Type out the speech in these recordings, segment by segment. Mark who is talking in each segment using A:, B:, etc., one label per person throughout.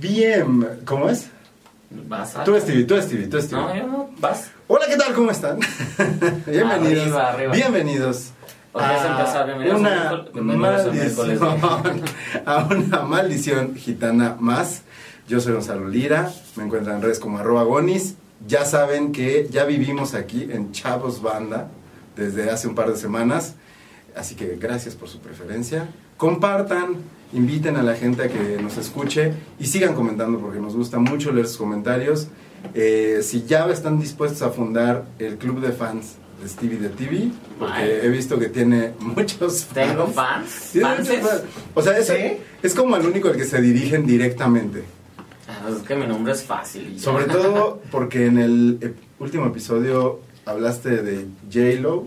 A: Bien, ¿cómo es?
B: Vas a-
A: Tú, Stevie, tú, Stevie, tú, Stevie.
B: No, yo no, vas.
A: Hola, ¿qué tal? ¿Cómo están? bienvenidos.
B: Arriba, arriba.
A: Bienvenidos.
B: Ok, se empezó. Bienvenidos a
A: una
B: miércoles- bienvenidos a miércoles.
A: maldición, a una maldición gitana más. Yo soy Gonzalo Lira, me encuentran en redes como arroba gonis. Ya saben que ya vivimos aquí en Chavos Banda desde hace un par de semanas, así que gracias por su preferencia. Compartan, inviten a la gente a que nos escuche y sigan comentando porque nos gusta mucho leer sus comentarios. Eh, si ya están dispuestos a fundar el club de fans de Stevie de TV, porque
B: Ay.
A: he visto que tiene muchos
B: Tengo fans.
A: Tiene
B: Fans.
A: muchos fans. O sea, es, es como el único al que se dirigen directamente.
B: Ah, pues es que mi nombre es fácil. y ya.
A: Sobre todo porque en el ep- último episodio hablaste de J-Lo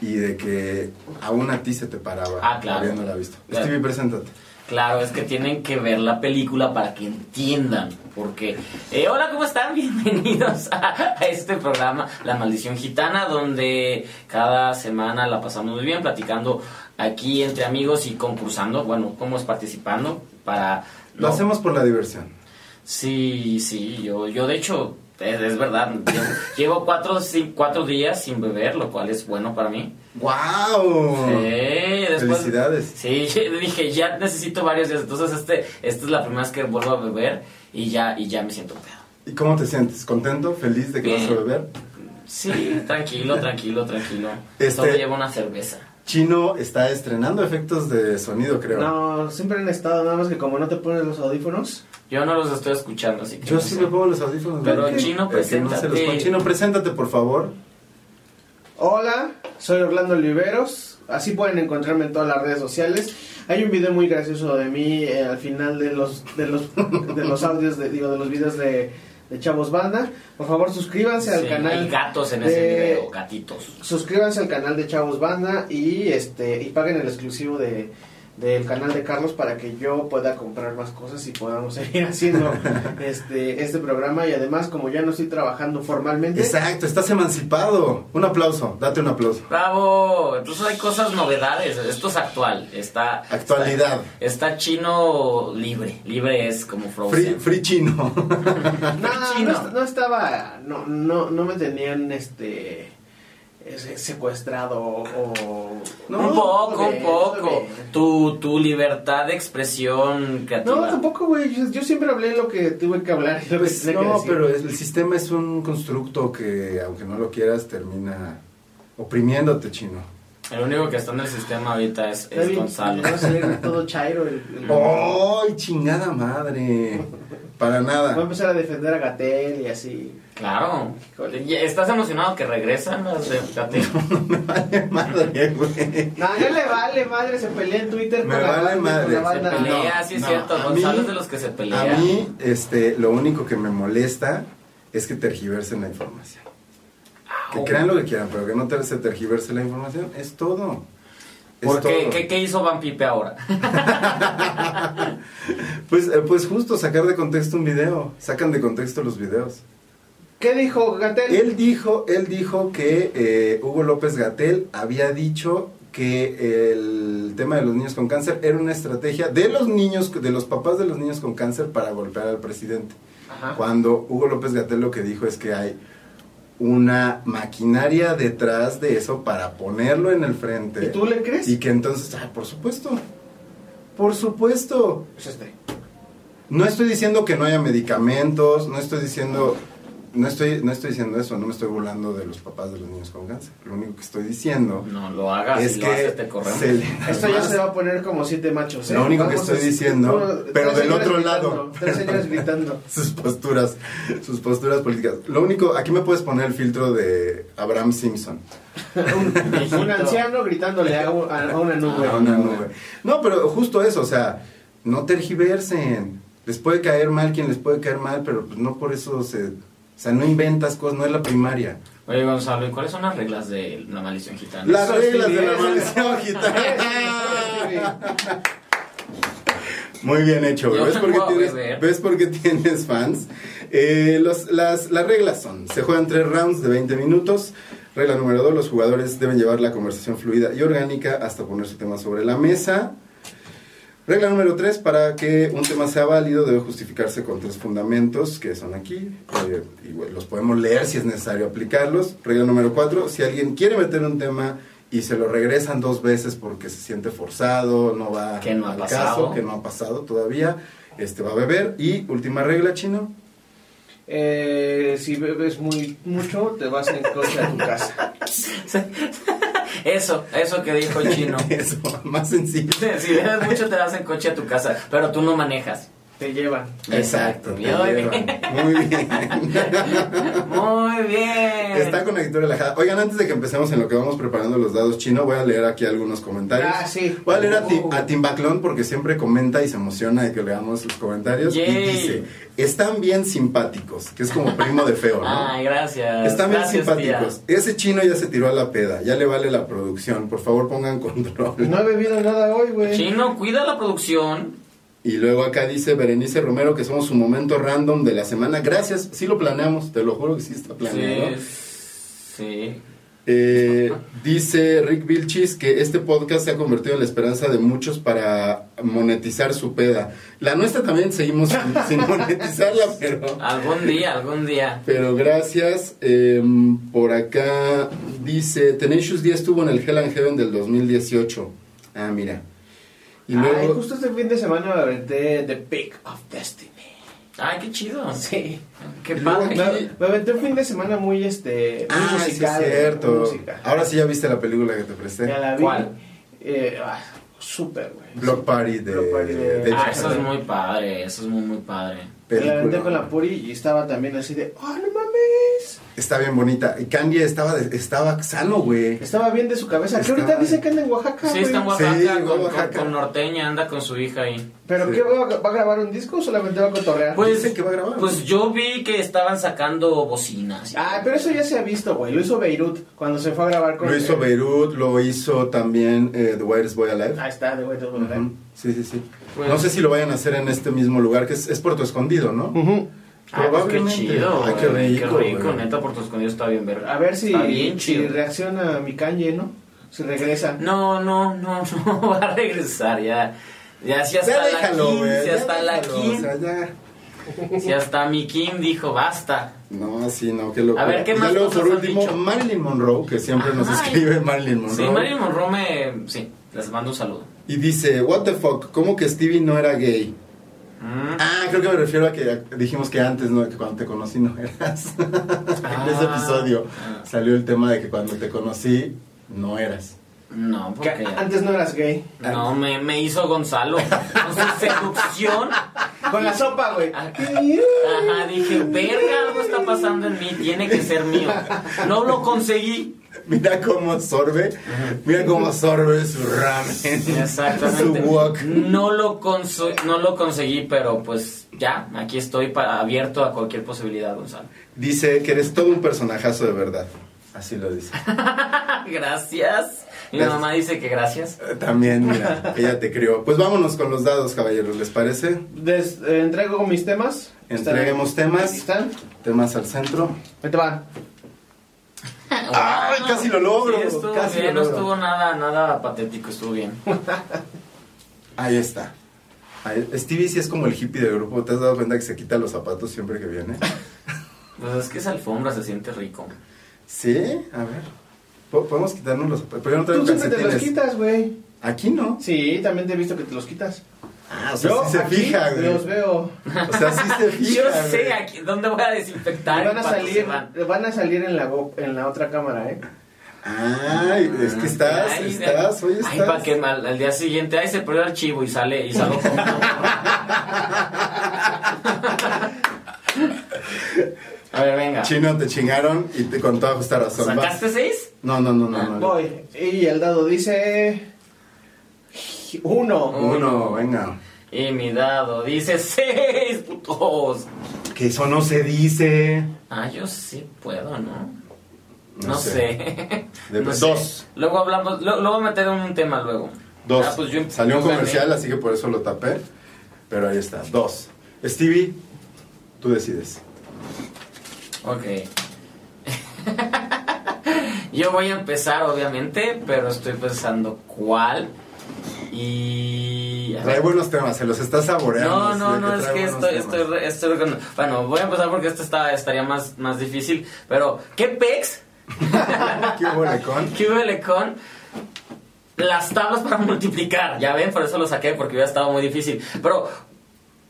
A: y de que aún a ti se te paraba
B: Ah, claro.
A: habiéndola visto.
B: Claro.
A: Stevie, preséntate.
B: Claro, es que tienen que ver la película para que entiendan. Porque, eh, hola, ¿cómo están? Bienvenidos a, a este programa, La Maldición Gitana, donde cada semana la pasamos muy bien platicando aquí entre amigos y concursando. Bueno, ¿cómo es participando? Para.
A: Lo
B: no-
A: hacemos por la diversión.
B: Sí, sí, yo, yo de hecho, es, es verdad, llevo, llevo cuatro, sí, cuatro días sin beber, lo cual es bueno para mí.
A: ¡Wow!
B: Sí, después-
A: Oh, Felicidades.
B: Sí, dije, ya necesito varios días, entonces este, esta es la primera vez que vuelvo a beber y ya, y ya me siento pedo.
A: ¿Y cómo te sientes? ¿Contento? ¿Feliz de que
B: Bien.
A: vas a beber?
B: Sí, tranquilo, tranquilo, tranquilo.
A: Este-
B: Solo llevo una cerveza.
A: Chino está estrenando efectos de sonido, creo.
C: No, siempre han estado, nada más que como no te pones los audífonos.
B: Yo no los estoy escuchando, así que...
A: Yo
B: no
A: sí
B: sé.
A: me pongo los audífonos.
B: Pero,
A: ¿verdad?
B: Chino,
A: Eh, que no se los
B: preséntate.
A: pon- Chino, preséntate, por favor.
C: Hola, soy Orlando Oliveros. Así pueden encontrarme en todas las redes sociales. Hay un video muy gracioso de mí eh, al final de los de los de los audios de digo de los videos de, de Chavos Banda. Por favor, suscríbanse al
B: Sí,
C: canal.
B: Hay gatos en
C: de-
B: ese video, gatitos.
C: Suscríbanse al canal de Chavos Banda y este y paguen el exclusivo de del canal de Carlos para que yo pueda comprar más cosas y podamos seguir haciendo este este programa y además como ya no estoy trabajando formalmente
A: Exacto, estás emancipado. Un aplauso, date un aplauso.
B: Bravo, entonces hay cosas novedades, esto es actual, está
A: Actualidad.
B: Está, está chino libre, libre es
A: Free,
B: como Frozen.
A: free chino.
C: No, no,
B: Chino.
C: no, est- no estaba, no, no, no me tenían este ese- secuestrado o, o-
A: No,
B: un poco,
C: estuve
B: un
C: bien,
B: poco.
C: estuve bien.
B: Tu, tu libertad de expresión creativa.
C: No, tampoco, güey. Yo, yo siempre hablé lo que tuve que hablar. y lo que
A: Pues,
C: tenía que
A: no,
C: decir.
A: pero es- el sistema es un constructo que, aunque no lo quieras, termina oprimiéndote, chino.
B: El único que está en el sistema ahorita es,
C: Está
B: es
C: bien,
B: Gonzalo.
C: me Va a salir todo chairo. el- el-
A: ¡Ay, chingada madre! Para
C: Voy a
A: nada.
C: empezar a defender a Gatel y así.
B: Claro. Ya, ¿Estás emocionado que regresan las de Gatel?
A: Me vale madre, güey.
C: No, no le vale, madre. Se pelea en Twitter
A: Me
C: con la
A: vale
C: banda, con
A: madre,
C: la
A: se
C: banda.
B: pelea. Pelea, sí es cierto,
A: a
B: Gonzalo es de los que se pelea.
A: A mí, este, lo único que me molesta es que tergiversen la información.
B: Oh.
A: Que crean lo que quieran, pero que no ter- se tergiverse la información. Es todo. Es
B: ¿Por qué?
A: todo.
B: ¿Qué, qué hizo Van Pipe ahora?
A: Pues, eh, pues justo sacar de contexto un video. Sacan de contexto los videos.
C: ¿Qué dijo Gatel?
A: Él dijo, él dijo que eh, Hugo López Gatel había dicho que el tema de los niños con cáncer era una estrategia de los niños, de los papás de los niños con cáncer para golpear al presidente.
B: Ajá.
A: Cuando Hugo López Gatel lo que dijo es que hay una maquinaria detrás de eso para ponerlo en el frente.
C: ¿Y tú le crees?
A: Y que entonces, ah, por supuesto, por supuesto.
C: Pues este.
A: No estoy diciendo que no haya medicamentos, no estoy diciendo no estoy, no estoy diciendo eso, no me estoy burlando de los papás de los niños con cáncer. Lo único que estoy diciendo
B: No lo hagas,
A: es
B: si
A: que
B: Ah, lo haces te corremos.
A: se le-
C: Esto ya
A: además,
C: se va a poner como siete machos. ¿eh?
A: Lo único que
C: Vamos
A: estoy
C: a-
A: diciendo,
C: uno-
A: pero del
C: tres señores
A: otro
C: gritando,
A: lado.
C: Tres señores gritando.
A: sus posturas, sus posturas políticas. Lo único, aquí me puedes poner el filtro de Abraham Simpson.
C: Un, un anciano gritándole a, un- a una nube.
A: A una nube. No, pero justo eso, o sea, no tergiversen. Les puede caer mal quien les puede caer mal, pero pues no por eso se... O sea, no inventas cosas, no es la primaria.
B: Oye, Gonzalo, ¿y cuáles son las reglas de la maldición gitana?
A: Las
C: Ah, Eso es Ah,
A: reglas de la
C: tibieza.
A: maldición gitana. Muy bien hecho, güey.
B: Yo
A: ¿Ves
B: no
A: por qué
B: puedo
A: tienes,
B: beber.
A: ves por qué tienes fans? Eh, los- las, las reglas son, se juegan tres rounds de 20 minutos. Regla número dos, los jugadores deben llevar la conversación fluida y orgánica hasta poner su tema sobre la mesa. Regla número tres, para que un tema sea válido debe justificarse con tres fundamentos que son aquí. eh, y, bueno, los podemos leer si es necesario aplicarlos. Regla número cuatro, si alguien quiere meter un tema y se lo regresan dos veces porque se siente forzado, no va
B: Que no ha
A: al
B: pasado.
A: caso, que no ha pasado todavía, este va a beber. Y última regla, chino.
C: Eh, si bebes muy mucho, te vas en coche a tu casa.
B: Eso, eso que dijo el Chino.
A: Eso, más sencillo.
B: si bebes mucho te vas en coche a tu casa, pero tú no manejas.
C: Te llevan.
A: Exacto. te
B: Muy bien.
A: llevan. Muy bien.
B: Muy bien.
A: Está con la actitud relajada. Oigan, antes de que empecemos en lo que vamos preparando los dados chino, voy a leer aquí algunos comentarios.
C: Ah, sí.
A: Voy a leer a, Tim-
C: Oh.
A: a Tim Baclón porque siempre comenta y se emociona de que leamos sus comentarios. Y
B: Yay.
A: dice, están bien simpáticos, que es como primo de feo, ¿no?
B: Ay, gracias.
A: Están bien
B: Gracias,
A: simpáticos. Ese chino ya se tiró a la peda, ya le vale la producción. Por favor, pongan control.
C: No he bebido nada hoy,
B: tía.
C: güey.
B: Chino, cuida la producción.
A: Y luego acá dice Berenice Romero que somos su momento random de la semana. Gracias, sí lo planeamos, te lo juro que sí está planeado.
B: Sí. Sí.
A: Eh, dice Rick Vilchis que este podcast se ha convertido en la esperanza de muchos para monetizar su peda. La nuestra también seguimos sin, sin monetizarla, pero,
B: Algún día, algún día.
A: pero gracias. Em, por acá dice Tenacious D estuvo en el Hell and Heaven del 2018. Ah, mira. Y
C: Ay,
A: luego,
C: justo este fin de semana me aventé The Pick of Destiny.
B: Ay, qué chido.
C: Sí.
B: Qué
A: Luego
B: padre.
C: Me, me aventé un fin de semana muy, este, muy
A: ah, sí
C: musical.
A: es cierto.
C: muy musical.
A: Ahora sí ya viste la película que te presté.
C: Ya la vi.
B: ¿Cuál?
C: Eh, ah, súper, güey.
A: Block Party de,
C: Block Party de-
A: de-
B: Ah, eso es muy padre, eso es muy, muy padre.
C: Me la aventé
A: película.
C: con la Puri y estaba también así de, ¡oh, no mames!
A: Está bien bonita. Y Kanye estaba, de- estaba sano, güey.
C: Estaba bien de su cabeza. Que
A: Está-
C: ahorita dicen que anda en Oaxaca,
B: Sí,
C: güey.
B: está en Oaxaca,
A: Sí,
B: con, con-
A: Oaxaca.
B: con Norteña, anda con su hija ahí.
C: ¿Pero
A: Sí.
C: qué? ¿Va a- va a grabar un disco o solamente va a cotorrear?
B: Pues,
A: Dicen que va a grabar.
B: Pues yo vi que estaban sacando bocinas.
C: Ah, pero eso ya se ha visto, güey. Lo hizo Beirut cuando se fue a grabar con...
A: Lo hizo Beirut, lo hizo también eh, The Weirdest Boy Alive.
C: Ahí está, de güey, todo, ¿verdad?
A: Ujú. Sí, sí, sí.
B: Bueno.
A: No sé si lo vayan a hacer en este mismo lugar, que es, es Puerto Escondido, ¿no?
B: Ah, pues qué
A: Probablemente.
B: chido.
A: Ay, qué
B: güey,
A: rico. güey.
B: neta, por tus escondidos está bien verga.
C: A ver si,
B: Está bien
C: si
B: chido.
C: reacciona mi Kanye, ¿no? Si regresa.
B: No, no, no, no va a regresar ya. Ya si hasta
A: Ya
B: la
A: déjalo,
B: Kim,
A: güey.
B: si
A: ya
B: hasta la
A: déjalo,
B: Kim,
A: o sea, ya.
B: si hasta mi Kim dijo basta.
A: No, sí, no, qué locura.
B: A ver, ¿qué
A: Y ya
B: más
A: luego,
B: cosas
A: por
B: han
A: último,
B: dicho?
A: Marilyn Monroe, que siempre nos
B: Ay.
A: escribe Marilyn Monroe.
B: Sí, Marilyn Monroe me, sí, les mando un saludo.
A: Y dice, what the fuck, ¿cómo que Stevie no era gay?
B: Mm.
A: Ah, creo que me refiero a que dijimos que antes, ¿no? Que cuando te conocí no eras. en ese
B: Ah.
A: episodio salió el tema de que cuando te conocí no eras.
B: No,
C: Que
B: porque
A: Ah,
C: antes no eras gay.
B: no me, me hizo Gonzalo con su seducción.
C: Con la sopa, güey.
B: Ah. Ajá, dije, verga, algo está pasando en mí, tiene que ser mío. No lo conseguí.
A: Mira cómo sorbe, mira cómo sorbe su ramen.
B: Exactamente.
A: Su wok.
B: No lo, conso- no lo conseguí, pero pues ya, aquí estoy para, abierto a cualquier posibilidad, Gonzalo.
A: Dice que eres todo un personajazo de verdad. Así lo dice.
B: Gracias. Mi
A: Gracias.
B: mamá dice que gracias.
A: También, mira, ella te crió. Pues vámonos con los dados, caballeros, ¿les parece?
C: Des- eh, entrego mis temas.
A: Entreguemos temas.
C: Aquí están.
A: Temas al centro.
C: Vete, va.
A: ¡Ay, casi lo logro!
B: Ah, Sí, estuvo
A: casi
B: bien,
A: lo
B: no
A: logro.
B: estuvo nada, nada patético, estuvo bien.
A: Ahí está. Ahí- Stevie sí es como el hippie del grupo. ¿Te has dado cuenta que se quita los zapatos siempre que viene?
B: Pues es que esa alfombra se siente rico.
A: Sí, a ver. Po- Podemos quitarnos los zapatos. Pero yo no traigo
C: Tú siempre te los
A: calcetines.
C: quitas, güey.
A: Aquí no.
C: Sí, también te he visto que te los quitas.
A: Ah, o sea,
C: Yo
A: sí se
C: aquí
A: fija, güey.
C: los veo.
A: O sea, sí se fija.
B: Yo sé
A: güey.
B: aquí, dónde voy a desinfectar.
C: Van a
B: cuando se
C: salir,
B: van.
C: van a salir en la go- en la otra cámara, ¿eh?
A: Ay, es que estás,
B: Ay,
A: estás, oye,
B: Ay, para
A: estás.
B: que mal- al, día siguiente, ay, se perdió el archivo y sale, y salgo con A ver, venga.
A: Chino, te chingaron y te, con toda justa razón. vas.
B: ¿Sacaste seis?
A: No, no, no, no. no.
C: Voy. Y el dado dice uno.
A: Uno, venga.
B: Y mi dado dice seis, putos.
A: Que eso no se dice.
B: Ah, yo sí puedo, ¿no?
A: No
B: No,
A: sé.
B: sé.
A: De-
B: No
A: dos.
B: Luego hablamos, lo- luego meteré un tema luego.
A: Dos.
B: Ah, pues yo-
A: Salió un
B: yo gané.
A: comercial, así que por eso lo tapé. Pero ahí está. Dos. Stevie, tú decides.
B: Ok. Yo voy a empezar, obviamente, pero estoy pensando cuál. Y. a
A: Trae
B: ver.
A: buenos temas, se los está saboreando.
B: No,
A: así
B: no,
A: de
B: no, es
A: trae
B: que
A: buenos
B: estoy,
A: temas.
B: estoy, re- estoy recordando. Bueno, voy a empezar porque este está, estaría más, más difícil. Pero, ¿qué pex?
A: Qué bolecón.
B: ¿Qué huele con las tablas para multiplicar? Ya ven, por eso lo saqué, porque hubiera estado muy difícil. Pero,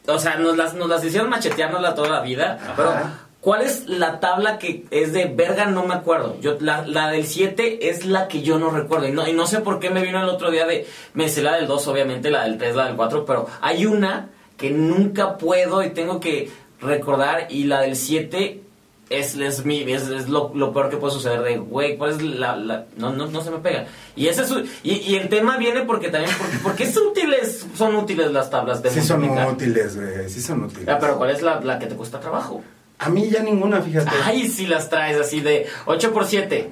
B: o sea, nos las, nos las hicieron macheteárnosla toda la vida. Pero, ¿cuál es la tabla que es de verga? No me acuerdo. Yo, la, la del 7 es la que yo no recuerdo. Y no, y no sé por qué me vino el otro día de. Me sé la del 2, obviamente, la del 3, la del 4. Pero hay una que nunca puedo y tengo que recordar. Y la del 7 es, es, mi, es, es lo, lo peor que puede suceder de, güey, ¿cuál es la...? la- no, no, no se me pega. Y ese es su- y, y el tema viene porque también... Porque, porque es útiles, son útiles las tablas de
A: Sí son
B: multiplicar.
A: útiles, güey. Sí son útiles.
B: Ah, pero ¿cuál es la, la que te cuesta trabajo?
A: A mí ya ninguna, fíjate.
B: Ay, si las traes así de 8 por 7.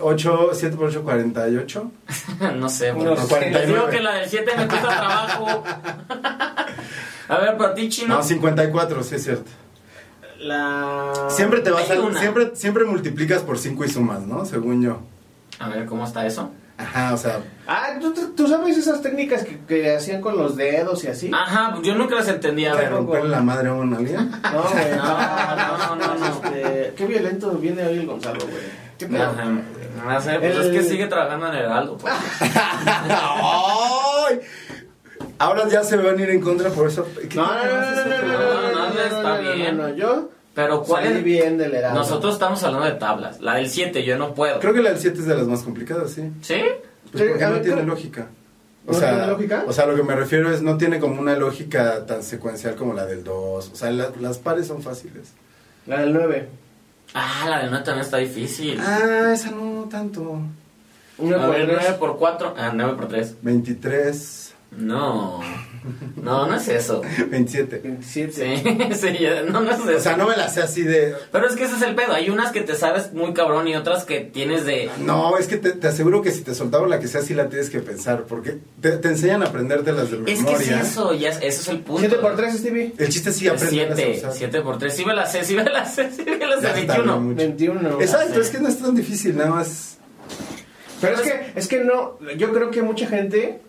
A: 8, 7 por 8, 48.
B: no sé,
C: No
B: bueno.
C: sé.
B: Les digo
A: 49.
B: que la del 7 me cuesta trabajo. A ver, para ti, chino.
A: No, 54, sí es cierto.
C: La
A: Siempre te vas
B: Hay
A: a.
B: una.
A: Siempre, siempre multiplicas por 5 y sumas, ¿no? Según yo.
B: A ver, ¿cómo está eso?
A: Ajá, o sea.
C: Ah, ¿tú, tú- tú sabes esas técnicas que, que hacían con los dedos y así?
B: Ajá, yo nunca las entendía. A
A: ¿Te
B: ver,
A: romperle la madre a un alguien?
C: No, güey.
B: No, no, no, no.
C: Este, qué violento viene hoy el Gonzalo, güey. Qué pedo.
B: Ajá, no sé, pues
C: El-
B: es que sigue trabajando en Heraldo. pues.
A: ¡Ay! Ahora ya se van a ir en contra por eso. ¿Qué
C: No, no, no,
A: temas
C: no,
A: es
C: no,
A: este,
C: no,
A: güey?
C: no, no, no, no,
B: está
C: no, no,
B: bien.
C: no, no, yo
B: Pero ¿cuál
C: salí
B: es?
C: bien del heraldo.
B: Nosotros estamos hablando de tablas. La del 7 yo no puedo.
A: Creo que la del 7 es de las más complicadas, sí.
B: ¿Sí?
A: Pues
C: Sí,
A: porque
C: a
A: no
C: ver,
A: tiene
C: creo-
A: lógica. O
C: ¿No
A: sea,
C: tiene lógica?
A: O sea, lo que me refiero es no tiene como una lógica tan secuencial como la del 2. O sea, la- las pares son fáciles.
C: La del 9.
B: Ah, la del 9 también está difícil.
A: Ah, esa no tanto.
B: a ver, 9 por 4. Ah, 9 por 3.
A: 23,
B: No. No, no es eso.
A: 27.
C: 27.
B: Sí, sí, ya- no, no es
A: O
B: eso.
A: sea, no me la sé así de...
B: Pero es que ese es el pedo. Hay unas que te sabes muy cabrón y otras que tienes de.
A: No, es que te, te aseguro que si te soltaba la que sea, sí la tienes que pensar, porque te, te enseñan a aprendértelas de
B: Es
A: memoria.
B: que es eso, ya es- eso es el punto.
C: 7 por 3, Stevie.
A: El chiste es sí aprender
B: 7, 7 por 3. Sí me la sé, sí me la sé, sí me la sé. 21.
C: 21.
A: Exacto, es que no es tan difícil, nada más.
C: Pero es que, es que no, yo creo que mucha gente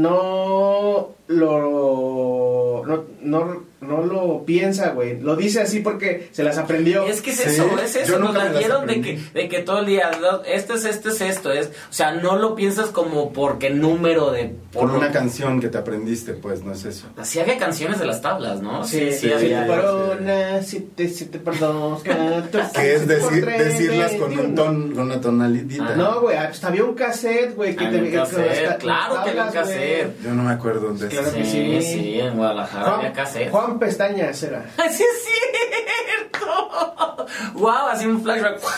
C: no lo no, no, no lo piensa, güey. Lo dice así porque se las aprendió.
B: Es que es
A: Sí,
B: eso, es
A: yo
B: eso, nos
A: nunca
B: la
A: me las
B: dieron de que,
A: aprendí.
B: de que todo el día, no, este es, este es esto, es, o sea, no lo piensas como porque número de...
A: Por
B: lo-
A: una canción que te aprendiste, pues, no es eso.
B: Así había canciones de las tablas, ¿no?
C: Sí, sí,
A: sí,
C: siete
A: sí,
C: por
A: sí.
C: una, siete, siete por dos, catorce,
A: Que es
C: siete Ah, por
A: decir,
C: tres,
A: decirlas con, un
C: 21.
A: ton, con una tonalidita.
B: Ah,
C: No, güey, ah, pues había un cassette, güey, que
B: Había
C: te
B: Ah, un
C: que las
B: cassette,
C: ta- las
B: claro que había un
C: tablas, güey.
B: cassette.
A: Yo no me acuerdo de
C: Claro
A: eso.
C: que
B: Sí,
C: sí.
B: sí, en Guadalajara había
C: Juan,
B: cassette.
C: Juan Pestañas era.
B: ¡Ah, sí es cierto! ¡Wow! Así un flashback.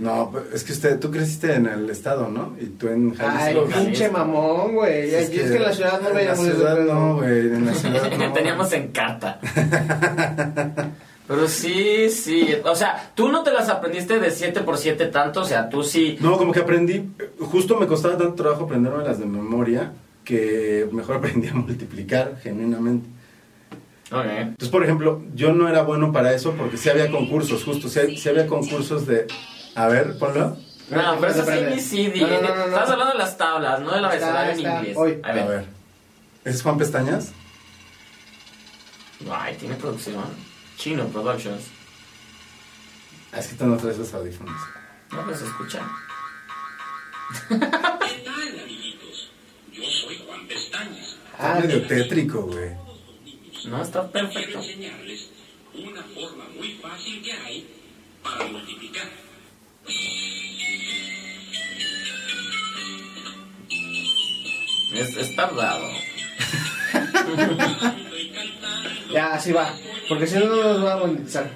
A: No, pero es que usted, tú creciste en el estado, ¿no? Y tú en
C: Ay,
A: Jalisco.
C: pinche mamón, güey. Es, que en la ciudad no
A: en la
C: veíamos eso,
A: ciudad
C: pero-
A: no, güey, en la ciudad no.
B: Teníamos en carta. Pero sí, sí. O sea, tú no te las aprendiste de 7 por 7 tanto. O sea, tú sí.
A: No, como que aprendí, justo me costaba tanto trabajo aprenderme las de memoria que mejor aprendí a multiplicar genuinamente.
B: Ok.
A: Entonces, por ejemplo, yo no era bueno para eso porque sí había concursos, justo, sí, hay- sí había concursos de... A ver, ponlo.
B: No, pero eso sí,
C: Aprende.
B: ni sí, di-
C: No, no, no, no, no.
B: Estás hablando de las tablas, no del
C: Ahí está,
B: abecedario en
C: ahí está.
B: inglés.
C: Hoy.
B: A ver.
A: ¿Es Juan Pestañas?
B: Ay, tiene producción. Chino Productions.
A: Ah, Es que tú no traes los audífonos.
B: No, pues escucha.
D: Hola, amiguitos. Yo soy Juan Pestañas
A: Está
C: Ah,
A: medio tétrico, güey.
B: No, está perfecto.
D: enseñarles una forma muy fácil que hay para multiplicar.
B: Es, es tardado.
C: Ya, así va. Porque si no, no los va a monetizar.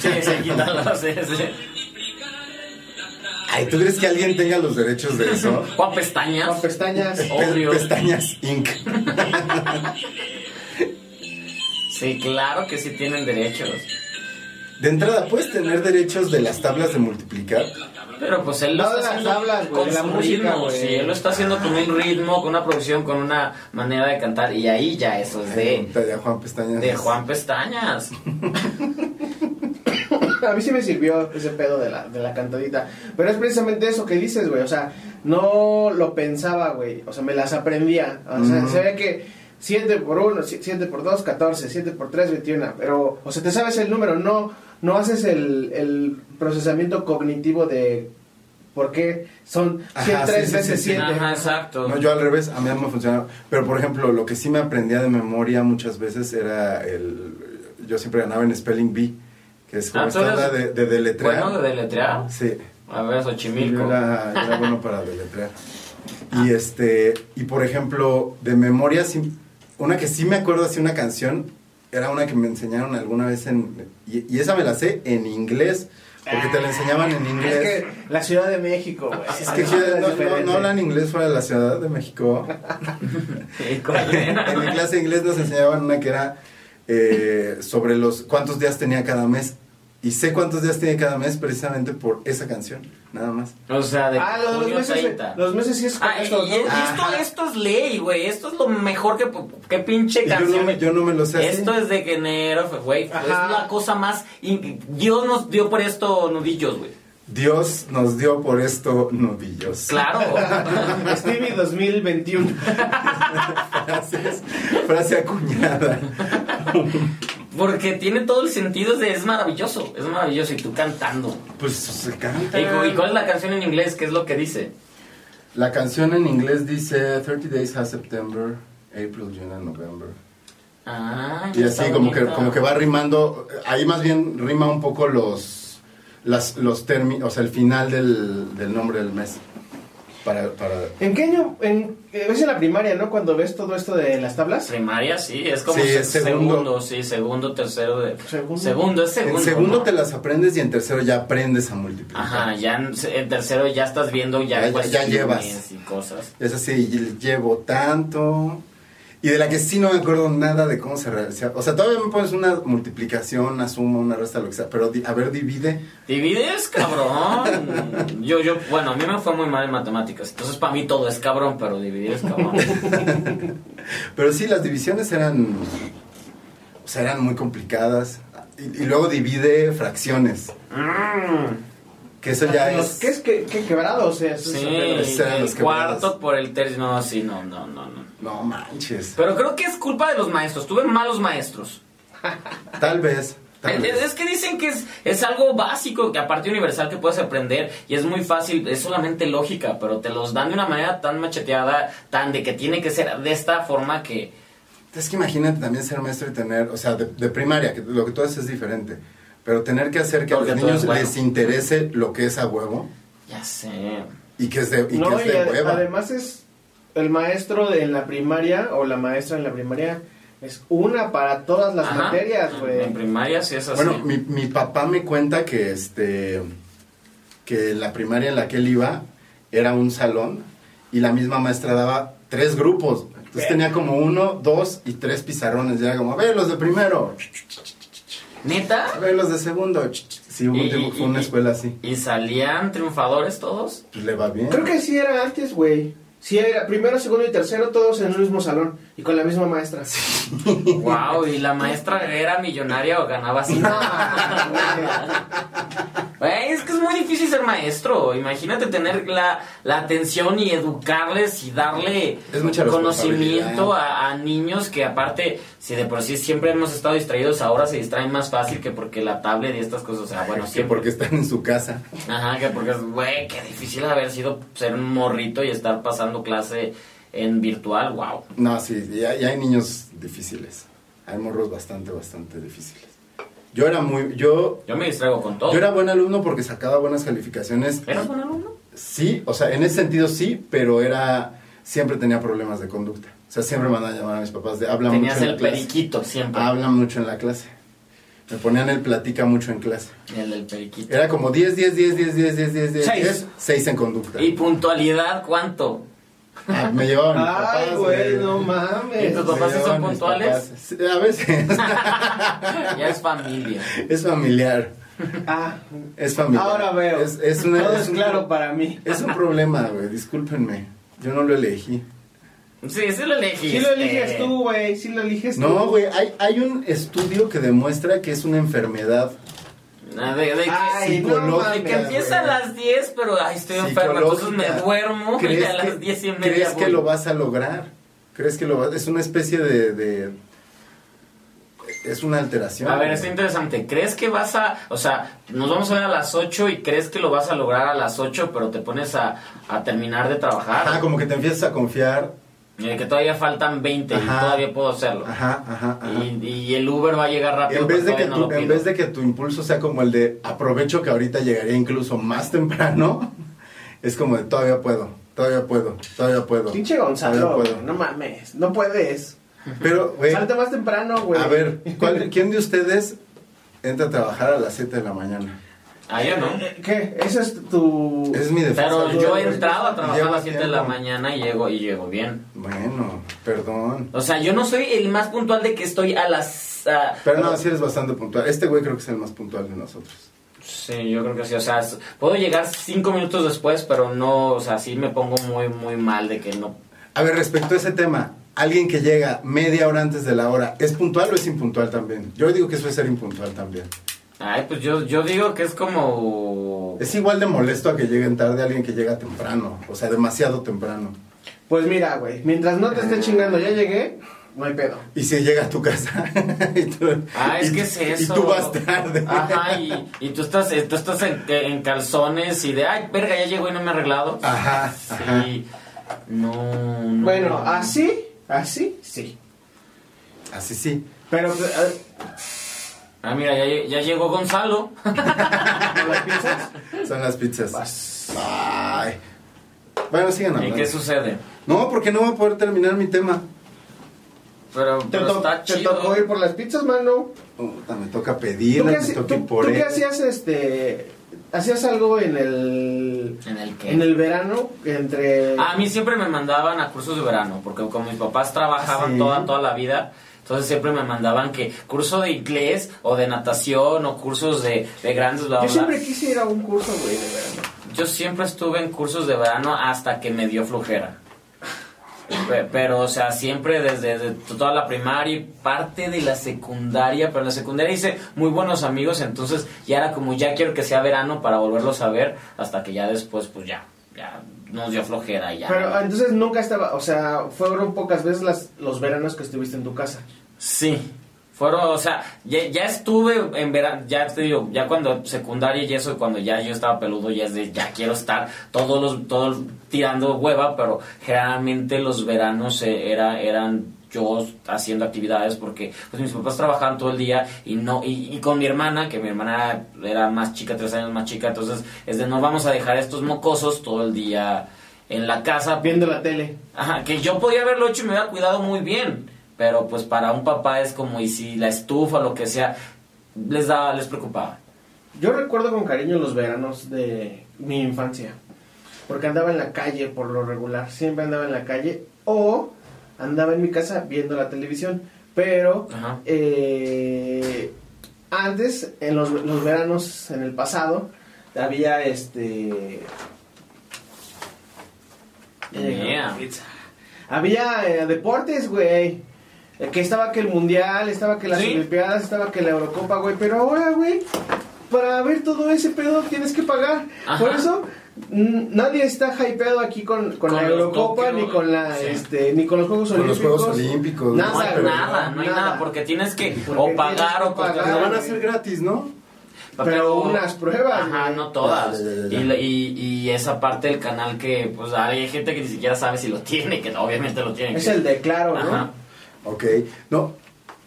B: Sí, sí, quítalo. Sí, sí.
A: Ay, ¿tú crees que alguien tenga los derechos de eso?
B: O a pestañas.
C: Con pestañas.
A: Pe-
B: Obvio.
A: Pestañas Inc.
B: Sí, claro que sí tienen derechos.
A: De entrada, ¿puedes tener derechos de las tablas de multiplicar?
B: Pero pues él lo está
C: No, de las
B: haciendo
C: tablas, güey,
B: con
C: de la
B: su
C: música,
B: ritmo,
C: güey.
B: sí, él lo está haciendo con un ritmo, con una producción, con una manera de cantar y ahí ya eso es de,
A: Pregunta de Juan Pestañas.
B: de Juan Pestañas.
C: A mí sí me sirvió ese pedo de la, de la cantadita. Pero es precisamente eso que dices, güey. O sea, no lo pensaba, güey. O sea, me las aprendía. O sea, se ve que 7 por 1, 7 por 2, 14, 7 por 3, 21. Pero, o sea, te sabes el número, no, no haces el, el procesamiento cognitivo de por qué son
A: Ajá,
C: 103
A: sí, sí,
C: veces
A: sí, sí.
C: 7.
B: Ajá, exacto.
A: No, yo al revés, a mí no me funcionaba. Pero por ejemplo, lo que sí me aprendía de memoria muchas veces era el. Yo siempre ganaba en Spelling Bee, que es como
B: Ah, tú
A: esta onda de,
B: eres
A: de deletrear.
B: Bueno, de deletrear.
A: Sí.
B: A ver,
A: Yo
B: Xochimilco.
A: era, yo era bueno para deletrear. Y este, y por ejemplo, de memoria, sí- una que sí me acuerdo así, una canción, era una que me enseñaron alguna vez en. Y, y esa me la sé en inglés, porque te la enseñaban en inglés.
C: Es que la Ciudad de México, güey.
A: Es que
C: no,
A: yo-
C: es
A: no, no,
C: diferente.
A: no hablan inglés fuera de la Ciudad de México.
B: Sí, ¿cuál era?
A: en mi clase de inglés nos enseñaban una que era eh, sobre los cuántos días tenía cada mes. Y sé cuántos días tenía cada mes precisamente por esa canción, nada más.
B: O sea, de
C: Ah, lo de los
B: junio
C: meses,
B: 30.
C: los meses sí es
B: Ah, y-
C: correcto,
B: y-
C: ¿no?
B: y esto,
A: Ajá.
B: esto es ley, güey. Esto es lo mejor que, que pinche
A: Y yo, no
B: canción.
A: me, yo no me lo sé así.
B: Esto es de que enero, fe- güey. Es
C: Ajá.
B: la cosa más. in- Dios nos dio por esto nudillos, güey.
A: Dios nos dio por esto nudillos.
B: Claro.
C: Stevie 2021.
A: Frases- frase acuñada.
B: Porque tiene todo el sentido. Es, de- es maravilloso. Es maravilloso. Y tú cantando.
A: Pues se
B: ¿Y,
A: canta.
B: cu- y cuál es la canción en inglés? ¿Qué es lo que dice?
A: La canción en inglés dice 30 days has September, April, June and November.
B: Ah,
A: Y
B: está
A: así como que,
B: bonita.
A: como que va rimando, eh, ahí más bien rima un poco los, las, los términos, o sea, el final del, del nombre del mes. Para, para...
C: ¿En qué año? En, eh, es en la primaria, ¿no? Cuando ves todo esto de las tablas.
B: Primaria, sí, es como
A: Sí,
B: se-
A: es segundo.
B: segundo. sí, segundo, tercero de.
C: Segundo.
B: Segundo, es segundo.
A: en segundo
B: ¿no?
A: te las aprendes y en tercero ya aprendes a multiplicar.
B: Ajá, ya en, en tercero ya estás viendo
A: Ya-
B: ya,
A: ya- ya
B: cuestiones
A: llevas.
B: y cosas.
A: Es así, y llevo tanto. Y de la que sí no me acuerdo nada de cómo se realiza. O sea, todavía me pones una multiplicación, una suma, una resta, lo que sea. Pero di- a ver, divide.
B: Divides, cabrón. Yo, yo, bueno, a mí me fue muy mal en matemáticas. Entonces, para mí todo es cabrón, pero dividir es cabrón.
A: Pero sí, las divisiones eran. O sea, eran muy complicadas. Y, y luego divide fracciones.
B: Mm.
A: Que eso ya
C: Los-
A: es.
C: ¿Qué es que, qué quebrado? O sea, eso es-
B: Sí,
A: esos eran los
B: el
A: que
B: cuarto
A: veías.
B: por el tercio. No, sí, no, no, no, no.
A: No manches.
B: Pero creo que es culpa de los maestros. Tuve malos maestros.
A: Tal vez. Tal
B: Es,
A: vez.
B: es que dicen que es, es algo básico, que aparte universal que puedes aprender y es muy fácil, es solamente lógica, pero te los dan de una manera tan macheteada, tan de que tiene que ser de esta forma que...
A: Es que imagínate también ser maestro y tener. O sea, de, de primaria, que lo que tú haces es diferente. Pero tener que hacer que
B: Porque
A: a los
B: todo es
A: niños
B: bueno.
A: les interese lo que es a huevo.
B: Ya sé.
A: Y que es de, y
C: No,
A: que
C: y
A: es de
C: ad-
A: hueva.
C: además es el maestro de- en la primaria o la maestra en la primaria es una para todas las
B: Ajá.
C: materias,
B: En
C: güey.
B: primaria sí es así.
A: Bueno, mi, mi papá me cuenta que este que la primaria en la que él iba era un salón y la misma maestra daba tres grupos. Entonces tenía como uno, dos y tres pizarrones. Y era como, a ver los de primero, a
B: ¿Neta?
A: ver los de segundo. Sí, hubo un tiempo que fue una escuela así.
B: ¿Y salían triunfadores todos?
A: Pues le va bien.
C: Creo que sí era antes, güey. Sí era primero, segundo y tercero todos en el mismo salón y con la misma maestra.
B: wow, ¿y la maestra era millonaria o ganaba así? Güey, es que es muy difícil ser maestro. Imagínate tener la, la atención y educarles y darle
A: Es mucha
B: conocimiento
A: responsabilidad.
B: a, a niños que aparte, si de por sí siempre hemos estado distraídos, ahora se distraen más fácil que porque la tablet y estas cosas. O sea, bueno,
A: Es que
B: siempre.
A: porque están en su casa.
B: Ajá, que porque es, güey, qué difícil haber sido ser un morrito y estar pasando clase en virtual, wow.
A: No, sí, y hay, y hay niños difíciles. Hay morros bastante, bastante difíciles. Yo era muy. Yo,
B: Yo me distraigo con todo.
A: yo era buen alumno porque sacaba buenas calificaciones.
B: ¿Eras buen alumno?
A: Sí, o sea, en ese sentido sí, pero era. Siempre tenía problemas de conducta. O sea, siempre mandaban a llamar a mis papás de habla
B: Tenías
A: mucho en
B: el
A: la clase.
B: periquito siempre.
A: Habla mucho en la clase. Me ponían el platica mucho en clase.
B: El del periquito.
A: Era como 10, 10, 10, 10, 10, 10, 10, 10,
B: Seis.
A: 10, 6 en conducta.
B: ¿Y puntualidad cuánto?
A: Ah, me llevaban mis papás.
C: Ay, güey,
A: me-
C: no
B: ¿Y
C: mames.
A: me
B: tus papás sí son
A: llevaban mis
B: puntuales?
A: papás. Sí, A veces.
B: Ya es familia.
A: es familiar.
C: Ah,
A: Es familiar.
C: ahora veo.
A: Es, es una-
C: Todo
A: es
C: es
A: un-
C: claro para mí.
A: Es un problema, güey. Discúlpenme. Yo no lo elegí.
B: Sí, sí lo elegí.
C: Si lo eliges tú, güey, si lo eliges tú.
A: No, güey. Hay, hay un estudio que demuestra que es una enfermedad
B: Ah, De, de que,
C: Ay, no
A: psicológica,
B: de que
C: mames,
B: empieza a
A: güey.
B: las 10, pero ay, estoy enfermo, entonces me
A: psicológica.
B: duermo y
A: ¿Crees
B: a
A: que-
B: las 10 y media.
A: ¿Crees que
B: voy.
A: lo vas a lograr? ¿Crees que lo vas Es una especie de. de- es una alteración.
B: A ver,
A: güey.
B: está interesante. ¿Crees que vas a.? O sea, nos vamos a ver a las 8 y crees que lo vas a lograr a las 8, pero te pones a, a terminar de trabajar.
A: Ajá, como que te empiezas a confiar.
B: Y que todavía faltan 20 y
A: Ajá.
B: todavía puedo hacerlo.
A: Ajá, ajá, ajá.
B: Y, y el Uber va a llegar rápido.
A: en vez, de
B: pero
A: que
B: todavía
A: tu,
B: no lo
A: en
B: pido.
A: vez de que tu impulso sea como el de aprovecho que ahorita llegaría incluso más temprano, es como de todavía puedo, todavía puedo, todavía puedo.
C: Pinche
A: todavía
C: Gonzalo,
A: puedo".
C: güey, no mames, no puedes.
A: Pero, güey,
C: Salte más temprano, güey.
A: a ver, ¿cuál- ¿quién de ustedes entra a trabajar a las 7 de la mañana?
B: Ah, yo no.
C: Eh, ¿Qué? Esa es tu...
A: Es mi defensa.
B: Pero yo he
A: güey.
B: entrado a trabajar a
A: Lleva
B: las 7 de la
A: tiempo.
B: mañana y llego, y llego bien.
A: Bueno, perdón.
B: O sea, yo no soy el más puntual de que estoy a las... ah,
A: Pero no, sí eres bastante puntual. Este güey creo que es el más puntual de nosotros.
B: Sí, yo creo que sí. O sea, s- puedo llegar cinco minutos después, pero no, o sea, sí me pongo muy, muy mal de que no.
A: A ver, respecto a ese tema, alguien que llega media hora antes de la hora, ¿es puntual o es impuntual también? Yo digo que eso es ser impuntual también.
B: Ay, pues yo, yo digo que es como...
A: Es igual de molesto a que lleguen tarde alguien que llega temprano, o sea, demasiado temprano.
C: Pues mira, güey, mientras no te esté chingando, ya llegué, no hay pedo.
A: Y si llega a tu casa y tú,
B: Ah, es
A: y-
B: que es eso.
A: Y tú vas tarde.
B: Ajá, y, y tú estás, eh, tú estás en, en calzones y de, ay, verga, ya llegó y no me he arreglado.
A: Ajá, Ah, ajá.
B: Sí. No, no.
C: Bueno, así, así, sí.
A: Así sí.
C: Pero, pues, eh,
B: Ah, mira, ya, lle- ya llegó Gonzalo.
C: ¿no las piensas?
A: Son las pizzas.
C: Vas.
A: Ay. Bueno, sigan
B: ¿Y
A: hablando.
B: qué sucede?
A: No, porque no voy a poder terminar mi tema.
B: Pero,
C: Te,
B: pero
C: to-
B: está
C: te
B: chido.
C: tocó ir por las pizzas, mano.
A: Puta, me toca
C: ¿Tú qué,
A: pedirla, me
C: haci-
A: toca
C: tú-
A: ir por
C: tú qué
A: él.
C: hacías, este... ¿Hacías algo en el...
B: ¿En el qué?
C: En el verano, entre...
B: A mí siempre me mandaban a cursos de verano, porque como mis papás
C: ¿Ah,
B: trabajaban
A: Sí.
B: toda, toda la vida, entonces siempre me mandaban que curso de inglés o de natación o cursos de, de grandes, bla, bla, bla.
C: Yo siempre quise ir a un curso, güey, de verano.
B: Yo siempre estuve en cursos de verano hasta que me dio flojera. Pe- Pero, o sea, siempre desde, desde toda la primaria y parte de la secundaria. Pero en la secundaria hice muy buenos amigos, entonces ya era como ya quiero que sea verano para volverlos a ver. Hasta que ya después, pues ya, ya nos dio flojera. y Ya.
C: Pero ah, entonces nunca estaba, o sea, fueron pocas veces las, los veranos que estuviste en tu casa.
B: Sí. Fueron, o sea, ya, ya estuve en verano, ya te digo, ya cuando secundaria y eso, cuando ya yo estaba peludo, ya es de, ya quiero estar todos los, todos tirando hueva, pero generalmente los veranos eh, era, eran yo haciendo actividades porque pues mis papás trabajaban todo el día y no y, y con mi hermana que mi hermana era más chica tres años más chica entonces es de no vamos a dejar a estos mocosos todo el día en la casa
C: Viendo la tele.
B: Ajá, que yo podía haberlo hecho y me hubiera cuidado muy bien. Pero pues para un papá es como, y si la estufa, lo que sea, les daba, les preocupaba.
C: Yo recuerdo con cariño los veranos de mi infancia. Porque andaba en la calle por lo regular. Siempre andaba en la calle. O andaba en mi casa viendo la televisión. Pero
B: Ajá.
C: eh, antes, en los, los veranos, en el pasado, había este. Ya llegó.
B: Yeah.
C: eh, Había eh, deportes, güey. Eh, Que estaba que el mundial, estaba que las
B: Sí.
C: olimpiadas, estaba que la Eurocopa, güey. Pero ahora, güey, para ver todo ese pedo tienes que pagar.
B: Ajá.
C: Por eso mm, nadie está hypeado aquí con, con
B: Con
C: la
B: los
C: Eurocopa
B: Tokio,
C: ni con la
B: sí.
C: este ni con los Juegos
A: Con los
C: Olímpicos.
A: Juegos Olímpicos,
C: Nada,
B: No hay
C: güey,
B: nada, no hay nada, porque tienes que
C: Porque
B: o pagar
C: tienes
B: o
C: que pagar.
A: Pero
B: contratar.
A: van a ser gratis, ¿no?
C: Pero unas pruebas,
B: Ajá,
C: güey.
B: no todas.
A: Ya, ya, ya, ya.
B: Y, la- y- y esa parte del canal que, pues, hay gente que ni siquiera sabe si lo tiene, que obviamente lo tiene.
C: Es
B: que-
C: el de claro, ¿no?
B: Ajá.
A: Ok, no,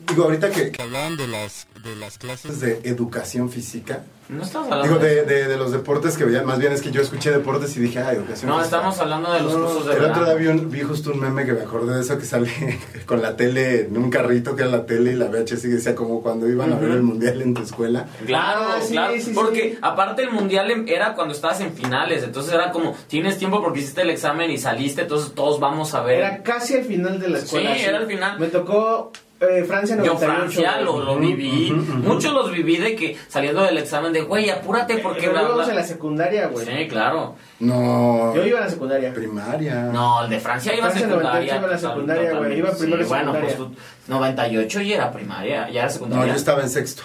A: digo, ahorita que
E: que hablaban de las, de las clases
A: clases de educación física,
B: No estamos hablando
A: digo,
B: de
A: de,
B: eso.
A: de- de los deportes que veían, más bien es que yo escuché deportes y dije, ah, educación
B: No,
A: física.
B: estamos hablando de los
C: No,
B: cursos de
A: El otro día
B: verano.
A: vi, un- vi justo un meme que me acordé de eso que sale con la tele en un carrito que era la tele y la VHS y decía como cuando iban a ver el mundial en tu escuela.
B: Claro,
C: Ah, sí,
B: claro.
C: sí, sí.
B: porque aparte el mundial em- era cuando estabas en finales, entonces era como tienes tiempo porque hiciste el examen y saliste, entonces todos vamos a ver.
C: Era casi al final de la escuela.
B: Sí, era al final.
C: Me tocó eh, Francia 98.
B: Yo Francia
C: güey.
B: lo, lo viví,
A: ujú, ujú.
B: muchos los viví de que saliendo del examen de, güey, apúrate porque
C: Pero
B: bla,
C: íbamos
B: bla".
C: en la secundaria, güey.
B: Sí, claro.
A: No,
C: Yo iba a la secundaria.
A: primaria.
B: No, el de Francia iba a
C: Francia
B: secundaria.
C: 98 iba a la
B: total-
C: secundaria, güey,
B: totalmente.
C: iba primero
B: Sí,
C: a
B: bueno, pues
C: secundaria.
B: tú 98 y era primaria, ya era
A: No,
B: secundaria.
A: yo estaba en sexto.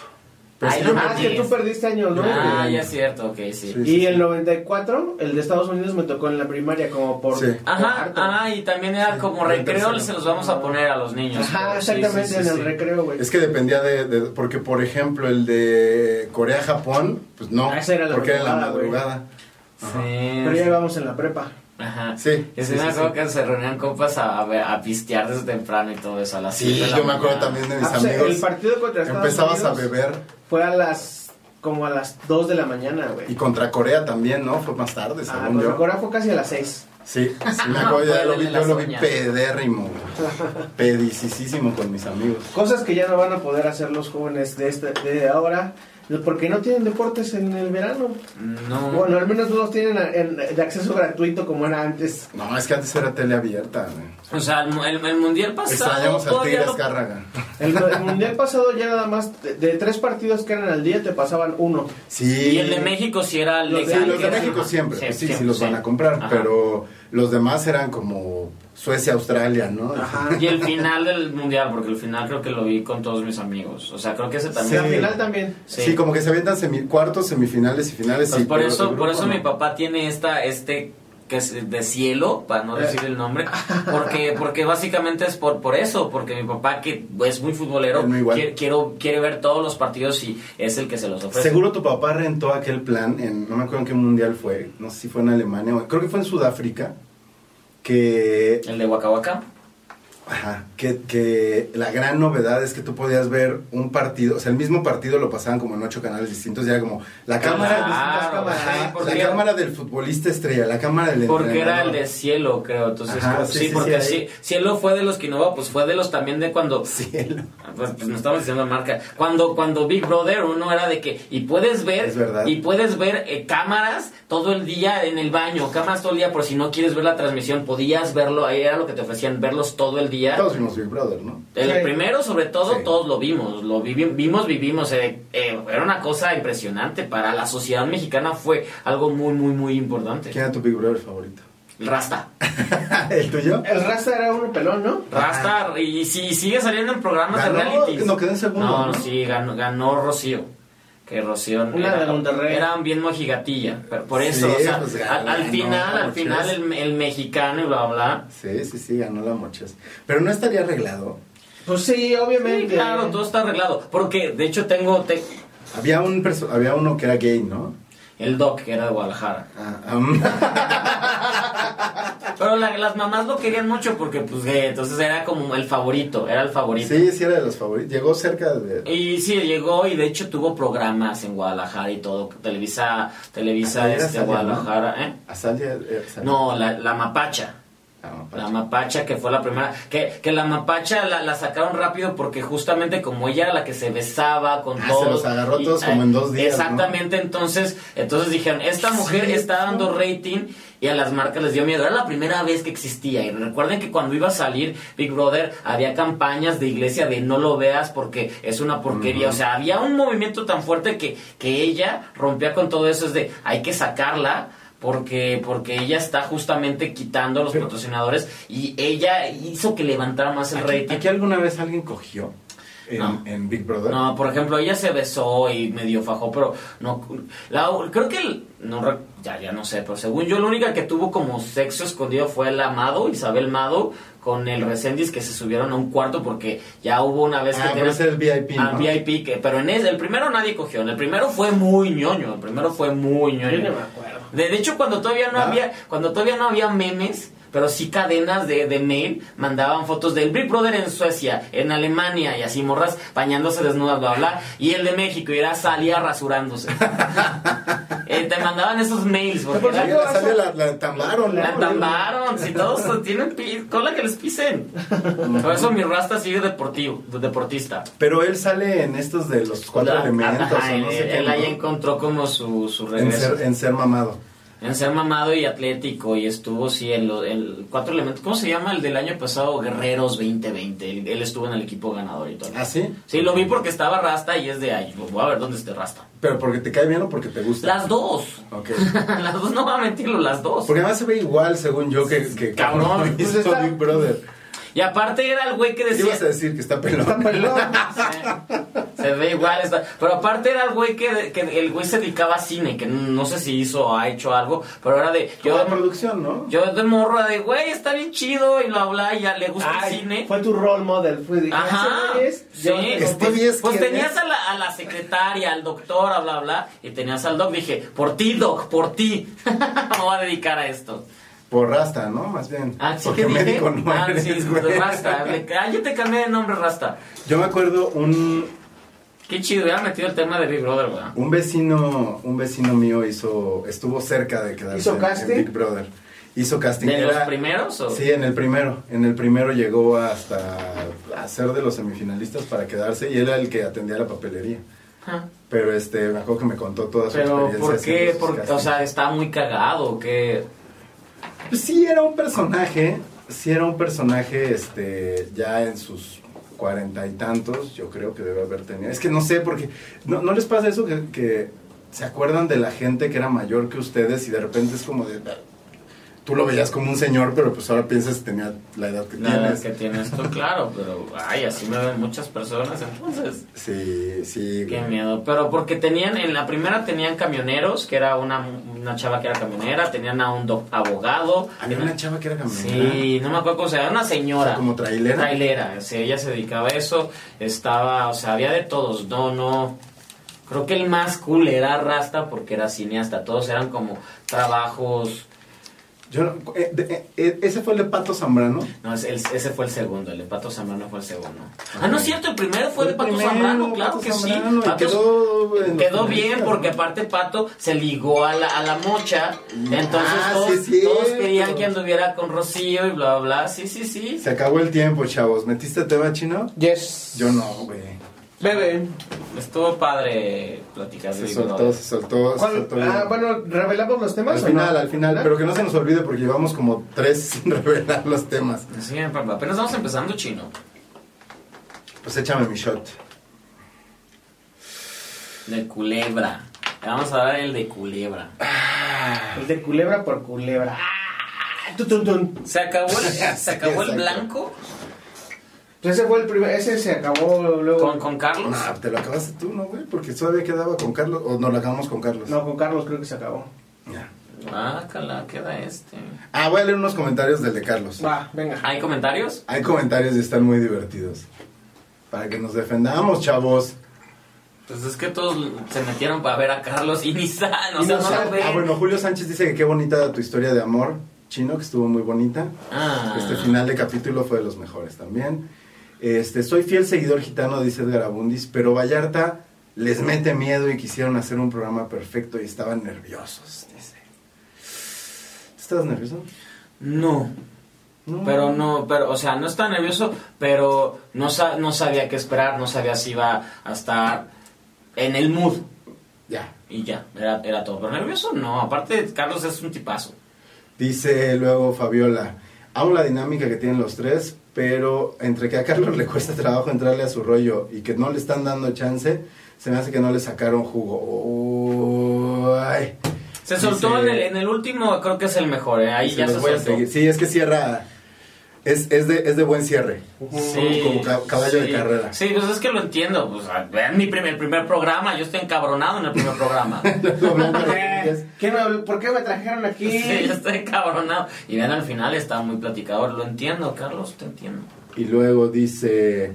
A: Pero
B: Ay,
A: sí
B: no
A: yo me-
C: Ah, es que tú
B: Yes.
C: perdiste años, ¿no?
B: Ah,
C: güey?
B: ya es cierto, ok, sí.
A: Sí.
C: Y el 94, el de Estados Unidos, me tocó en la primaria, como por.
A: Sí.
C: por
B: Ajá,
C: harto.
B: ajá, y también era como
A: en
B: recreo,
A: tercero.
B: se los vamos a poner a los niños.
C: Ajá,
B: pero sí,
C: exactamente,
B: sí, sí,
C: en el
B: sí.
C: recreo, güey.
A: Es que dependía de, de- Porque, por ejemplo, el de Corea-Japón, pues no.
C: Ah, esa era la
A: porque era en la
C: madrugada,
A: madrugada.
B: Sí.
C: Pero ya íbamos en la prepa.
B: Ajá.
A: Sí,
B: Y se
A: sí,
B: me
A: sí,
B: acuerdo
A: sí.
B: que se reunían compas a, a ver- a pistear desde temprano y todo eso, a las
A: Sí,
B: siete de la
A: yo me acuerdo
B: mañana.
A: también de mis
C: Ah, o sea,
A: amigos.
C: el partido contra Estados
A: Empezabas
C: Unidos
A: a beber.
C: Fue a las. como a las 2 de la mañana, güey.
A: Y contra Corea también, ¿no? Fue más tarde,
C: Ah,
A: según
C: pues,
A: yo.
C: Corea fue casi a las 6.
A: Sí, sí me acuerdo,
B: Fue
A: ya lo
B: el
A: vi,
B: de las
A: yo lo vi
B: uñas.
A: pedérrimo. Pedicisísimo con mis amigos.
C: Cosas que ya no van a poder hacer los jóvenes de, este, de ahora. Porque no tienen deportes en el verano.
B: No.
C: Bueno, al menos no los tienen a- en- de acceso gratuito como era antes.
A: No, es que antes era tele abierta. güey.
B: O sea, el, mu- el- el mundial pasado.
A: Extrañamos al
B: todavía
A: Tigre
B: lo-
A: Azcárraga.
C: El, el mundial pasado ya nada más de, de tres partidos que eran al día te pasaban uno.
A: Sí.
B: Y el de México sí era el
A: Los de,
B: legal,
A: los
B: que
A: de
B: era-
A: México siempre, pues sí, sí los van a
B: sí.
A: comprar,
B: Ajá.
A: pero los demás eran como Suecia, Australia, ¿no?
B: Y el final del mundial, porque el final creo que lo vi con todos mis amigos. O sea, creo que ese
C: Y
B: también.
C: al final también.
A: Sí.
B: Sí.
A: como que se avientan semi, cuartos, semifinales y finales.
B: Pues
A: sí,
B: por
A: pero de
B: eso,
A: grupo,
B: por eso
A: ¿no?
B: mi papá tiene esta, este que es de cielo, para
A: Eh.
B: no decir el nombre, porque, porque básicamente es por, por eso, porque mi papá que es muy futbolero,
A: Es muy igual.
B: quiere, quiero, quiere ver todos los partidos y es el que se los ofrece.
A: Seguro tu papá rentó aquel plan en, no me acuerdo en qué mundial fue, no sé si fue en Alemania, o, creo que fue en Sudáfrica, que
B: El de Huacahuaca.
A: Ajá, que, que la gran novedad es que tú podías ver un partido, o sea, el mismo partido lo pasaban como en ocho canales distintos, y era como la cámara,
B: Claro,
A: distintas cámaras,
B: ajá,
A: ajá,
B: porque
A: la
B: era-
A: cámara del futbolista estrella, la cámara del
B: Porque era el
A: entrenador.
B: de cielo, creo. Entonces,
A: Ajá,
B: como-
A: sí,
B: sí,
A: sí,
B: porque
A: sí,
B: sí,
A: ahí.
B: cielo fue de los que innova, pues fue de los también de cuando.
A: Cielo.
B: Pues, pues, no estamos diciendo marca. Cuando, cuando Big Brother uno era de que, y puedes ver,
A: Es verdad.
B: y puedes ver eh, cámaras todo el día en el baño, cámaras todo el día, por si no quieres ver la transmisión, podías verlo, ahí era lo que te ofrecían, verlos todo el día.
A: Todos vimos Big Brother, ¿no?
B: El
C: Sí.
B: primero, sobre todo,
A: Sí.
B: todos lo vimos, lo vivi- vimos, vivimos, eh, eh, era una cosa impresionante, para la sociedad mexicana fue algo muy, muy, muy importante.
A: ¿Quién era tu Big Brother favorito?
B: Rasta.
A: ¿El tuyo?
C: El Rasta era uno pelón, ¿no?
B: Rasta, y si sigue saliendo en programas
A: Ganó,
B: de reality.
A: no, quedó en segundo,
B: No,
A: ¿no?
B: sí, ganó, ganó Rocío. Que Rocío
C: Una de Monterrey.
B: eran bien mojigatilla. pero por
A: Sí,
B: eso, o sea,
A: pues,
B: al, al
A: ganó,
B: final, al
A: muchachos.
B: final el, el mexicano y bla bla.
A: Sí, sí, sí, ganó la mochas. Pero no estaría arreglado.
C: Pues sí,
B: Sí,
C: obviamente.
B: claro, todo está arreglado. Porque de hecho tengo te-
A: Había, un perso- había uno que era gay, ¿no?
B: el Doc, que era de Guadalajara.
A: Ah, am-
B: Pero la- las mamás lo querían mucho porque, pues, eh, entonces era como el favorito, era el favorito.
A: sí, sí, era de los favoritos. Llegó cerca de...
B: Y sí, llegó y de hecho tuvo programas en Guadalajara y todo. Televisa, Televisa
A: Ah, era
B: este,
A: Salia, ¿no?
B: Guadalajara, ¿eh?
A: Azalia, eh, Azalia.
B: No, la, la mapacha.
A: Ah, no,
B: La
A: Pacha.
B: mapacha que fue la primera. Que, que la mapacha la, la sacaron rápido porque justamente como ella era la que se besaba con
A: Ah, se
B: todos.
A: los agarró
B: y-
A: todos
B: ah,
A: como en dos días,
B: Exactamente, entonces, entonces dijeron, esta mujer está dando rating y a las marcas les dio miedo. Era la primera vez que existía. Y recuerden que cuando iba a salir Big Brother había campañas de iglesia de no lo veas porque es una porquería. O sea, había un movimiento tan fuerte que, que ella rompía con todo eso. Es de hay que sacarla. Porque, porque ella está justamente quitando a los patrocinadores y ella hizo que levantara más el
A: ¿Aquí,
B: rating.
A: aquí alguna vez alguien cogió? en,
B: No.
A: en Big Brother.
B: No, por ejemplo, ella se besó y medio fajó, pero no. la- creo que el- no re- ya ya no sé, pero según yo la única que tuvo como sexo escondido fue la Mado, Isabel Mado, con el Resendiz que se subieron a un cuarto porque ya hubo una vez
A: Ah,
B: que
A: pero ese
B: tenían-
A: es VIP,
B: Ah,
A: ¿no?
B: VIP, que- pero en ese el primero nadie cogió, en el primero fue muy ñoño, el primero fue muy ñoño.
C: Yo no me acuerdo.
B: De, de hecho, cuando todavía no
A: Ah.
B: había, cuando todavía no había memes, pero sí cadenas de, de mail mandaban fotos del Big Brother en Suecia, en Alemania, y así morras bañándose desnudas, bla, bla, y el de México, y era salía rasurándose. Eh, te mandaban esos mails, porque
C: Pero
A: Oye,
B: era-
C: por cierto,
A: la Sally la, la entambaron, ¿no?
B: la entambaron, si todos tienen pi- cola que les pisen. Por eso mi rasta sigue deportivo, deportista.
A: Pero él sale en estos de los cuatro
B: La-
A: elementos.
B: ajá,
A: o no sé
B: él,
A: qué,
B: él
A: ¿no?
B: ahí encontró como su, su
A: en,
B: regreso.
A: ser, en ser mamado.
B: En ser mamado y atlético y estuvo, sí, en los en cuatro elementos. ¿Cómo se llama el del año pasado? Guerreros 2020. Él, él estuvo en el equipo ganador y todo.
A: ¿Ah, sí?
B: Sí, lo vi porque estaba Rasta y es de ahí. Voy a ver dónde esté Rasta.
A: ¿Pero porque te cae bien o porque te gusta?
B: Las dos.
A: Ok.
B: las dos, no va a mentirlo, las dos.
A: Porque además se ve igual, según yo, que... que
B: Cabrón,
A: que
C: pues
A: hizo
C: está-
A: Big Brother.
B: Y aparte era el güey que
A: ¿Qué
B: decía...
A: ibas a decir? Que está pelón.
C: Está pelón.
B: Se- Se ve igual, está- pero aparte era el güey que, que el güey se dedicaba a cine, que no sé si hizo o ha hecho algo, pero era de...
A: Yo
B: Yo,
A: de producción, ¿no?
B: yo de morro era de, güey, está bien chido y lo habla y ya le gusta el
C: Ay,
B: cine.
C: Fue tu role model. Fue de,
B: Ajá.
C: "Ese es,
B: sí.
C: yo te
A: Este
C: compré".
A: bien es
B: pues
A: que
B: tenías
A: es.
B: a la, a la secretaria, al doctor, a bla, bla, y tenías al doc. Dije, por ti, doc, por ti. Me voy a dedicar a esto.
A: Por Rasta, ¿no? Más bien.
B: Ah, sí,
A: porque
B: que dije.
A: médico no
B: ah,
A: eres,
B: sí,
A: güey.
B: pues, Rasta. Le- Ah, yo te cambié de nombre, Rasta.
A: Yo me acuerdo un,
B: Qué chido, hubiera metido el tema de Big Brother, ¿verdad?
A: un vecino un vecino mío hizo estuvo cerca de quedarse
C: ¿Hizo
A: en-
C: casting?
A: en Big Brother. Hizo casting.
B: ¿De los
A: Era-
B: primeros? O?
A: Sí, en el primero. En el primero llegó hasta a ser de los semifinalistas para quedarse y él era el que atendía la papelería.
B: Ah.
A: Pero este, me acuerdo que me contó toda su
B: Pero,
A: experiencia.
B: ¿por
A: haciendo
B: qué?
A: sus
B: Porque, o
A: castings.
B: sea, está muy cagado, que...
A: Pues sí era un personaje, sí era un personaje, este, ya en sus cuarenta y tantos, yo creo que debe haber tenido. Es que no sé, porque no, no les pasa eso que, que se acuerdan de la gente que era mayor que ustedes y de repente es como de... Tú lo veías como un señor, pero pues ahora piensas que tenía la edad que
B: Nada
A: tienes.
B: que tiene esto, claro, pero, ay, así me ven muchas personas, entonces...
A: Sí, sí.
B: Qué
A: güey.
B: miedo, pero porque tenían, en la primera tenían camioneros, que era una, una chava que era camionera, tenían a un do- abogado.
A: Había una chava que Ah, era camionera.
B: Sí, no me acuerdo cómo se llama, una señora.
A: O sea, como trailera.
B: Trailera, o sea, ella se dedicaba a eso, estaba, o sea, había de todos, no, no. Creo que el más cool era Rasta porque era cineasta, todos eran como trabajos.
A: Yo no- eh, de- eh, eh, ese fue el de Pato Zambrano.
B: No, es- el- ese fue el segundo, el de Pato Zambrano fue el segundo. Ah,
A: Ok.
B: no es cierto, el primero fue el de Pato
A: primero,
B: Zambrano, claro
A: Pato
B: que
A: Zambrano, y
B: sí. Pato-
A: quedó, en los
B: Quedó bien
A: finalistas,
B: porque
A: ¿no?
B: aparte Pato se ligó a la, a la mocha, entonces
A: Ah,
B: todos,
A: sí es
B: todos
A: cierto.
B: querían que anduviera con Rocío y bla, bla, bla. Sí, sí, sí.
A: Se acabó el tiempo, chavos. ¿Metiste tema chino?
C: Yes.
A: Yo no, güey.
C: Bebe.
B: Estuvo padre platicar de
A: Se
B: Big
A: soltó,
B: Brother.
A: se soltó, se
C: ¿Cuál-
A: soltó.
C: ah, bueno, ¿revelamos los temas
A: Pues, al
C: o
A: final,
C: no?
A: al final, pero que no se nos olvide porque llevamos como tres sin revelar los temas.
B: Sí, papá, apenas vamos empezando chino.
A: Pues échame mi shot.
B: De culebra. Vamos a dar el de culebra.
C: El Ah, de culebra por culebra. Ah, tun, tun, tun.
B: Se acabó el, se acabó el
A: Exacto.
B: blanco
C: Pues ese fue el primer, ese se acabó luego.
B: con, con Carlos.
A: Ah, te lo acabaste tú, ¿no, güey? Porque todavía quedaba con Carlos, o nos lo acabamos con Carlos.
C: No, con Carlos creo que se acabó.
A: Ya.
B: Ah, cala, queda este.
A: Ah, voy a leer unos comentarios del de Carlos.
C: Va, venga.
B: ¿Hay comentarios?
A: Hay comentarios y están muy divertidos. Para que nos defendamos, chavos.
B: Pues es que todos se metieron para ver a Carlos y ni sa- o
C: Y
B: sea,
C: no
B: no lo
C: saben.
B: ven.
A: Ah, bueno, Julio Sánchez dice que qué bonita tu historia de amor chino, que estuvo muy bonita.
B: Ah.
A: Este final de capítulo fue de los mejores también. Este, soy fiel seguidor gitano, dice Edgar Abundis, pero Vallarta les mete miedo y quisieron hacer un programa perfecto y estaban nerviosos, dice. ¿Tú ¿Estabas nervioso?
B: No.
A: No.
B: Pero no, pero, o sea, no estaba nervioso, pero no, sa- no sabía qué esperar, no sabía si iba a estar en el mood.
A: Ya.
B: Y ya, era, era todo. Pero nervioso no, aparte Carlos es un tipazo.
A: Dice luego Fabiola, amo la dinámica que tienen los tres, pero entre que a Carlos le cuesta trabajo entrarle a su rollo y que no le están dando chance, se me hace que no le sacaron jugo. Ay.
B: Se
A: Dice-
B: soltó en, el, en el último, creo que es el mejor, ¿eh? ahí
A: Se
B: ya
A: los
B: se
A: voy a
B: soltó.
A: seguir. Sí, es que cierra Es, es, de, es de buen cierre.
B: Sí,
A: Como ca- caballo de
B: sí.
A: carrera.
B: Sí, pues es que lo entiendo. Pues, ah, vean mi primer, el primer programa. Yo estoy encabronado en el primer programa.
C: Eh, ¿qué me habl- ¿Por qué me trajeron aquí?
B: Sí, yo estoy encabronado. Y vean, al final está muy platicador. Lo entiendo, Carlos, te entiendo.
A: Y luego dice,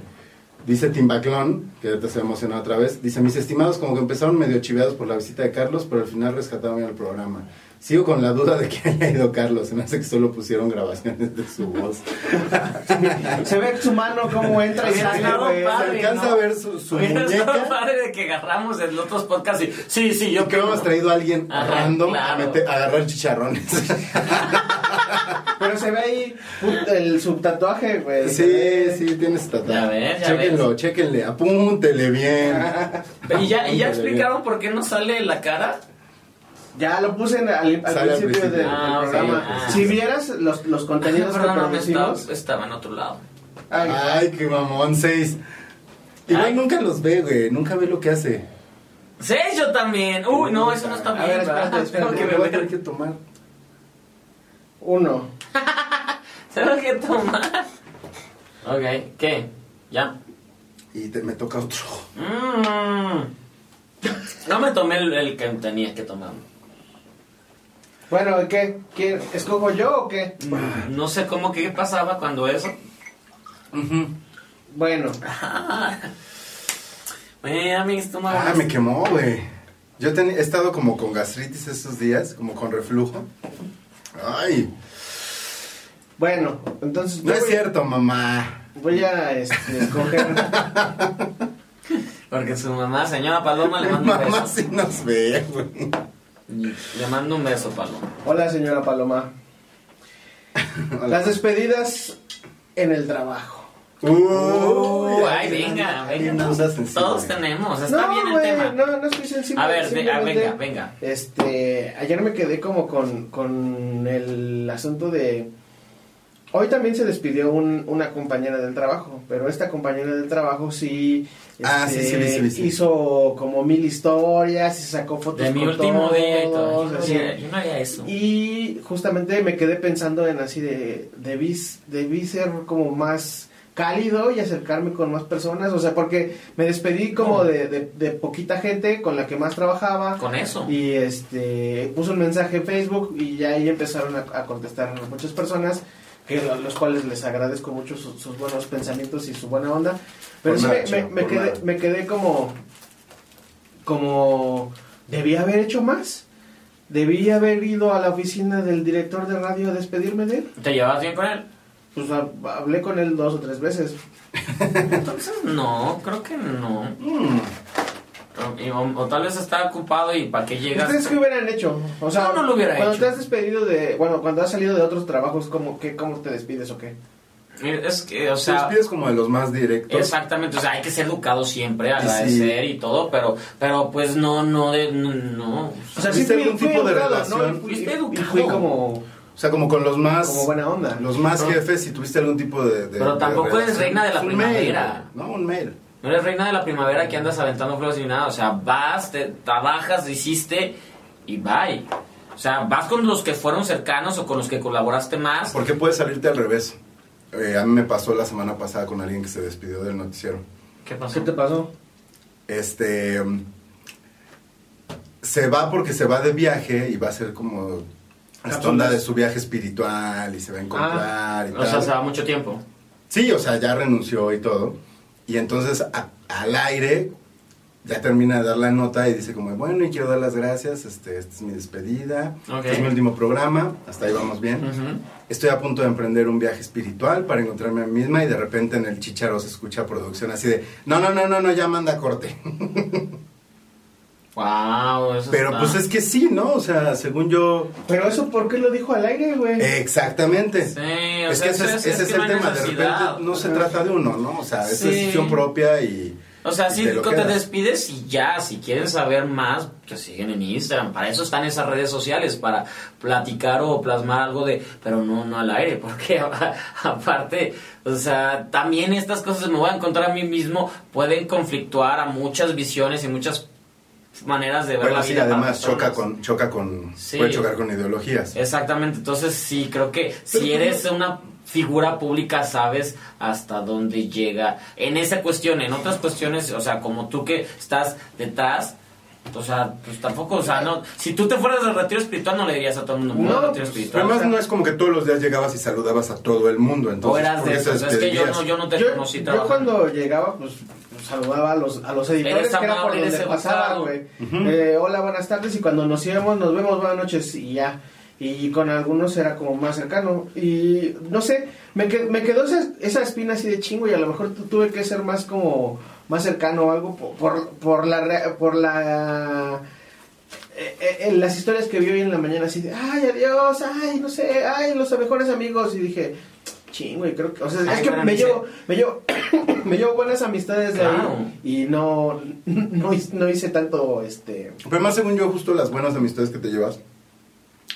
A: dice Timbaclón, que ahorita se emociona otra vez, dice, mis estimados como que empezaron medio chiveados por la visita de Carlos, pero al final rescataron bien el programa. Sigo con la duda de que haya ido Carlos, se me hace que solo pusieron grabaciones de su voz.
C: Se ve su mano cómo entra y
B: Sí,
C: sale,
B: claro,
C: güey.
A: Se
B: padre.
A: alcanza
B: ¿no?
A: a ver su, su
B: Hubiera estado
A: muñeca.
B: padre de que agarramos en otros podcasts y... Sí, sí,
A: Yo
B: yo
A: creo que hemos traído a alguien
B: Ajá,
A: random a,
B: claro.
A: meter- a agarrar chicharrones.
C: Pero se ve ahí put- el subtatuaje, güey. Se
A: sí,
C: ve-
A: sí, tienes
B: Ya
A: tatuaje.
B: ves, ya
A: Chéquenlo, chéquenle, apúntele bien.
B: Y ya, y
A: Apúntele
B: ya explicaron por qué no sale la cara.
C: Ya lo puse en- al, al
A: Sale al
C: principio
A: principio.
C: del
B: Ah, ok,
C: programa.
B: ah.
C: Si vieras los, los contenidos que
B: Perdón, no, estaba,
C: producimos.
B: estaba en otro lado.
C: Ay,
A: bien. Ay, qué mamón, seis. Igual
B: Ay.
A: nunca los ve, güey, nunca ve lo que hace.
B: Sí, yo también. Uy, no, eso no está
C: A
B: bien.
C: ver, espérate,
B: ¿verdad?
C: espérate,
B: Tengo que
A: voy a tener
B: beber.
A: que tomar.
C: Uno.
B: Tengo que tomar. Ok, ¿qué? Ya.
A: Y te- me toca otro.
B: Mm. No me tomé el, el que tenía que tomar.
C: Bueno, ¿qué? ¿Quién? ¿Escojo yo o qué?
B: No sé cómo que pasaba cuando eso.
C: Bueno,
B: Eh, a mi estómago.
A: Ah, me quemó, güey. Yo ten- he estado como con gastritis estos días, como con reflujo. Ay,
C: bueno, entonces.
A: no
C: yo
A: es
C: voy-
A: cierto, mamá.
C: Voy a este, escoger.
B: Porque su mamá, señora Paloma, le mando un
A: Mamá
B: beso.
A: sí nos ve, güey.
B: Le mando un beso, Paloma.
C: Hola, señora Paloma. Las despedidas en el trabajo.
A: Uy,
B: ay, venga,
A: alguien
B: venga.
A: anda
B: Todos,
A: sensible.
B: todos tenemos. Está bien el
C: güey,
B: tema.
C: No, no estoy sensible.
B: A ver, ve- ah,
C: simplemente,
B: venga, venga.
C: Este, ayer me quedé como con, con el asunto de... Hoy también se despidió un- una compañera del trabajo, pero esta compañera del trabajo sí, este,
A: Ah, sí, sí, vi, sí, vi, sí.
C: hizo como mil historias y sacó fotos
B: De mi
C: Pues con
B: último día y todo.
C: todos,
B: Yo no
C: así.
B: haría- Yo no haría eso.
C: Y justamente me quedé pensando en así de debí, debí ser como más cálido y acercarme con más personas, o sea, porque me despedí como de, de- de poquita gente con la que más trabajaba
B: Con eso.
C: y este puse un mensaje en Facebook y ya ahí empezaron a, a contestar muchas personas que lo- los cuales les agradezco mucho su- sus buenos pensamientos y su buena onda, pero
A: Por
C: sí me-
A: nada,
C: me-
A: chavo,
C: me
A: por
C: quedé
A: nada.
C: me quedé como como debí haber hecho más. Debí haber ido a la oficina del director de radio a despedirme de él.
B: ¿Te llevabas bien con él?
C: Pues ha- hablé con él dos o tres veces.
B: Entonces, no, creo que no. O- y- O, o tal vez está ocupado y para qué
C: ¿Ustedes
B: llegas.
C: qué hubieran hecho? O sea,
B: Yo no lo hubiera
C: cuando
B: hecho.
C: te has despedido de, bueno, cuando has salido de otros trabajos, ¿cómo, qué, cómo te despides o qué?
B: Es que, o
A: Sus
B: sea.
A: pies como de los más directos.
B: Exactamente, o sea, hay que ser educado siempre,
A: sí.
B: agradecer y todo, pero, pero pues no, no, de, no, no.
C: O sea,
A: ¿Viste
C: fui-
A: algún
C: fui
A: tipo de
C: educado,
A: relación?
C: Y fui-
B: Fuiste
C: y- y
B: educado.
C: fui como,
A: O sea, como con los más.
C: como buena onda.
A: Los más jefes, si tuviste algún tipo de. de-
B: Pero
A: de
B: tampoco eres
A: relación.
B: reina de la
A: Un
B: primavera.
A: mail, no, un mail.
B: No eres reina de la primavera que andas aventando flores y nada. O sea, vas, te trabajas, hiciste y bye. O sea, vas con los que fueron cercanos o con los que colaboraste más.
A: Porque puede salirte al revés. Eh, a mí me pasó la semana pasada con alguien que se despidió del noticiero.
B: ¿Qué pasó?
C: ¿Qué te pasó?
A: Este. mm, Se va porque se va de viaje y va a ser como. Esta onda de su viaje espiritual y se va a encontrar y
B: Ah, O sea,
A: tal.
B: se va mucho tiempo.
A: Sí, o sea, ya renunció y todo. Y entonces a- al aire ya termina de dar la nota y dice como, bueno, y quiero dar las gracias, este, esta es mi despedida,
B: Ok.
A: este es mi último programa, hasta ahí vamos bien.
B: Ujú.
A: Estoy a punto de emprender un viaje espiritual para encontrarme a mí misma y de repente en el chicharo se escucha producción así de, no, no, no, no, no, ya manda corte.
B: Wow, eso
A: Pero
B: está-
A: pues es que sí, ¿no? O sea, según yo...
C: Pero eso, ¿por qué lo dijo al aire, güey?
A: Exactamente.
B: Sí, o
A: es
B: sea,
A: que ese,
B: eso
A: es- ese es
B: que
A: el
B: no hay
A: tema, de repente
B: necesidad.
A: no se trata de uno, ¿no? O sea, es
B: Sí.
A: decisión propia y...
B: O sea,
A: y
B: sí,
A: te lo
B: te,
A: quedas.
B: despides y ya, si quieren saber más, que siguen en Instagram. Para eso están esas redes sociales, para platicar o plasmar algo de, pero no, no al aire, porque a- aparte, o sea, también estas cosas me voy a encontrar a mí mismo, pueden conflictuar a muchas visiones y muchas maneras de ver
A: Bueno,
B: la
A: sí,
B: vida para
A: además
B: personas.
A: choca con, choca con,
B: Sí.
A: puede chocar con ideologías.
B: Exactamente, entonces sí, creo que si eres una figura pública sabes hasta dónde llega en esa cuestión, en otras cuestiones, o sea, como tú que estás detrás, o sea, pues tampoco, o sea, no, si tú te fueras del retiro espiritual no le dirías a todo el mundo, "Me voy al
C: No,
B: retiro
C: pues,
B: espiritual.
A: Además
B: O sea,
A: no es como que todos los días llegabas y saludabas a todo el mundo,
B: o
A: entonces
B: eras
A: por
B: de
A: eso
B: esos,
A: te
B: es que yo
A: desvías.
B: no, yo no te
C: Yo,
B: conocí
C: yo
B: trabajando.
C: cuando llegaba, pues, pues, saludaba a los, a los editores
B: Eres
C: que era por
B: amable,
C: donde
B: eres
C: pasaba,
B: educado.
C: güey. Eh, hola, buenas tardes. Y cuando nos íbamos, nos vemos, buenas noches y ya. Y con algunos era como más cercano. Y no sé, me, que- me quedó esa, esa espina así de chingo y a lo mejor tu- tuve que ser más como más cercano o algo por, por, por la... rea- Por la eh, eh, en las historias que vi hoy en la mañana así de ay adiós ay no sé ay los mejores amigos y dije chingo y creo que o sea
B: Ay,
C: es que
B: pero
C: me
B: ni sé.
C: llevo me llevo me llevo buenas amistades de
B: Claro.
C: ahí y no no hice, no hice tanto este
A: Pero además según yo justo las buenas amistades que te llevas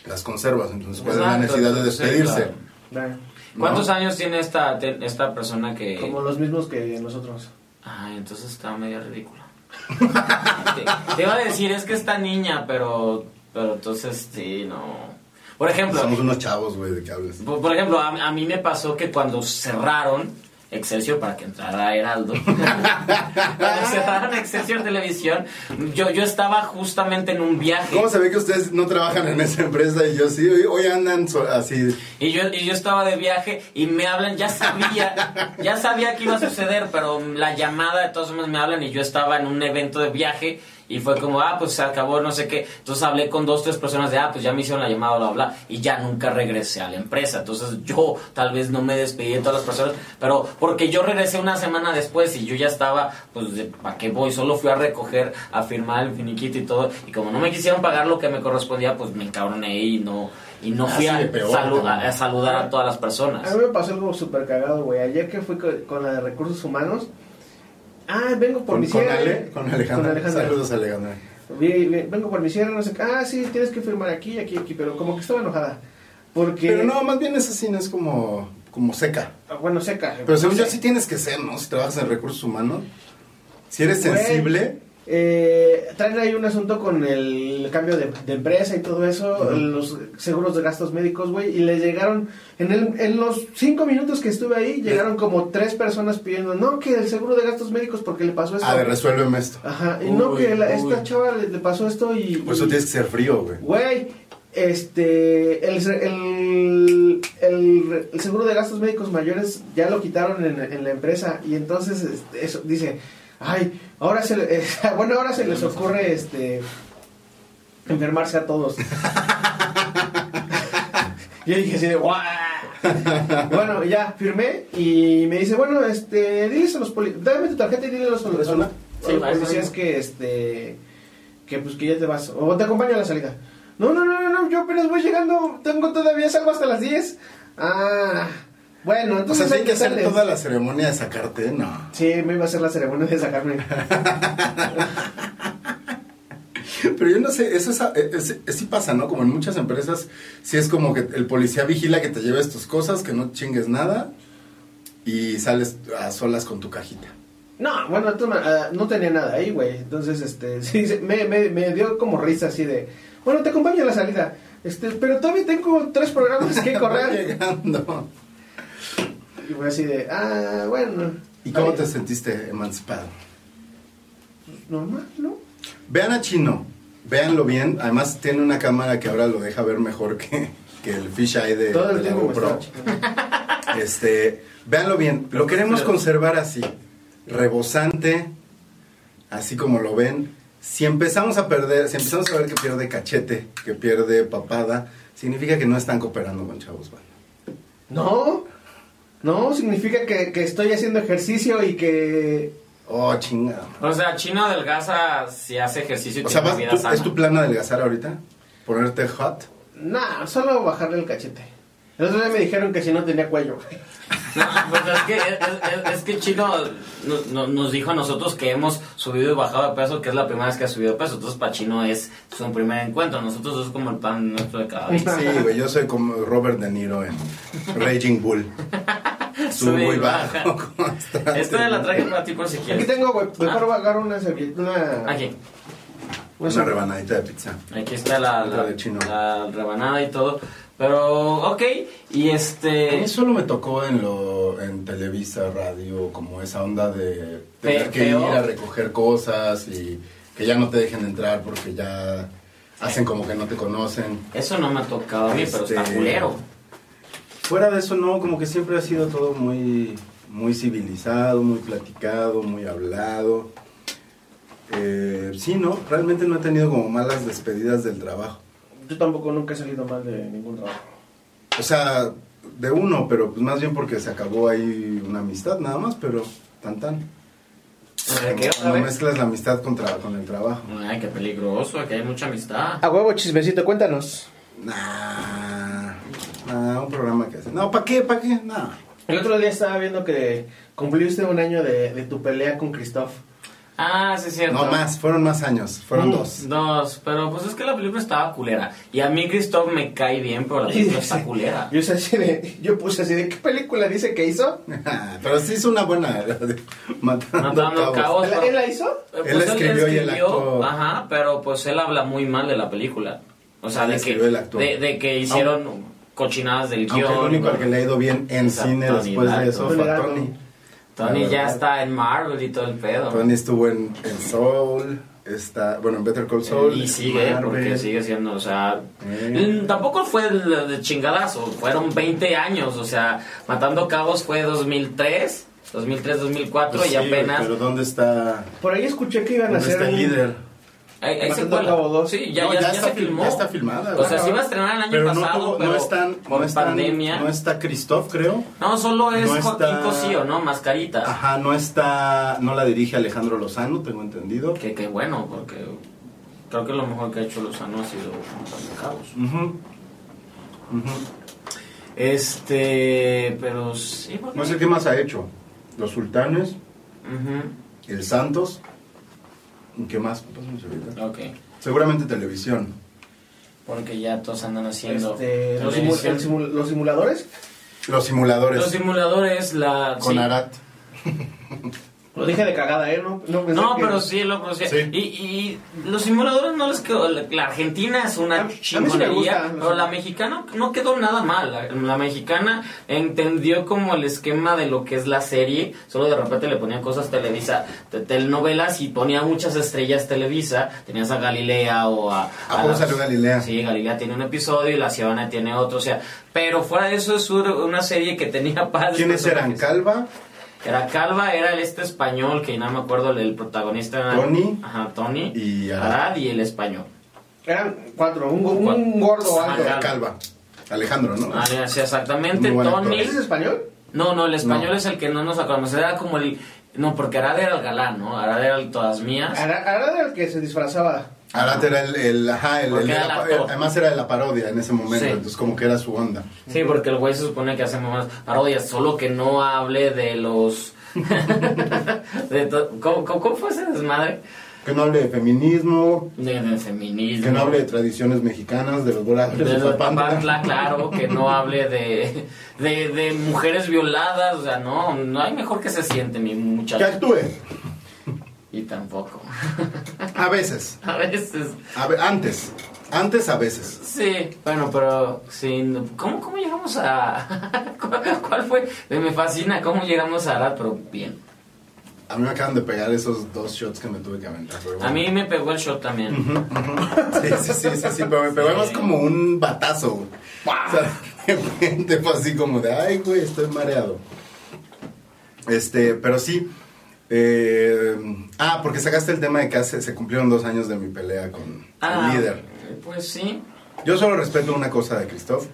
A: las conservas, entonces pues la
B: Exacto,
A: necesidad de
B: sí,
A: despedirse.
B: claro. ¿Cuántos años tiene esta, te- esta persona que...?
C: como los mismos que nosotros
B: Ay, entonces está medio ridícula. te, te iba a decir, es que está niña, pero, pero entonces sí, no. Por ejemplo,
A: Somos unos chavos, güey, de que hablas.
B: por, por ejemplo, a, a mí me pasó que cuando cerraron Excelsior para que entrara Heraldo, cuando cerraron Excelsior Televisión, yo, yo estaba justamente en un viaje.
A: ¿Cómo se ve que ustedes no trabajan en esa empresa y yo sí? Hoy, hoy andan so- así.
B: Y yo, y yo estaba de viaje y me hablan, ya sabía, ya sabía que iba a suceder, pero la llamada de todos modos me hablan y yo estaba en un evento de viaje y fue como, ah, pues se acabó, no sé qué. Entonces hablé con dos, tres personas de, ah, pues ya me hicieron la llamada, bla, bla, y ya nunca regresé a la empresa. Entonces yo tal vez no me despedí de todas las personas, pero porque yo regresé una semana después y yo ya estaba, pues, de, ¿para qué voy? Solo fui a recoger, a firmar el finiquito y todo. Y como no me quisieron pagar lo que me correspondía, pues me encabroné y no... Y no fui
A: Así
B: a,
A: Ah, de peor,
B: saluda-
A: cabrón.
B: a saludar a todas las
C: a
B: personas.
C: mí me pasó algo súper cagado güey ayer que fui co- con, la de recursos humanos ah vengo por
A: Con,
C: mi eh.
A: con
C: sierra
A: Ale, con Alejandra. Saludos, Alejandra.
C: Vi- vi- vengo por mi sierra no sé qué. ah sí tienes que firmar aquí aquí aquí pero como que estaba enojada porque
A: Pero no, más bien esa sí no es como, como seca.
C: Ah, bueno seca
A: Pero según
C: No
A: yo
C: sé.
A: sí tienes que ser, ¿no? Si trabajas en recursos humanos. Si eres
C: Güey,
A: sensible.
C: eh, traen ahí un asunto con el cambio de, de empresa y todo eso,
A: Ujú.
C: los seguros de gastos médicos, güey, y le llegaron, en, el- en los cinco minutos que estuve ahí, llegaron como tres personas pidiendo, no, que el seguro de gastos médicos porque le pasó esto.
A: A ver, resuélveme esto.
C: Ajá, y no,
B: Uy,
C: que la-
B: uy.
C: esta chava le, le pasó esto y...
A: Por eso
C: y-
A: tienes que ser frío, güey.
C: Güey, este, el, se- el, el- el seguro de gastos médicos mayores ya lo quitaron en, en la empresa y entonces este, eso dice, ay, ahora se, le- ah, bueno, ahora se les ocurre este enfermarse a todos. Yo dije así de guau. Bueno, ya firmé y me dice, bueno, este, diles a los policías, dame tu tarjeta y diles a los, a los- a los
B: Sí, va, eso
C: policías
B: mismo.
C: pues que este que pues que ya te vas. O te acompaño a la salida. No, no, no, no, no, yo apenas voy llegando. Tengo todavía salgo hasta las 10. Ah, bueno,
A: O sea,
C: entonces
A: si Pues hay que hacer
C: sales.
A: toda la ceremonia de sacarte, no.
C: Sí, me iba a hacer la ceremonia de sacarme.
A: Pero yo no sé, eso es, eh, es- es- sí pasa, ¿no? Como en muchas empresas, sí es como que el policía vigila que te lleves tus cosas, que no chingues nada y sales a solas con tu cajita.
C: No, bueno, entonces, ah, no tenía nada ahí, güey. Entonces, este, sí, sí, me, me, me dio como risa así de, bueno, te acompaño a la salida. Este, pero todavía tengo tres programas que
A: Voy
C: correr.
A: llegando.
C: Y fue así de, ah, bueno.
A: ¿Y cómo
C: Está
A: te sentiste emancipado?
C: bien. Normal, ¿no?
A: Vean a Chino, véanlo bien. Además, tiene una cámara que ahora lo deja ver mejor que, que el fisheye de,
C: Todo
A: de
C: el
A: la
C: tiempo pues, me
A: GoPro.
C: estaba chingando.
A: Este, véanlo bien. Lo queremos conservar así, rebosante, así como lo ven. Si empezamos a perder, si empezamos a ver que pierde cachete, que pierde papada, significa que no están cooperando con Chavos Banda.
C: No, no, significa que, que estoy haciendo ejercicio y que...
A: Oh, chingada.
B: O sea, Chino adelgaza si hace ejercicio y
A: O sea,
B: tiene
A: vas-
B: una vida
A: tú-
B: sana.
A: ¿es tu plan adelgazar ahorita? ¿Ponerte hot?
C: Nah, solo bajarle el cachete. El otro día me dijeron que si no tenía cuello.
B: No, pues es que, es, es- es que Chino no- no- nos dijo a nosotros que hemos subido y bajado de peso, que es la primera vez que ha subido de peso. Entonces, para Chino es su primer encuentro. Nosotros dos como el pan nuestro de cada día.
A: Sí, güey, yo soy como Robert De Niro en Raging Bull. Subo y bajo constante.
B: Esta la traje para ti por si
C: Aquí
B: quieres.
C: tengo, güey, mejor
B: Ah.
C: bajar una servilleta, una...
B: Aquí.
A: Una rebanadita de pizza.
B: Aquí está la,
A: Otra
B: la,
A: de chino.
B: la rebanada y todo. Pero, ok, y
A: A
B: este...
A: mí solo me tocó en lo en Televisa, radio, como esa onda de tener
B: Fe-
A: que ir
B: feo.
A: a recoger cosas y que ya no te dejen entrar porque ya hacen como que no te conocen.
B: Eso no me ha tocado a mí, pero está
A: Este-
B: culero.
A: Fuera de eso no, como que siempre ha sido todo muy muy civilizado, muy platicado, muy hablado. Eh, sí, no, realmente no he tenido como malas despedidas del trabajo.
C: Yo tampoco nunca he salido mal de ningún trabajo.
A: O sea, de uno, pero pues más bien porque se acabó ahí una amistad nada más, pero tan tan. Ah,
B: Ay, ¿qué?
A: No mezclas la amistad con, tra- con el trabajo.
B: Ay, qué peligroso, aquí hay mucha amistad.
C: A huevo, chismecito, cuéntanos.
A: Nah, nah, un programa que hace. No, ¿para qué? ¿Para qué? Nah.
C: El otro día estaba viendo que cumpliste un año de, de tu pelea con Christoph.
B: Ah, sí es cierto.
A: No más, fueron más años, fueron
C: Mm.
A: dos.
B: Dos, pero pues es que la película estaba culera. Y a mí Christoph me cae bien, pero la película está culera.
C: Yo, hice así de- yo puse así de, ¿qué película dice que hizo?
A: pero sí hizo una buena. la de Matando,
B: Matando
A: cabos.
B: cabos.
C: ¿Él,
B: pero-
C: él la hizo?
B: Eh,
A: Él escribió y él actuó.
B: Ajá, pero pues él habla muy mal de la película. O sea,
A: Él
B: de que,
A: escribió, él actuó.
B: de, de que hicieron cochinadas del
A: Aunque
B: guión.
A: el único al que le ha ido bien en
B: Exacto,
A: cine
B: Tony
A: después de
B: Dalton.
A: eso fue a Tony.
B: Tony
A: La
B: ya
A: verdad.
B: está en Marvel y todo el pedo.
A: Tony estuvo en, en Soul, está, bueno, en Better Call Saul.
B: y sigue,
A: Marvel.
B: porque sigue siendo, o sea...
A: Eh.
B: mm, Tampoco fue de de chingadazo, fueron 20 años, o sea, Matando Cabos fue 2003, 2003, 2004
A: Pues
B: y
A: sí,
B: apenas...
A: Pero ¿dónde está,
C: Por ahí escuché que iban a
A: dónde
C: hacer
A: está el
C: un-
A: líder?
B: Ahí, ahí se
C: Matando
B: cuela.
C: Cabo dos.
B: Sí, ya,
A: No,
B: ya,
A: ya
B: ya
A: está
B: se
A: fil-
B: filmó.
A: ya está filmada,
B: O sea,
A: güey.
B: se iba a estrenar el año
A: Pero no,
B: pasado,
A: tuvo-
B: pero
A: no están,
B: con
A: no están,
B: pandemia.
A: no está Christoph, creo.
B: No, solo es
A: No
B: Joaquín
A: está- Ah.
B: Cosío, ¿no? Mascarita.
A: Ajá, no está, no la dirige Alejandro Lozano, tengo entendido.
B: Que, que bueno, porque creo que lo mejor que ha hecho Lozano ha sido Matando Cabos.
A: Ujú. Ujú.
B: Este, pero sí, porque...
A: No sé qué más ha hecho. Los Sultanes,
B: Ujú,
A: el Santos. ¿Y qué más? Pásame ahorita.
B: Ok,
A: Seguramente televisión.
B: porque ya todos andan haciendo...
C: Este, los, simu-
B: televisión.
C: el simu- los simuladores.
A: Los simuladores.
B: Los simuladores, la...
A: con
B: sí.
A: Arat.
C: Lo dije de cagada, ¿eh? No, no, pensé
B: No,
C: que-
B: pero sí, lo conocía.
A: Sí.
B: Y, y los simuladores no les quedó. la- La Argentina es
C: A
B: una
C: mí- a mí sí me
B: chingonería,
C: gusta, no
B: pero
C: sé.
B: la mexicana no quedó nada mal. La, la mexicana entendió como el esquema de lo que es la serie, solo de repente le ponían cosas Televisa, te- telenovelas y ponía muchas estrellas Televisa. Tenías a Galilea o a.
A: ¿A poco salió Galilea?
B: Sí, Galilea tiene un episodio y La Ciudadana tiene otro, o sea. Pero fuera de eso es un- una serie que tenía padres.
A: ¿Quiénes eran?
B: personajes.
A: Calva,
B: Era Calva, era el este español que no me acuerdo el, el protagonista. Era,
A: Tony.
B: Ajá, Tony.
A: Y Arad.
B: Arad y el español.
C: Eran cuatro. Un, un
B: Cuatro.
C: gordo
B: Ah,
C: alto.
B: Calva.
A: Calva. Alejandro, ¿no?
B: Ah, sí, exactamente.
A: Muy buen actor.
B: Tony.
C: ¿Ese ¿Es español?
B: No, no, el español
A: No.
B: es el que no nos acordamos. Era como el. No, porque Arad era el galán, ¿no? Arad era el todas mías.
C: Ahora era el que se disfrazaba.
A: Arat era el, el- ajá, el,
B: Porque
A: el de
B: era
A: la-
B: el actor.
A: además era de la parodia en ese momento,
B: Sí.
A: entonces como que era su onda.
B: Sí, porque el güey se supone que hace más parodias, solo que no hable de los. de to- ¿Cómo, cómo, cómo fue ese desmadre?
A: Que no hable de feminismo,
B: De, de feminismo.
A: que no hable de tradiciones mexicanas, de los voladores de,
B: De los
A: Papantla.
B: Papantla, claro, que no hable de, de, de mujeres violadas, o sea, no, no hay mejor que se siente mi
A: Que
B: muchacho.
A: actúe,
B: Y tampoco.
A: a veces,
B: A veces,
A: a ve- antes, antes a veces.
B: sí, bueno, pero sin, ¿cómo, cómo llegamos a... ¿Cuál, cuál fue? Eh, Me fascina cómo llegamos a Arad, pero bien.
A: A mí me acaban de pegar esos dos shots que me tuve que aventar. pero bueno.
B: A mí me pegó el shot también.
A: Sí, sí, sí, sí, sí, pero me pegó más como un batazo. güey. O sea, de repente fue así como de, ay, güey, estoy mareado. Este, pero sí. eh, ah, porque sacaste el tema de que hace, se cumplieron dos años de mi pelea con
B: Ah,
A: el líder.
B: Pues sí.
A: Yo solo respeto una cosa de Christoph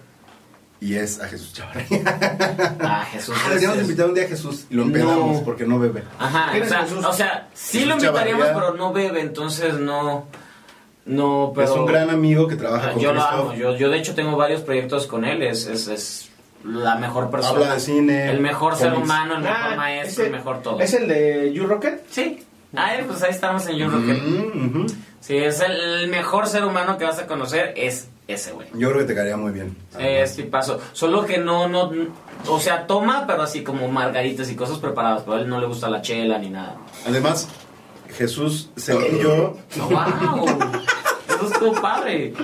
A: y es a Jesús Chavarría.
B: Ah, Jesús.
A: Ah,
B: es-
A: deberíamos
B: es-
A: invitar un día a Jesús y lo empedamos
B: No.
A: porque no bebe.
B: Ajá,
C: ¿Quién
B: o
C: es
B: sea,
C: Jesús?
B: o sea, sí
A: Jesús
B: lo invitaríamos,
A: Chavarría.
B: pero no bebe, entonces no. No, pero.
A: es un gran amigo que trabaja
B: Ah,
A: con
B: yo lo
A: Christoph.
B: amo, yo, yo de hecho tengo varios proyectos con él, es, es, es la mejor persona.
A: Habla de cine,
B: El mejor ser
A: cómics.
B: humano, el mejor
C: Ah,
B: maestro,
C: ese-
B: el mejor todo.
C: ¿Es el de You Rocket?
B: Sí, ah, eh, pues ahí estamos en Yo
A: Mm, ujú.
B: Sí, es el, el mejor ser humano que vas a conocer, es ese güey. Eh,
A: Yo creo que te caería muy bien.
B: Es paso. Solo que no, no, o sea, toma, pero así como margaritas y cosas preparadas, pero a él no le gusta la chela ni nada.
A: Además, Jesús, según yo,
B: ¡Wow! Eso estuvo padre.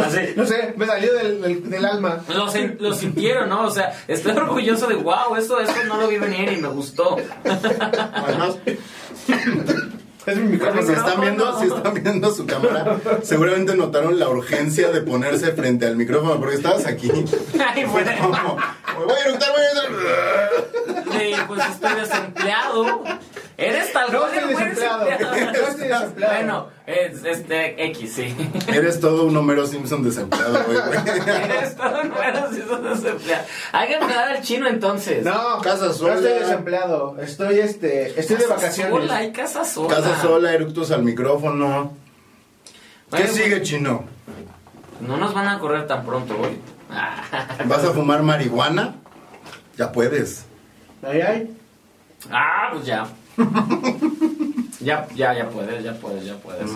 B: Así-
C: No sé, me salió del, del, del alma.
B: Pues Lo, sen- lo sintieron, ¿no? O sea, estoy orgulloso de, wow, eso, eso no lo vi venir y me gustó.
A: además,
C: Es mi
A: Bueno,
C: micrófono.
A: si están viendo, si están viendo su cámara, seguramente notaron la urgencia de ponerse frente al micrófono, porque estabas aquí.
B: Ay, bueno.
A: Como, voy a eructar, voy a eructar.
B: Sí, pues estoy desempleado. Eres tal
C: No
B: cual el
C: estoy
B: buen
C: desempleado.
B: desempleado.
C: No estoy desempleado.
B: Bueno, es, este, X, sí.
A: Eres todo un Homero Simpson desempleado, güey.
B: Eres todo nuevo si sos desempleado. Hay que empezar al chino entonces.
C: No,
A: Casa
C: no
A: sola.
C: estoy desempleado. Estoy, este, estoy de
B: Casa
C: vacaciones.
B: Sola, hay casa sola.
A: Casa sola, eructos al micrófono. ¿Qué
B: Bueno,
A: sigue,
C: pues,
A: chino?
B: No nos van a correr tan pronto Ah. hoy.
A: ¿Vas a fumar marihuana? Ya puedes.
C: Ay, ay.
B: Ah, pues ya. ya, ya, ya puedes, ya puedes, ya puedes.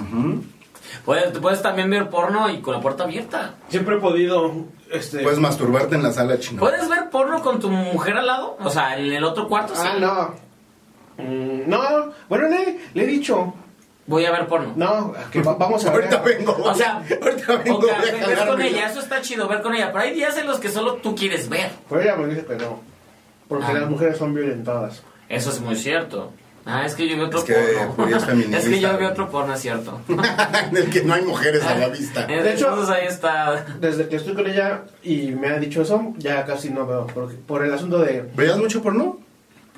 B: puedes. Puedes también ver porno y con la puerta abierta.
C: Siempre he podido, este...
A: Puedes masturbarte en la sala, chino.
B: ¿Puedes ver porno con tu mujer al lado? O sea, en el otro cuarto, sí.
C: ah, no. Mm, No, bueno, le, le he dicho.
B: Voy a ver porno.
C: No, que va- vamos a
A: Ahorita
C: ver.
A: vengo.
B: O sea,
A: ahorita vengo.
B: ok,
A: voy a
B: ver con
A: cagarme.
B: ella, eso está chido, ver con ella. Pero hay días en los que solo tú quieres ver.
C: Pero ella me dice que no. Porque
B: Ah.
C: las mujeres son violentadas.
B: Eso es muy cierto. Ah, es que yo veo otro
A: Es que
B: porno.
A: Julio es feminista.
B: es que yo veo otro porno, es cierto.
A: en el que no hay mujeres a la vista.
B: De
C: hecho-
B: hecho, Entonces ahí está.
C: Desde que estoy con ella y me ha dicho eso, ya casi no veo. Porque, por el asunto de.
A: ¿Veías mucho porno?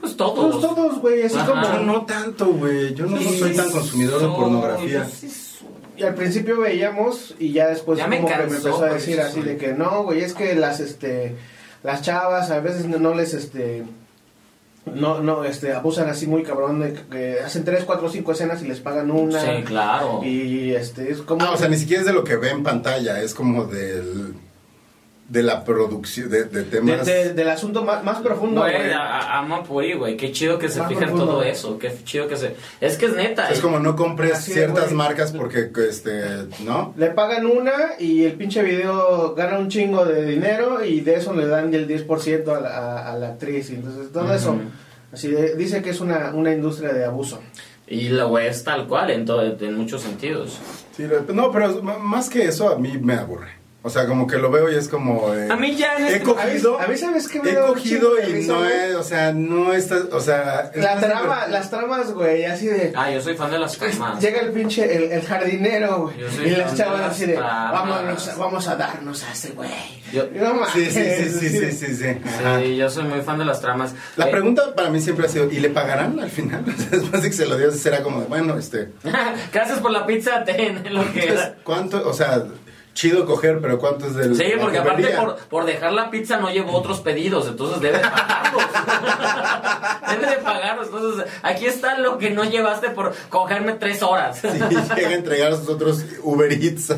B: Pues
C: Todos,
B: todos.
C: todos, güey, así
B: Ajá.
A: Yo
C: como.
A: no tanto, güey. Yo no
B: Sí,
A: soy tan consumidor de
B: soy,
A: pornografía.
B: sí soy.
C: Y al principio veíamos y ya después
B: Ya me
C: como que
B: cansó, pues,
C: me empezó a
B: por
C: decir
B: eso
C: así
B: soy.
C: de que no, güey, es que las este las chavas a veces no, no les este no no este abusan así muy cabrón de que- que hacen tres, cuatro, cinco escenas y les pagan una.
B: Sí, claro.
C: Y este es como
A: Ah, o sea, ni siquiera es de lo que ve en pantalla, es como del. de la producción, de, de
C: de-
A: temas.
C: de- del asunto más, más profundo,
B: Güey,
C: güey.
B: eh, a- a- amo Puri, güey. Qué chido que se
C: Más
B: fija en
C: profundo.
B: todo eso. Qué chido que se. Es que es neta.
A: es
B: eh.
A: como no compres
C: Así es,
A: ciertas
C: güey.
A: marcas porque, este, ¿no?
C: Le pagan una y el pinche video gana un chingo de dinero y de eso le dan el 10% a la, a- a la actriz. Y entonces todo eso,
B: Ujú.
C: así de- dice que es una, una industria de abuso.
B: Y lo güey es tal cual en, todo, en muchos sentidos.
A: Sí, lo- no, pero m- más que eso, a mí me aburre. O sea, como que lo veo y es como. eh,
B: A mí ya en
A: He
B: este-
A: cogido.
C: a mí- a mí sabes que me
A: He
C: da un chingo
A: cogido
C: de
A: y
C: risa,
A: no
C: güey.
A: es. O sea, no está. O sea.
C: La
A: es-
C: trama, las tramas, güey, así de...
B: Ah, yo soy fan de las tramas.
C: Llega el pinche, el, el jardinero, güey.
B: Yo soy
C: Y las
B: fan
C: chavas
B: de las
C: así de,
B: tramas.
C: vámonos, a- vamos a darnos a ese güey.
B: Yo-
C: No mames.
A: Sí, sí, sí, sí, sí, sí. sí. Ajá.
B: Sí, yo soy muy fan de las tramas.
A: La
B: Eh,
A: pregunta para mí siempre ha sido, ¿y le pagarán al final? O sea, Después de que se lo dio, será como, de, bueno, este,
B: Gracias por la pizza, ten lo que
A: pues,
B: era.
A: ¿cuánto? O sea, chido coger, pero ¿cuánto es del...
B: Sí,
A: la
B: porque aparte
A: comería?
B: por, por dejar la pizza no llevo otros pedidos, entonces debe de pagarlos. debe de pagarlos. Entonces, aquí está lo que no llevaste por cogerme tres horas.
A: Sí, llega a entregar a sus otros Uber Eats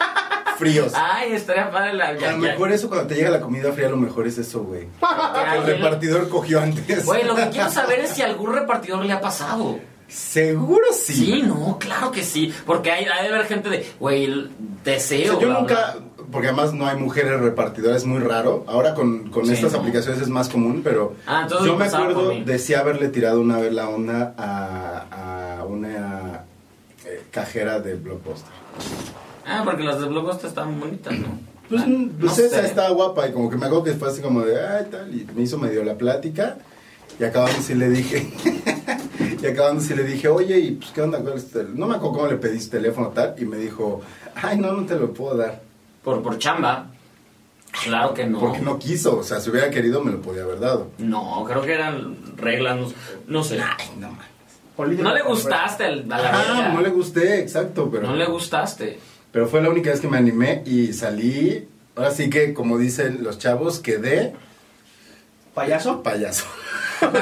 A: fríos.
B: Ay, estaría padre la
A: a
B: Ah, ya,
A: lo
B: ya.
A: mejor eso, cuando te llega la comida fría, a lo mejor es eso, güey.
B: Ah, Ya,
A: El
B: ya.
A: repartidor cogió antes.
B: Güey, lo que quiero saber es si a algún repartidor le ha pasado.
A: Seguro sí.
B: Sí, no, claro que sí. Porque hay, hay de haber gente de, güey, el
A: O sea,
B: deseo.
A: yo
B: bla,
A: nunca,
B: bla.
A: porque además no hay mujeres repartidoras, es muy raro. Ahora con, con
B: Sí,
A: estas
B: no.
A: aplicaciones es más común, pero
B: Ah, entonces
A: yo me
B: empezaba por
A: acuerdo
B: mí.
A: de sí haberle tirado una vez la onda a, a una eh, cajera de Blockbuster.
B: Ah, porque las de Blockbuster están bonitas, ¿no?
A: Pues,
B: Ah,
A: mm, pues
B: no
A: esa
B: sé.
A: estaba guapa y como que me acuerdo que fue así como de, ay, tal, y me hizo medio la plática y acabamos y le dije, y acabamos y le dije, oye, y pues qué onda, ¿Cuál es tu tel-?" no me acuerdo cómo le pedí su teléfono tal, y me dijo, ay, no, no te lo puedo dar.
B: Por, por chamba. Claro que no.
A: Porque no quiso, o sea, si hubiera querido me lo podía haber dado.
B: No, creo que eran reglas, no, no sé.
A: No, man.
C: Política
B: No le
C: correcta.
B: gustaste al- a la verga.
A: Ah, no le gusté, exacto, pero.
B: No le gustaste.
A: Pero fue la única vez que me animé y salí. Ahora sí que, como dicen los chavos, quedé
C: ¿Payaso?
A: payaso.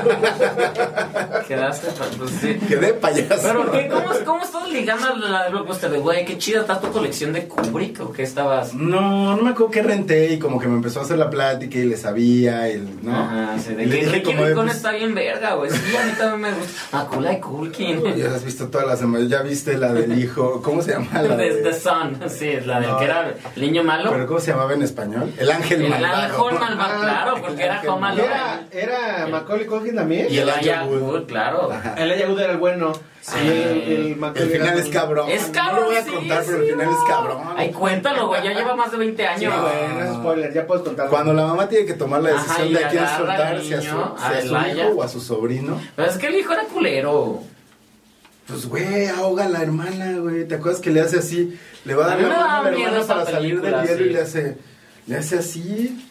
B: Quedaste, pa- pues sí.
A: Quedé payaso.
B: Pero, ¿qué? ¿Cómo, ¿cómo estás ligando a la de Blockbuster? De, güey, qué chida está tu colección de Kubrick o qué estabas.
A: No, no me acuerdo qué renté y como que me empezó a hacer la plática y le sabía y el- no.
B: Ajá, sí, de
A: Y le
B: que
A: dije
B: Ricky
A: como de,
B: Ricón
A: pues,
B: está bien verga, güey. Sí, a mí también me gusta. Ah, Macaulay Culkin.
A: Ya has visto todas las semanas, ya viste la del hijo, ¿cómo se llama? La
B: The,
A: de-
B: The Sun, sí, es la del
A: No.
B: que era el niño malo.
A: ¿Pero cómo se llamaba en español? El ángel
B: el
A: malvado.
B: ángel malvado,
A: Ah,
B: claro, porque
A: el
B: era
A: ángel
B: Home Alone.
C: Era, era Macaulay Culkin también?
B: Y el Elijah
A: Elijah Wood.
B: Wood, claro.
A: Ajá.
C: El Elijah Wood era el bueno.
B: Sí.
C: Y el, el Macaulay
A: El final
C: era
A: es
C: el-
A: cabrón.
B: Es
A: No lo voy a contar, pero el final es cabrón.
B: cabroncísimo. Ay, cuéntalo, güey. Ya lleva más de 20
C: Sí,
B: años.
C: güey, no es spoiler, ya puedes contar.
A: Cuando la mamá tiene que tomar la
B: Ajá,
A: decisión
B: y
A: de a quién
B: agarra
A: soltar,
B: al
A: si a su,
B: niño,
A: si a
B: a
A: su
B: Elaya.
A: hijo o a su sobrino.
B: Pero es que el hijo era culero.
A: Pues, güey, ahoga a la hermana, güey. ¿Te acuerdas que le hace así? Le va a
B: A
A: dar
B: mí
A: la
B: me
A: mano
B: daba
A: a la
B: miedo
A: hermana
B: esa
A: para salir del
B: película,
A: hielo y
B: sí.
A: le hace, le hace así.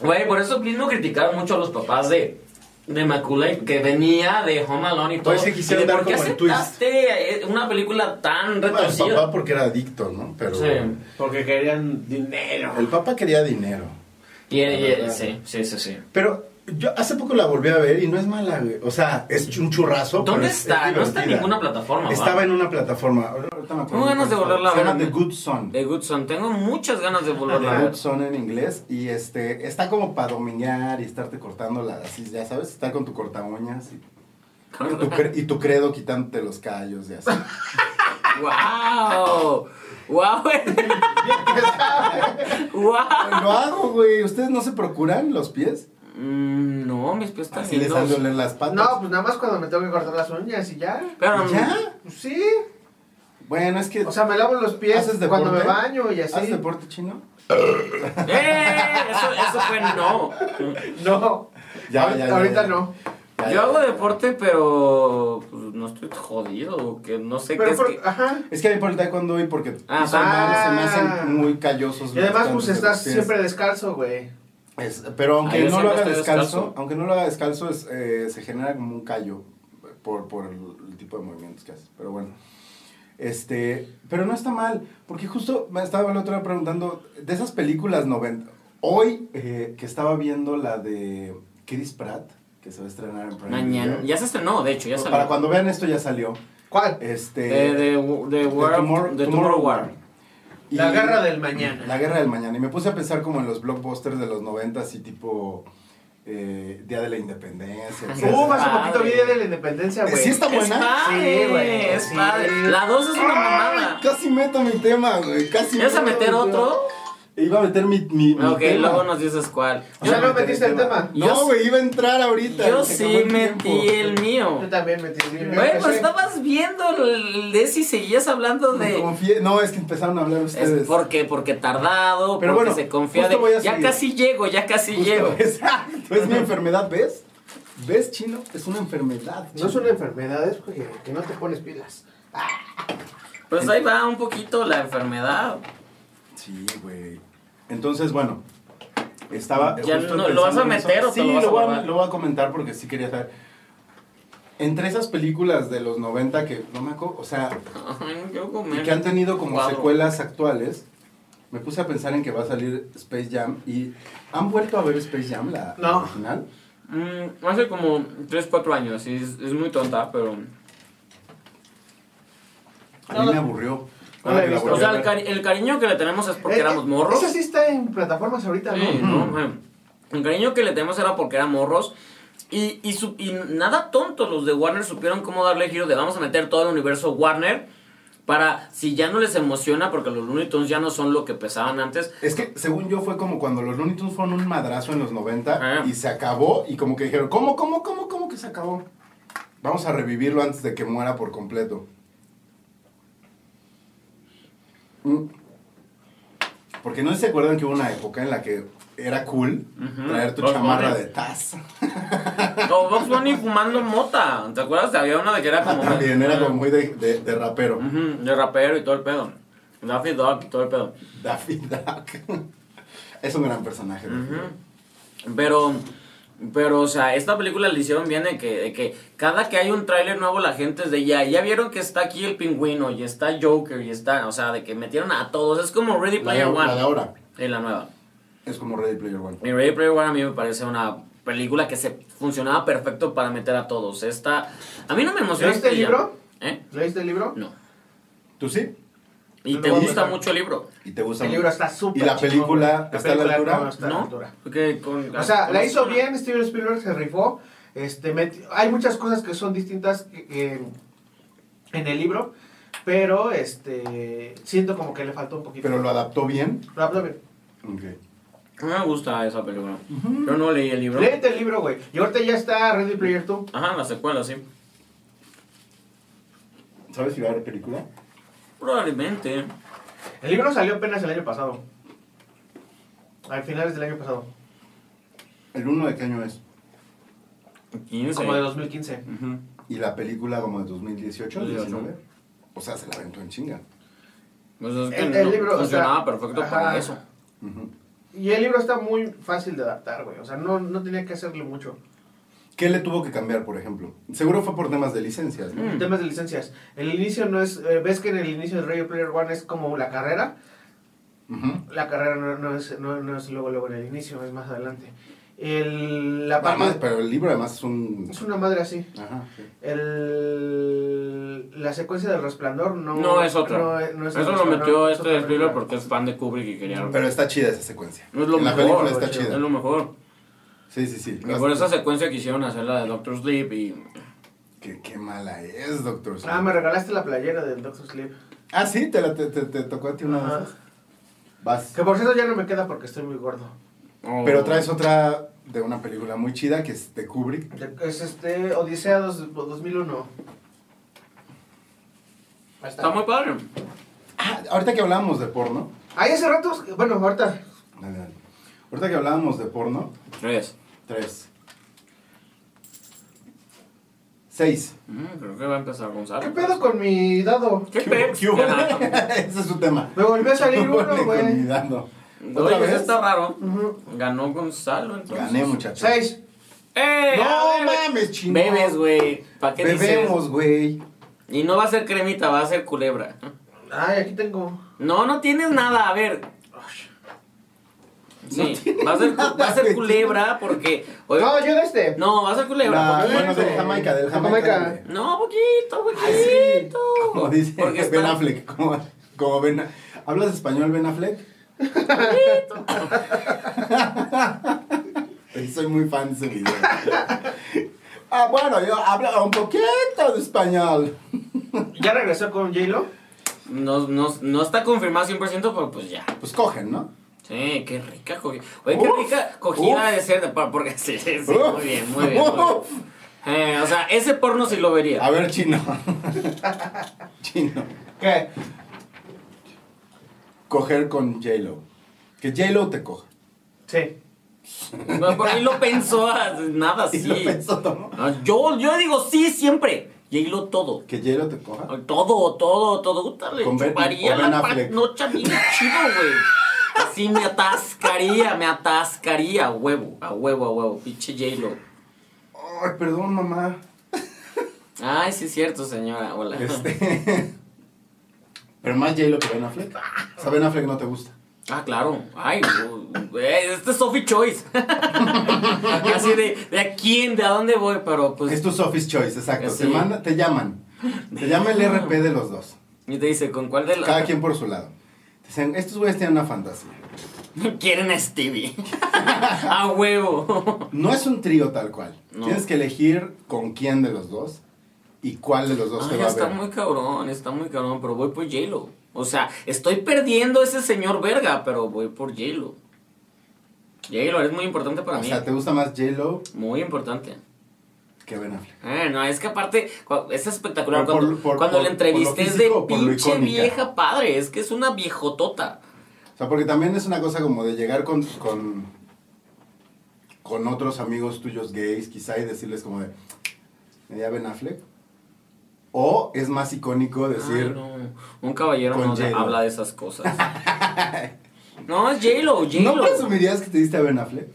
B: Güey, por eso mismo criticaron mucho a los papás de, de Macaulay, que venía de Home Alone y todo.
A: Pues sí, quisieron
B: Y de,
A: dar
B: ¿Por qué
A: como el
B: aceptaste eh, una película tan
A: Bueno, el papá
B: retorcida?
A: porque era adicto, ¿no? Pero
B: Sí.
C: Porque querían dinero.
A: el papá quería dinero.
B: Y, y-
A: La verdad.
B: sí, sí, sí, sí.
A: Pero yo hace poco la volví a ver y no es mala, güey. O sea, es un churrazo.
B: ¿Dónde
A: pero es-
B: está?
A: es
B: No está en
A: divertida.
B: ninguna plataforma,
A: Estaba
B: va.
A: en una plataforma. Ahorita me acuerdo
B: Tengo ganas de
A: cuál
B: volverla a
A: fue. Se
B: ver.
A: llama The Good Son.
B: De Eh, Goodson, tengo muchas ganas de volverla a
A: The
B: ver.
A: Good Son en inglés. Y este, está como para dominguear y estarte cortando las. Así, ya sabes, estar con tu corta uñas y, y tu, cre- y tu credo quitándote los callos y así.
B: ¡Wow! ¡Wow! ¡Wow!
A: Lo hago, güey. ¿Ustedes no se procuran los pies?
B: Mm, no, mis pies están
A: Así les
B: lindos.
A: han de oler las patas.
C: No, pues nada más cuando me tengo que cortar las uñas y ya.
B: Pero,
A: ¿Ya?
C: Pues sí.
A: Bueno, es que.
C: O sea, me lavo los pies
A: ¿Haces
C: cuando me
A: deporte?
C: baño y
A: ¿Haces
C: así.
A: deporte chino?
B: ¡Eh! Eso, eso fue no.
C: No.
A: Ya,
C: Ahorita-
A: ya, ya,
C: ahorita
A: ya.
C: no.
A: Ya,
B: Yo
A: ya,
B: hago
A: ya.
B: deporte, pero pues, no estoy jodido, que no sé qué
C: Pero
B: es
C: por- ah,
B: que...
C: ajá.
A: Es que a mí por el taekwondo y porque
B: Ah,
A: soy malo, se me
C: ah.
A: hacen muy callosos.
C: Y además,
A: los cantos
C: pues
A: de
C: estás
A: los pies.
C: siempre descalzo, güey.
A: Es- pero aunque
B: Ah,
A: no
B: yo
A: lo
B: siempre
A: haga
B: estoy
A: descalzo,
B: descalzo.
A: aunque no lo haga descalzo, es, eh, se genera como un callo por, por el, el tipo de movimientos que haces. Pero bueno. Este, pero no está mal, porque justo me estaba el otro día preguntando, de esas películas 90, hoy eh, que estaba viendo la de Chris Pratt, que se va a estrenar en Prime
B: Mañana.
A: Video.
B: Ya se estrenó, de hecho, ya salió.
A: Para cuando vean esto ya salió.
C: ¿Cuál?
B: De,
A: Este,
B: de, de
A: de
B: War of-
A: Tomorrow-
B: de
A: Tomorrow
B: Tomorrow War.
A: Y-
C: La guerra del mañana.
A: La guerra del mañana. Y me puse a pensar como en los blockbusters de los 90, así tipo eh, Día de la Independencia. etcétera. Eh,
C: Uh, hace
B: Padre.
C: poquito vi de la independencia, güey.
A: ¿Sí está
B: Es
A: buena?
B: padre,
C: Sí, güey,
B: es
C: sí.
B: padre. La 2 es una mamada.
A: Ay, casi meto mi tema, güey. Casi
B: ¿Ibas a
A: meto
B: meter
A: mi tema.
B: otro?
A: Iba a meter mi, mi, mi
B: Ok,
A: tema.
B: luego nos dices cuál.
C: O
A: Iba
C: sea,
A: a
C: no
A: meter
C: metiste el tema.
B: Yo
A: No, güey, iba a entrar ahorita.
B: Yo
A: se
B: sí
A: acabó el
B: metí
A: tiempo.
B: el mío.
C: Yo también me tiré.
B: Güey, pues estabas viendo el Desi y seguías hablando
A: Me
B: de.
A: confié- No, es que empezaron a hablar
B: Es
A: ustedes.
B: porque, porque tardado,
A: Pero
B: porque
A: bueno,
B: se confía
A: justo
B: de.
A: voy a
B: Ya
A: seguir.
B: casi llego, ya casi
A: Justo,
B: llego.
A: Exacto. Es mi enfermedad, ¿ves? ¿Ves, chino? Es una enfermedad.
C: No
A: chino.
C: es una enfermedad, es que, que no te pones pilas.
B: Pues ahí va un poquito la enfermedad.
A: Sí, güey. Entonces, bueno, estaba.
B: Ya
A: justo
B: no- ¿lo vas a
A: pensando en eso.
B: meter o te
A: Sí,
B: lo vas a
A: voy
B: guardar?
A: lo voy a comentar porque sí quería saber. Entre esas películas de los 90 que no me acuerdo, o sea,
B: Ay, no quiero
A: y
B: comer.
A: que han tenido como
B: Cuadro.
A: secuelas actuales, me puse a pensar en que va a salir Space Jam y ¿han vuelto a ver Space Jam la la
C: No.
A: original?
B: Mm, hace como 3, 4 años, y es, es muy tonta, pero.
A: A
C: No,
A: mí
C: no.
A: me aburrió.
C: No
A: Ahora
C: la he
A: que la
C: visto.
A: volví
B: O
A: a
B: sea,
A: ver.
B: el, cari- el cariño que le tenemos es porque
C: Eh,
B: éramos morros.
C: Esa sí está en plataformas ahorita, ¿no?
B: Sí, no, man. El cariño que le tenemos era porque eran morros. Y, y, su- y nada tonto, los de Warner supieron cómo darle giro de vamos a meter todo el universo Warner. Para si ya no les emociona, porque los Looney Tunes ya no son lo que pesaban antes.
A: Es que, según yo, fue como cuando los Looney Tunes fueron un madrazo en los 90
B: Ajá.
A: y se acabó y como que dijeron, ¿cómo, cómo, cómo, cómo que se acabó? Vamos a revivirlo antes de que muera por completo. Mm. Porque no sé si se acuerdan que hubo una época en la que era cool
B: Ujú.
A: traer tu
B: Los
A: chamarra
B: Looney.
A: de taz.
B: O Box Bunny fumando mota. ¿Te acuerdas? Había una de que era como.
A: También era como muy de, de- de rapero.
B: Ujú, de rapero y todo el pedo. Daffy Duck y todo el pedo.
A: Daffy Duck. es un gran personaje. Daffy Duck.
B: Pero, pero, o sea, esta película le hicieron bien de que, de que cada que hay un tráiler nuevo la gente es de ya, ya vieron que está aquí el pingüino y está Joker y está, o sea, de que metieron a todos. Es como Ready
A: La, de-
B: Player
A: la de
B: One.
A: ahora
B: En la nueva.
A: es como Ready Player One.
B: Y Ready Player One a mí me parece una película que se funcionaba perfecto para meter a todos. Esta, a mí no me emociona.
C: ¿Leíste el
B: ya-
C: libro?
B: ¿Eh?
C: ¿Leíste el libro?
B: No.
A: ¿Tú sí?
B: Y
C: Lo
B: te
C: voy a
B: gusta
C: buscar.
B: mucho el libro.
A: Y te gusta
C: El
A: mucho.
C: libro está súper.
A: ¿Y la
C: chingón,
A: película
C: güey.
A: está a la altura?
C: no está a la
B: ¿No?
C: altura.
B: Porque con-
C: O sea, la hizo
B: con-
C: bien, Steven Spielberg se rifó. Este, meti- hay muchas cosas que son distintas que- que en el libro, pero este siento como que le faltó un poquito.
A: Pero lo adaptó bien.
C: Rápido, bien.
B: No me gusta esa película. Yo no leí el libro.
C: Léete el libro, güey. Y ahorita ya está Ready Player 2.
B: Ajá, la secuela, sí.
A: ¿Sabes si va a haber película?
B: Probablemente.
C: El libro salió apenas el año pasado. Al finales del año pasado.
A: ¿El uno de qué año es?
B: 15.
C: Como de 2015.
B: Ujú.
A: ¿Y la película como de 2018?
B: 2018.
A: 19? O sea, se la aventó en chinga.
B: Pues es que
C: El- el
B: no
C: libro, o
B: funcionaba
C: sea,
B: perfecto
C: ajá.
B: para eso.
A: Ujú.
C: Y el libro está muy fácil de adaptar, güey. O sea, no, no tenía que hacerle mucho.
A: ¿Qué le tuvo que cambiar, por ejemplo? Seguro fue por temas de licencias,
B: Mm.
A: ¿no?
C: Temas de licencias. El inicio no es. eh, ¿Ves que en el inicio de Ready Player One es como la carrera? Mm.
A: Ujú.
C: La carrera no, no es, no, no es luego, luego en el inicio, es más adelante. El, la parte.
A: Además, pero el libro además es un...
C: Es una madre así.
A: Ajá, sí.
C: El, la secuencia del resplandor no,
B: No, es otra.
C: no es- no es el
B: eso lo
C: resplandor,
B: metió
C: es otra
B: este Spielberg
C: película.
B: porque es fan de Kubrick y quería.
A: Pero está chida esa secuencia.
B: No es lo
A: En la
B: mejor,
A: película está
C: güey,
A: chida.
B: es lo mejor.
A: Sí, sí, sí.
B: Y por esa secuencia quisieron hacer la de Doctor Sleep y.
A: Qué, qué mala es, doctor.
C: Ah, me regalaste la playera del Doctor Sleep.
A: Ah, sí, te, la- te, te- te tocó a ti una
C: Ajá.
A: de esas. Vas.
C: Que por cierto ya no me queda porque estoy muy gordo.
B: oh,
A: Pero traes otra de una película muy chida que es de Kubrick.
C: De- Es este Odisea dos- 2001. Ahí
B: Está muy padre.
A: Ah, ahorita que hablábamos de porno.
C: Ahí hace rato, bueno, ahorita.
A: Dale, dale. Ahorita que hablábamos de porno.
B: Tres.
A: Tres. Seis.
B: Mm, creo que va a empezar Gonzalo.
C: ¿Qué pedo con mi dado?
B: ¿Qué pedo?
A: ¿Qué hubo? Ese es su tema.
C: Me volvió a salir
A: No
C: uno,
A: le
C: güey.
A: convidando.
B: Oye,
A: ¿Otra
B: pues
A: vez?
B: está raro.
C: Ujú.
B: Ganó Gonzalo entonces.
A: Gané, muchachos.
C: Seis.
B: ¡Eh!
A: No
B: ¡Ah, bebes!
A: mames, chingón.
B: Bebes, güey. ¿Para qué dices?
A: Bebemos, güey.
B: Y no va a ser cremita, va a ser culebra.
C: Ay, aquí tengo.
B: No, no tienes nada. A ver. Sí, va, a ser, cu- va a ser culebra porque. oye,
C: No, yo de este.
B: no, va a ser culebra.
A: La,
B: poquito.
A: bueno, del Jamaica, del
C: De
A: Jamaica.
C: Jamaica.
A: güey.
B: No, poquito,
A: Sí,
B: poquito.
A: Como dice
B: Porque está-
A: Ben Affleck. Como, como ben, ¿Hablas español, Ben Affleck? Pues Soy muy fan de ese video. ah, bueno, yo hablo un poquito de español.
C: Ya regresó con J-Lo.
B: No, no, no está confirmado 100%, pero pues ya.
A: Pues cogen, ¿no?
B: Sí, qué rica cogida. Oye, qué
A: Uf,
B: rica cogida
A: uf.
B: de ser de porno. Porque sí, sí,
A: Uf,
B: muy bien, muy bien. muy bien.
A: uf.
B: Eh, o sea, ese porno sí lo vería.
A: A ver, chino. chino.
C: ¿Qué?
A: Coger con J-Lo. Que J-Lo te coja.
C: Sí.
B: No, por ahí lo pensó ah, nada
A: Y
B: así.
A: lo pensó, ¿no?
B: Ah, yo, yo digo sí siempre. Y ahí lo todo.
A: Que J-Lo te coja.
B: Ay, Todo, todo, todo. Puta, le
A: Con Ben-
B: chuparía
A: con Ben
B: la
A: Affleck.
B: panocha bien chido, güey. Así me atascaría, me atascaría a huevo, a huevo, a huevo. Pinche J-Lo.
A: Ay, perdón, mamá.
B: Ay, sí es cierto, señora. Hola.
A: Este. Pero más J-Lo que Ben Affleck. O sea, Ben Affleck no te gusta.
B: Ah, claro. Ay, güey, este es Sophie Choice. Así de, ¿de a quién? ¿De a dónde voy? Pero pues.
A: Es tu Sophie's Choice, exacto.
B: Sí.
A: Te, manda- te llaman. Te llama el RP de los dos.
B: Y te dice, ¿con cuál de las?
A: Cada quien por su lado. Te Dicen, estos güeyes tienen una fantasía.
B: Quieren a Stevie. a huevo.
A: No es un trío tal cual.
B: No.
A: Tienes que elegir con quién de los dos y cuál de los dos te
B: Ay,
A: va a
B: está
A: ver.
B: muy cabrón, está muy cabrón, pero voy por J-Lo. O sea, estoy perdiendo ese señor verga, pero voy por J-Lo. J-Lo es muy importante para
A: o
B: mí.
A: sea, ¿te gusta más J-Lo
B: Muy importante.
A: que Ben Affleck?
B: Ah, no, es que aparte, cua- es espectacular.
A: Por-
B: cuando
A: por- por-
B: cuando
A: por-
B: la entrevisté
A: por lo
B: es de
A: físico o por lo
B: pinche
A: icónica.
B: vieja padre, es que es una viejotota.
A: O sea, porque también es una cosa como de llegar con, con, con otros amigos tuyos gays, quizá, y decirles como de, ¿ya Ben Affleck? O es más icónico
B: Ay,
A: decir,
B: no, un caballero
A: Con
B: no
A: J-Lo.
B: habla de esas cosas. no, es J-Lo,
A: ¿no pues,
B: J-Lo.
A: presumirías que te diste a Ben Affleck?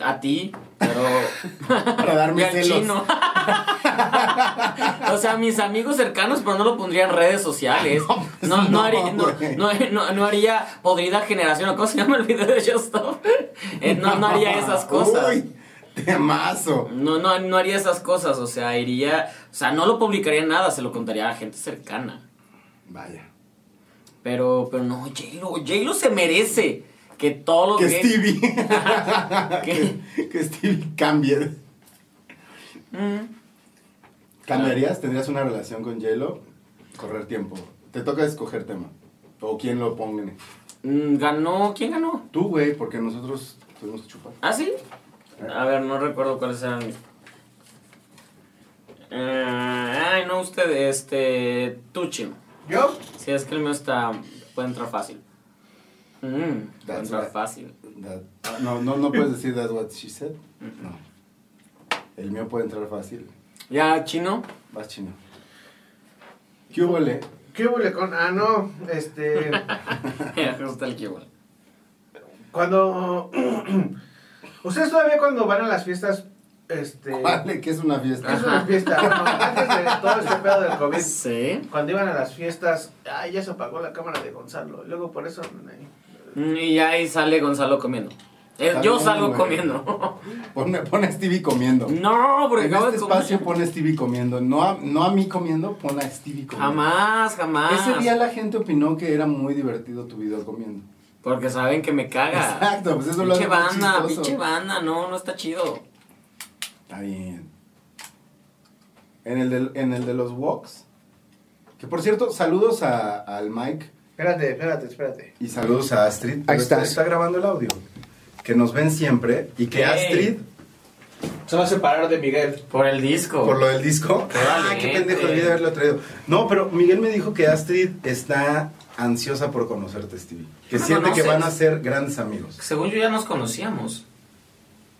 B: A ti, pero.
A: Para darme
B: Y al
A: celos.
B: chino. o sea, mis amigos cercanos, pero no lo pondría en redes sociales.
A: No, pues
B: No, no,
A: no,
B: haría, no,
A: güey.
B: no- no- no haría podrida generación. ¿Cómo se llama el video de Just Stop? Eh, no, no haría esas cosas.
A: Uy, temazo.
B: No, no, no haría esas cosas. O sea, iría. O sea, no lo publicaría en nada, se lo contaría a gente cercana.
A: Vaya.
B: Pero, pero no, J-Lo, J-Lo se merece que todo lo
A: Que
B: que-
A: Stevie.
B: ¿Qué?
A: que, que Stevie cambie.
B: Mm.
A: ¿Cambiarías? ¿Tendrías una relación con J-Lo? Correr tiempo. Te toca escoger tema. O quién lo ponga.
B: Mm, Ganó, ¿quién ganó?
A: Tú, güey, porque nosotros tuvimos que chupar.
B: ¿Ah, sí? A ver, no recuerdo cuáles eran mis... Eh, ay, no, usted, este... Tucci.
C: ¿Yo?
B: Si es que el mío está... Puede entrar fácil. Mm, puede
A: That's
B: entrar
A: right.
B: fácil.
A: That- ah, no, no, no puedes decir that's what she said. No. El mío puede entrar fácil.
B: Ya, chino.
A: Vas chino. ¿Qué hubo, le?
C: ¿Qué huele con.? Ah, no. Este.
B: Justo el que igual.
C: cuando. Ustedes todavía cuando van a las fiestas. Este.
A: Vale, que es una
C: ¿Qué es
A: fiesta.
C: una fiesta? No, antes de todo este pedo del COVID.
B: Ah, Sí.
C: Cuando iban a las fiestas. Ay, ya se apagó la cámara de Gonzalo. Luego por eso. eh,
B: Mm, Y ahí sale Gonzalo comiendo. Eh,
A: Está
B: yo
A: bien,
B: salgo
A: güey.
B: comiendo.
A: Pone, pone a Stevie comiendo.
B: no, porque
A: en
B: acabo
A: este
B: Ah. Mm. de comer.
A: espacio pone a Stevie comiendo. No a, no a mí comiendo, pone a Stevie comiendo.
B: Jamás, jamás.
A: Ese día la gente opinó que era muy divertido tu video comiendo.
B: Porque saben que me caga.
A: Exacto, pues eso lo hace
B: Pinche
A: muy
B: banda,
A: chistoso.
B: pinche banda, no, no está chido.
A: Está bien. En el de, en el de los walks. Que por cierto, saludos a- al Mike
C: Espérate, espérate, espérate.
A: y saludos a Astrid. pero
F: estás.
A: Está grabando el audio. Que nos ven siempre y que
B: Ey.
A: Astrid,
C: Se va a separar de Miguel.
B: Por el disco.
A: por lo del disco.
B: Qué
A: ah,
B: valiente.
A: qué pendejo, debí de haberlo traído. No, pero Miguel me dijo que Astrid está ansiosa por conocerte, Stevie. Que
B: Ah,
A: siente que
B: conoces.
A: van a ser grandes amigos.
B: Según yo ya nos conocíamos.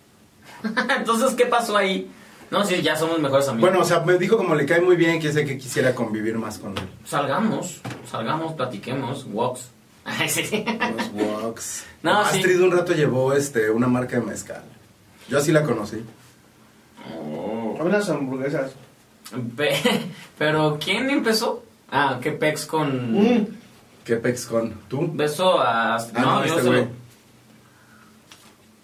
B: Entonces, ¿qué pasó ahí? No, sí, ya somos mejores amigos.
A: Bueno, o sea, me dijo como le cae muy bien que sé que quisiera convivir más con él.
B: salgamos, salgamos, platiquemos, walks. Ay, sí.
A: Los walks.
B: No,
A: Astrid
B: sí.
A: un rato llevó este, una marca de mezcal. Yo así la conocí.
B: Oh.
C: Unas hamburguesas.
B: Pe- Pero, ¿quién empezó? Ah, que Pex con...
C: Mm.
A: ¿Qué pex con? ¿Tú?
B: Beso a...
A: Ah, no,
B: yo
A: este
B: se lo-
A: güey.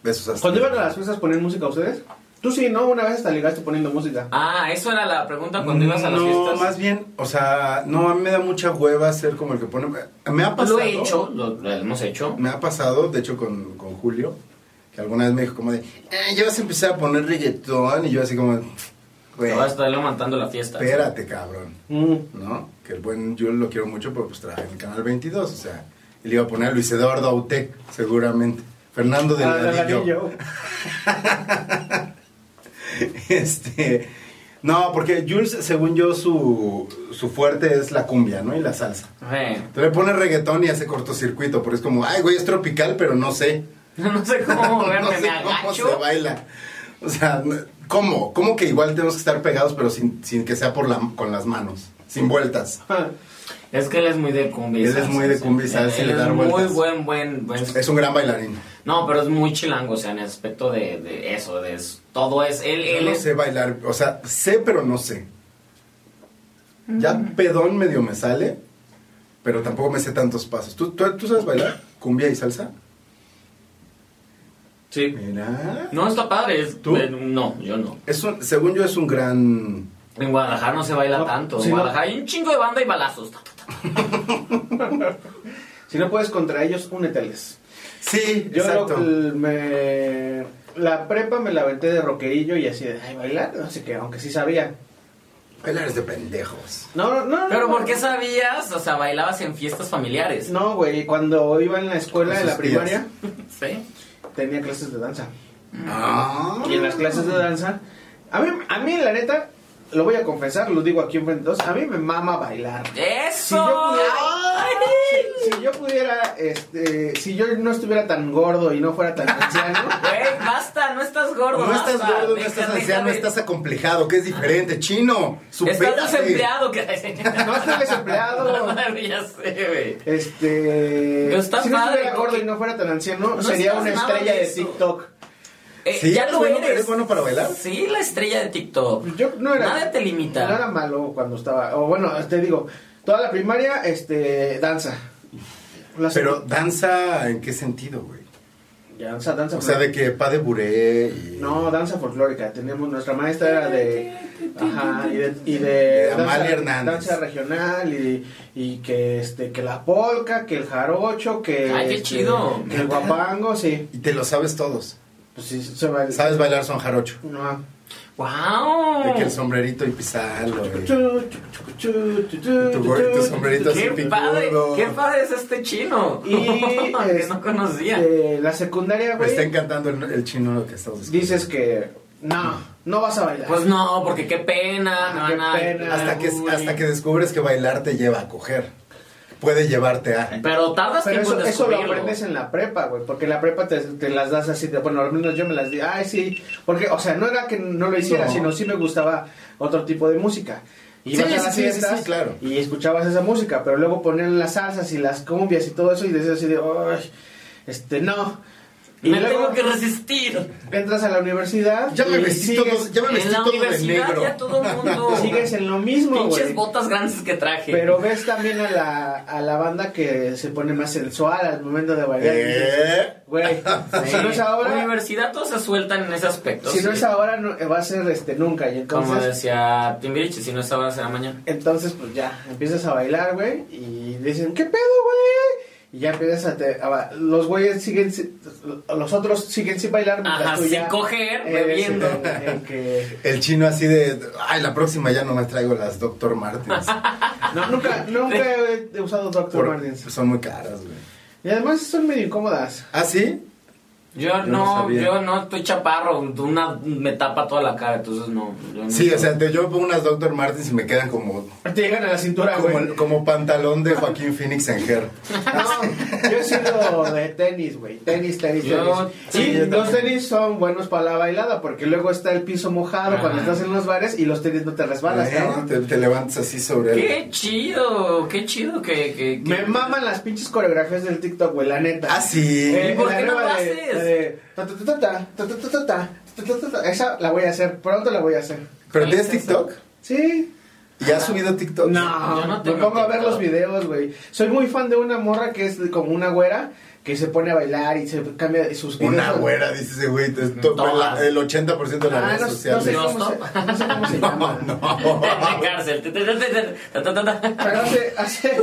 A: Besos a Astrid.
C: Cuando iban a las fiestas ponían música ustedes. Tú sí, ¿no? Una vez hasta ligaste poniendo música.
B: Ah, eso era la pregunta cuando ibas a las
A: no,
B: fiestas.
A: más bien, o sea, no, a mí me da mucha hueva ser como el que pone... Me ha pasado...
B: Lo he hecho, lo, lo hemos hecho.
A: Me ha pasado, de hecho, con, con Julio, que alguna vez me dijo como de, eh, ya vas a empezar a poner reggaetón, y yo así como, güey,
B: Te vas a estar levantando la fiesta.
A: espérate, cabrón.
C: Mm.
A: ¿no? Que el buen, yo lo quiero mucho, pero pues trabaja en el Canal 22, o sea, él iba a poner a Luis Eduardo Autec, seguramente. Fernando del
C: Ah, del
A: Ladillo.
C: anillo.
A: Este, no, porque Jules, según yo, su, su fuerte es la cumbia, ¿no? Y la salsa.
B: Eh,
A: Entonces le pone reggaetón y hace cortocircuito, porque es como, ay, güey, es tropical, pero no sé.
B: no sé cómo moverme,
A: no sé
B: me
A: cómo se
B: agacho.
A: baila. O sea, no- ¿cómo? ¿Cómo que igual tenemos que estar pegados, pero sin, sin que sea por la, con las manos? Sin vueltas.
C: Ah,
B: Es que él es muy de cumbia. y
A: Él es
B: salsa,
A: muy de
B: sí.
A: cumbia y salsa y
B: Él
A: le
B: es
A: dar
B: muy
A: vueltas.
B: buen, buen, buen.
A: Es un gran bailarín.
B: No, pero es muy chilango, o sea, en el aspecto de, de eso, de s- todo es. Él,
A: Yo
B: él
A: no
B: es.
A: sé bailar, o sea, sé pero no sé. Ya pedón medio me sale, pero tampoco me sé tantos pasos. ¿Tú, tú, tú sabes bailar cumbia y salsa?
B: Sí.
A: Mira.
B: No está padre. es-
A: ¿Tú?
B: eh, no, yo no.
A: Es un- según yo es un gran...
B: En Guadalajara no se baila
C: No,
B: tanto.
C: sí,
B: en
C: no.
B: Guadalajara hay un chingo de banda y balazos.
C: Si no puedes contra ellos, úneteles.
A: Sí,
C: Yo lo-
A: exacto.
C: l- me, la prepa me la aventé de rockerillo y así de, ay, bailar, no sé qué, aunque sí sabía.
A: Bailar es de pendejos.
C: No, no, no.
B: Pero
C: no,
B: ¿por qué sabías? O sea, bailabas en fiestas familiares.
C: No, güey, cuando iba en la escuela,
A: Con
C: en la
A: sus tías.
C: primaria,
B: Sí.
C: tenía clases de danza.
A: Ah.
C: Y en las clases de danza, a mí, a mí la neta, lo voy a confesar, lo digo aquí enfrente de todos, a mí me mama bailar. Si
B: ¡Eso!
C: yo pudiera,
B: Ay.
C: si, si yo pudiera, este, si yo no estuviera tan gordo y no fuera tan anciano,
B: Güey, basta, no estás gordo.
A: No estás
B: basta.
A: gordo, no
B: Deja-
A: estás
B: deja
A: anciano,
B: de-
A: estás acomplejado, que es diferente. Chino, supérate.
B: Estás desempleado, que.
C: no estás desempleado.
B: ya sé, güey.
C: Este.
B: Pero está
C: si no
B: padre,
C: estuviera
B: porque-
C: gordo y no fuera tan anciano,
B: No
C: sería
B: estás
C: una
B: nada
C: estrella
B: de
C: de
B: eso.
C: TikTok.
B: Eh,
A: Sí,
B: ya
A: eres
B: lo
A: bueno-
B: eres.
A: eres bueno para bailar.
B: Sí, la estrella de TikTok.
C: Pues Yo no era.
B: Nadie te limita.
C: No era malo cuando estaba. O bueno, te digo, toda la primaria, este, danza. La
A: Pero
C: secu-
A: danza, ¿en qué sentido, güey?
C: Danza, danza.
A: O sea, de que pa de buré y...
C: No, danza folclórica. Tenemos, nuestra maestra era de. Ajá, y de. Y de,
A: De Amalia
C: danza,
A: Hernández.
C: danza regional y, y que este que la polca, que el jarocho, que.
B: Ay, qué
C: este,
B: chido.
C: Que el guapango, sí.
A: Y te lo sabes todos.
C: Pues sí, se va.
A: Sabes bailar son jarocho.
C: No.
B: ¡Wow!
A: De que el sombrerito y pisarlo. güey. Tu, gor- tu
C: Y
A: sombrerito así
B: ¡Qué padre!
A: picudo.
B: ¡Qué padre es este chino! que
C: este,
B: no conocía.
C: la secundaria,
A: Me Pues está
C: güey.
A: encantando el, el chino lo que estamos escuchando.
C: Dices que no, no vas a bailar.
B: Pues no, porque qué pena,
C: ah, Qué
B: no van a-
C: pena.
A: Hasta que,
C: Uy.
A: hasta que descubres que bailar te lleva a coger. Puede llevarte a.
B: Pero tardas
C: Pero
B: tiempo
C: eso,
B: en
C: eso lo
B: descubrirlo.
C: aprendes en la prepa, güey, porque en la prepa te, te las das así, de, bueno, al menos yo me las di, ay, sí, porque, o sea, no era que no lo hiciera,
A: No.
C: sino sí me gustaba otro tipo de música. Ibas
A: Sí,
C: a las
A: sí, sí, sí,
C: fiestas
A: sí, claro.
C: y escuchabas esa música, pero luego ponían las salsas y las cumbias y todo eso y decías así de, ay, este, no. Y
B: Me
C: luego
B: tengo que resistir.
C: entras a la universidad
A: Ya me
C: y
A: vestí todo,
C: sigues,
A: ya me
B: en
A: vestí
B: la
A: todo de
B: universidad
A: negro.
B: ya todo el mundo.
C: sigues en lo mismo,
B: Pinches
C: güey.
B: botas grandes que traje.
C: Pero ves también a la, a la banda que se pone más sensual al momento de bailar. y dices,
A: ¿Eh?
C: Güey,
B: Sí.
C: si no es
B: En la
C: ahora,
B: universidad todos se sueltan en ese aspecto.
C: si no
B: sí.
C: es ahora, no, eh, va a ser este nunca. Y
B: Como
C: entonces,
B: decía Timbiriche, si no es ahora será mañana.
C: entonces pues ya, empiezas a bailar, güey, y dicen, ¿qué pedo, güey? Y ya empiezas a... Te, a ba- los güeyes siguen... si- Los otros siguen sin bailar. mientras
B: Ajá,
C: tú
B: sin
C: ya
B: coger,
C: eres
B: bebiendo.
C: el- el que-
A: El chino así de. Ay, la próxima ya no me traigo las Dr. Martens.
C: No, nunca, nunca he he usado Dr.
A: Por- pues
C: Martens.
A: son muy caras, güey.
C: Y además son medio incómodas.
A: ¿Ah, sí?
B: Yo,
A: no
B: no,
A: sabía.
B: yo no estoy chaparro, una me tapa toda la cara, entonces no. yo no
A: Sí,
B: soy-
A: o sea, te- yo pongo unas Dr. Martens y me quedan como.
C: Te llegan a la cintura, güey.
A: Como, como pantalón de Joaquín Phoenix en Her.
C: No, yo he sido de tenis, güey. Tenis, tenis,
B: Yo-
C: tenis.
B: sí,
C: y
B: yo
C: los
B: también.
C: tenis son buenos para la bailada, porque luego está el piso mojado
B: Ajá.
C: cuando estás en los bares y los tenis no te resbalas,
A: Eh,
C: cabrón.
A: Te, te levantas así sobre
B: Qué
A: él.
B: chido, qué chido que. que, que-
C: Me maman las pinches coreografías del TikTok, güey, la neta.
A: Ah, sí.
C: Eh,
B: ¿Y por
C: la
B: qué no
C: nueva
B: lo
C: de-
B: haces?
C: la de ta, ta, ta, ta, ta, ta, ta, ta, ta, ta, ta, ta, ta. Esa la voy a hacer, pronto la voy a hacer.
A: ¿Pero
B: ¿Cuál
A: tienes
B: es esa?
A: TikTok?
C: Sí.
A: ¿Y has subido TikTok?
C: No,
B: Yo no
C: me
B: tengo
C: pongo a ver
B: TikTok.
C: los videos, güey. Soy muy fan de una morra que es como una güera que se pone a bailar y se cambia sus videos.
A: Una güera, dice ese güey. te- to-
B: Todas.
A: la- el 80% de las
C: Ah,
A: redes
C: no, no sé
A: sociales.
C: cómo se, no sé cómo se llama.
B: de cárcel. Te- te- te- te- te- ta- ta- ta- ta.
C: Pero hace, hace,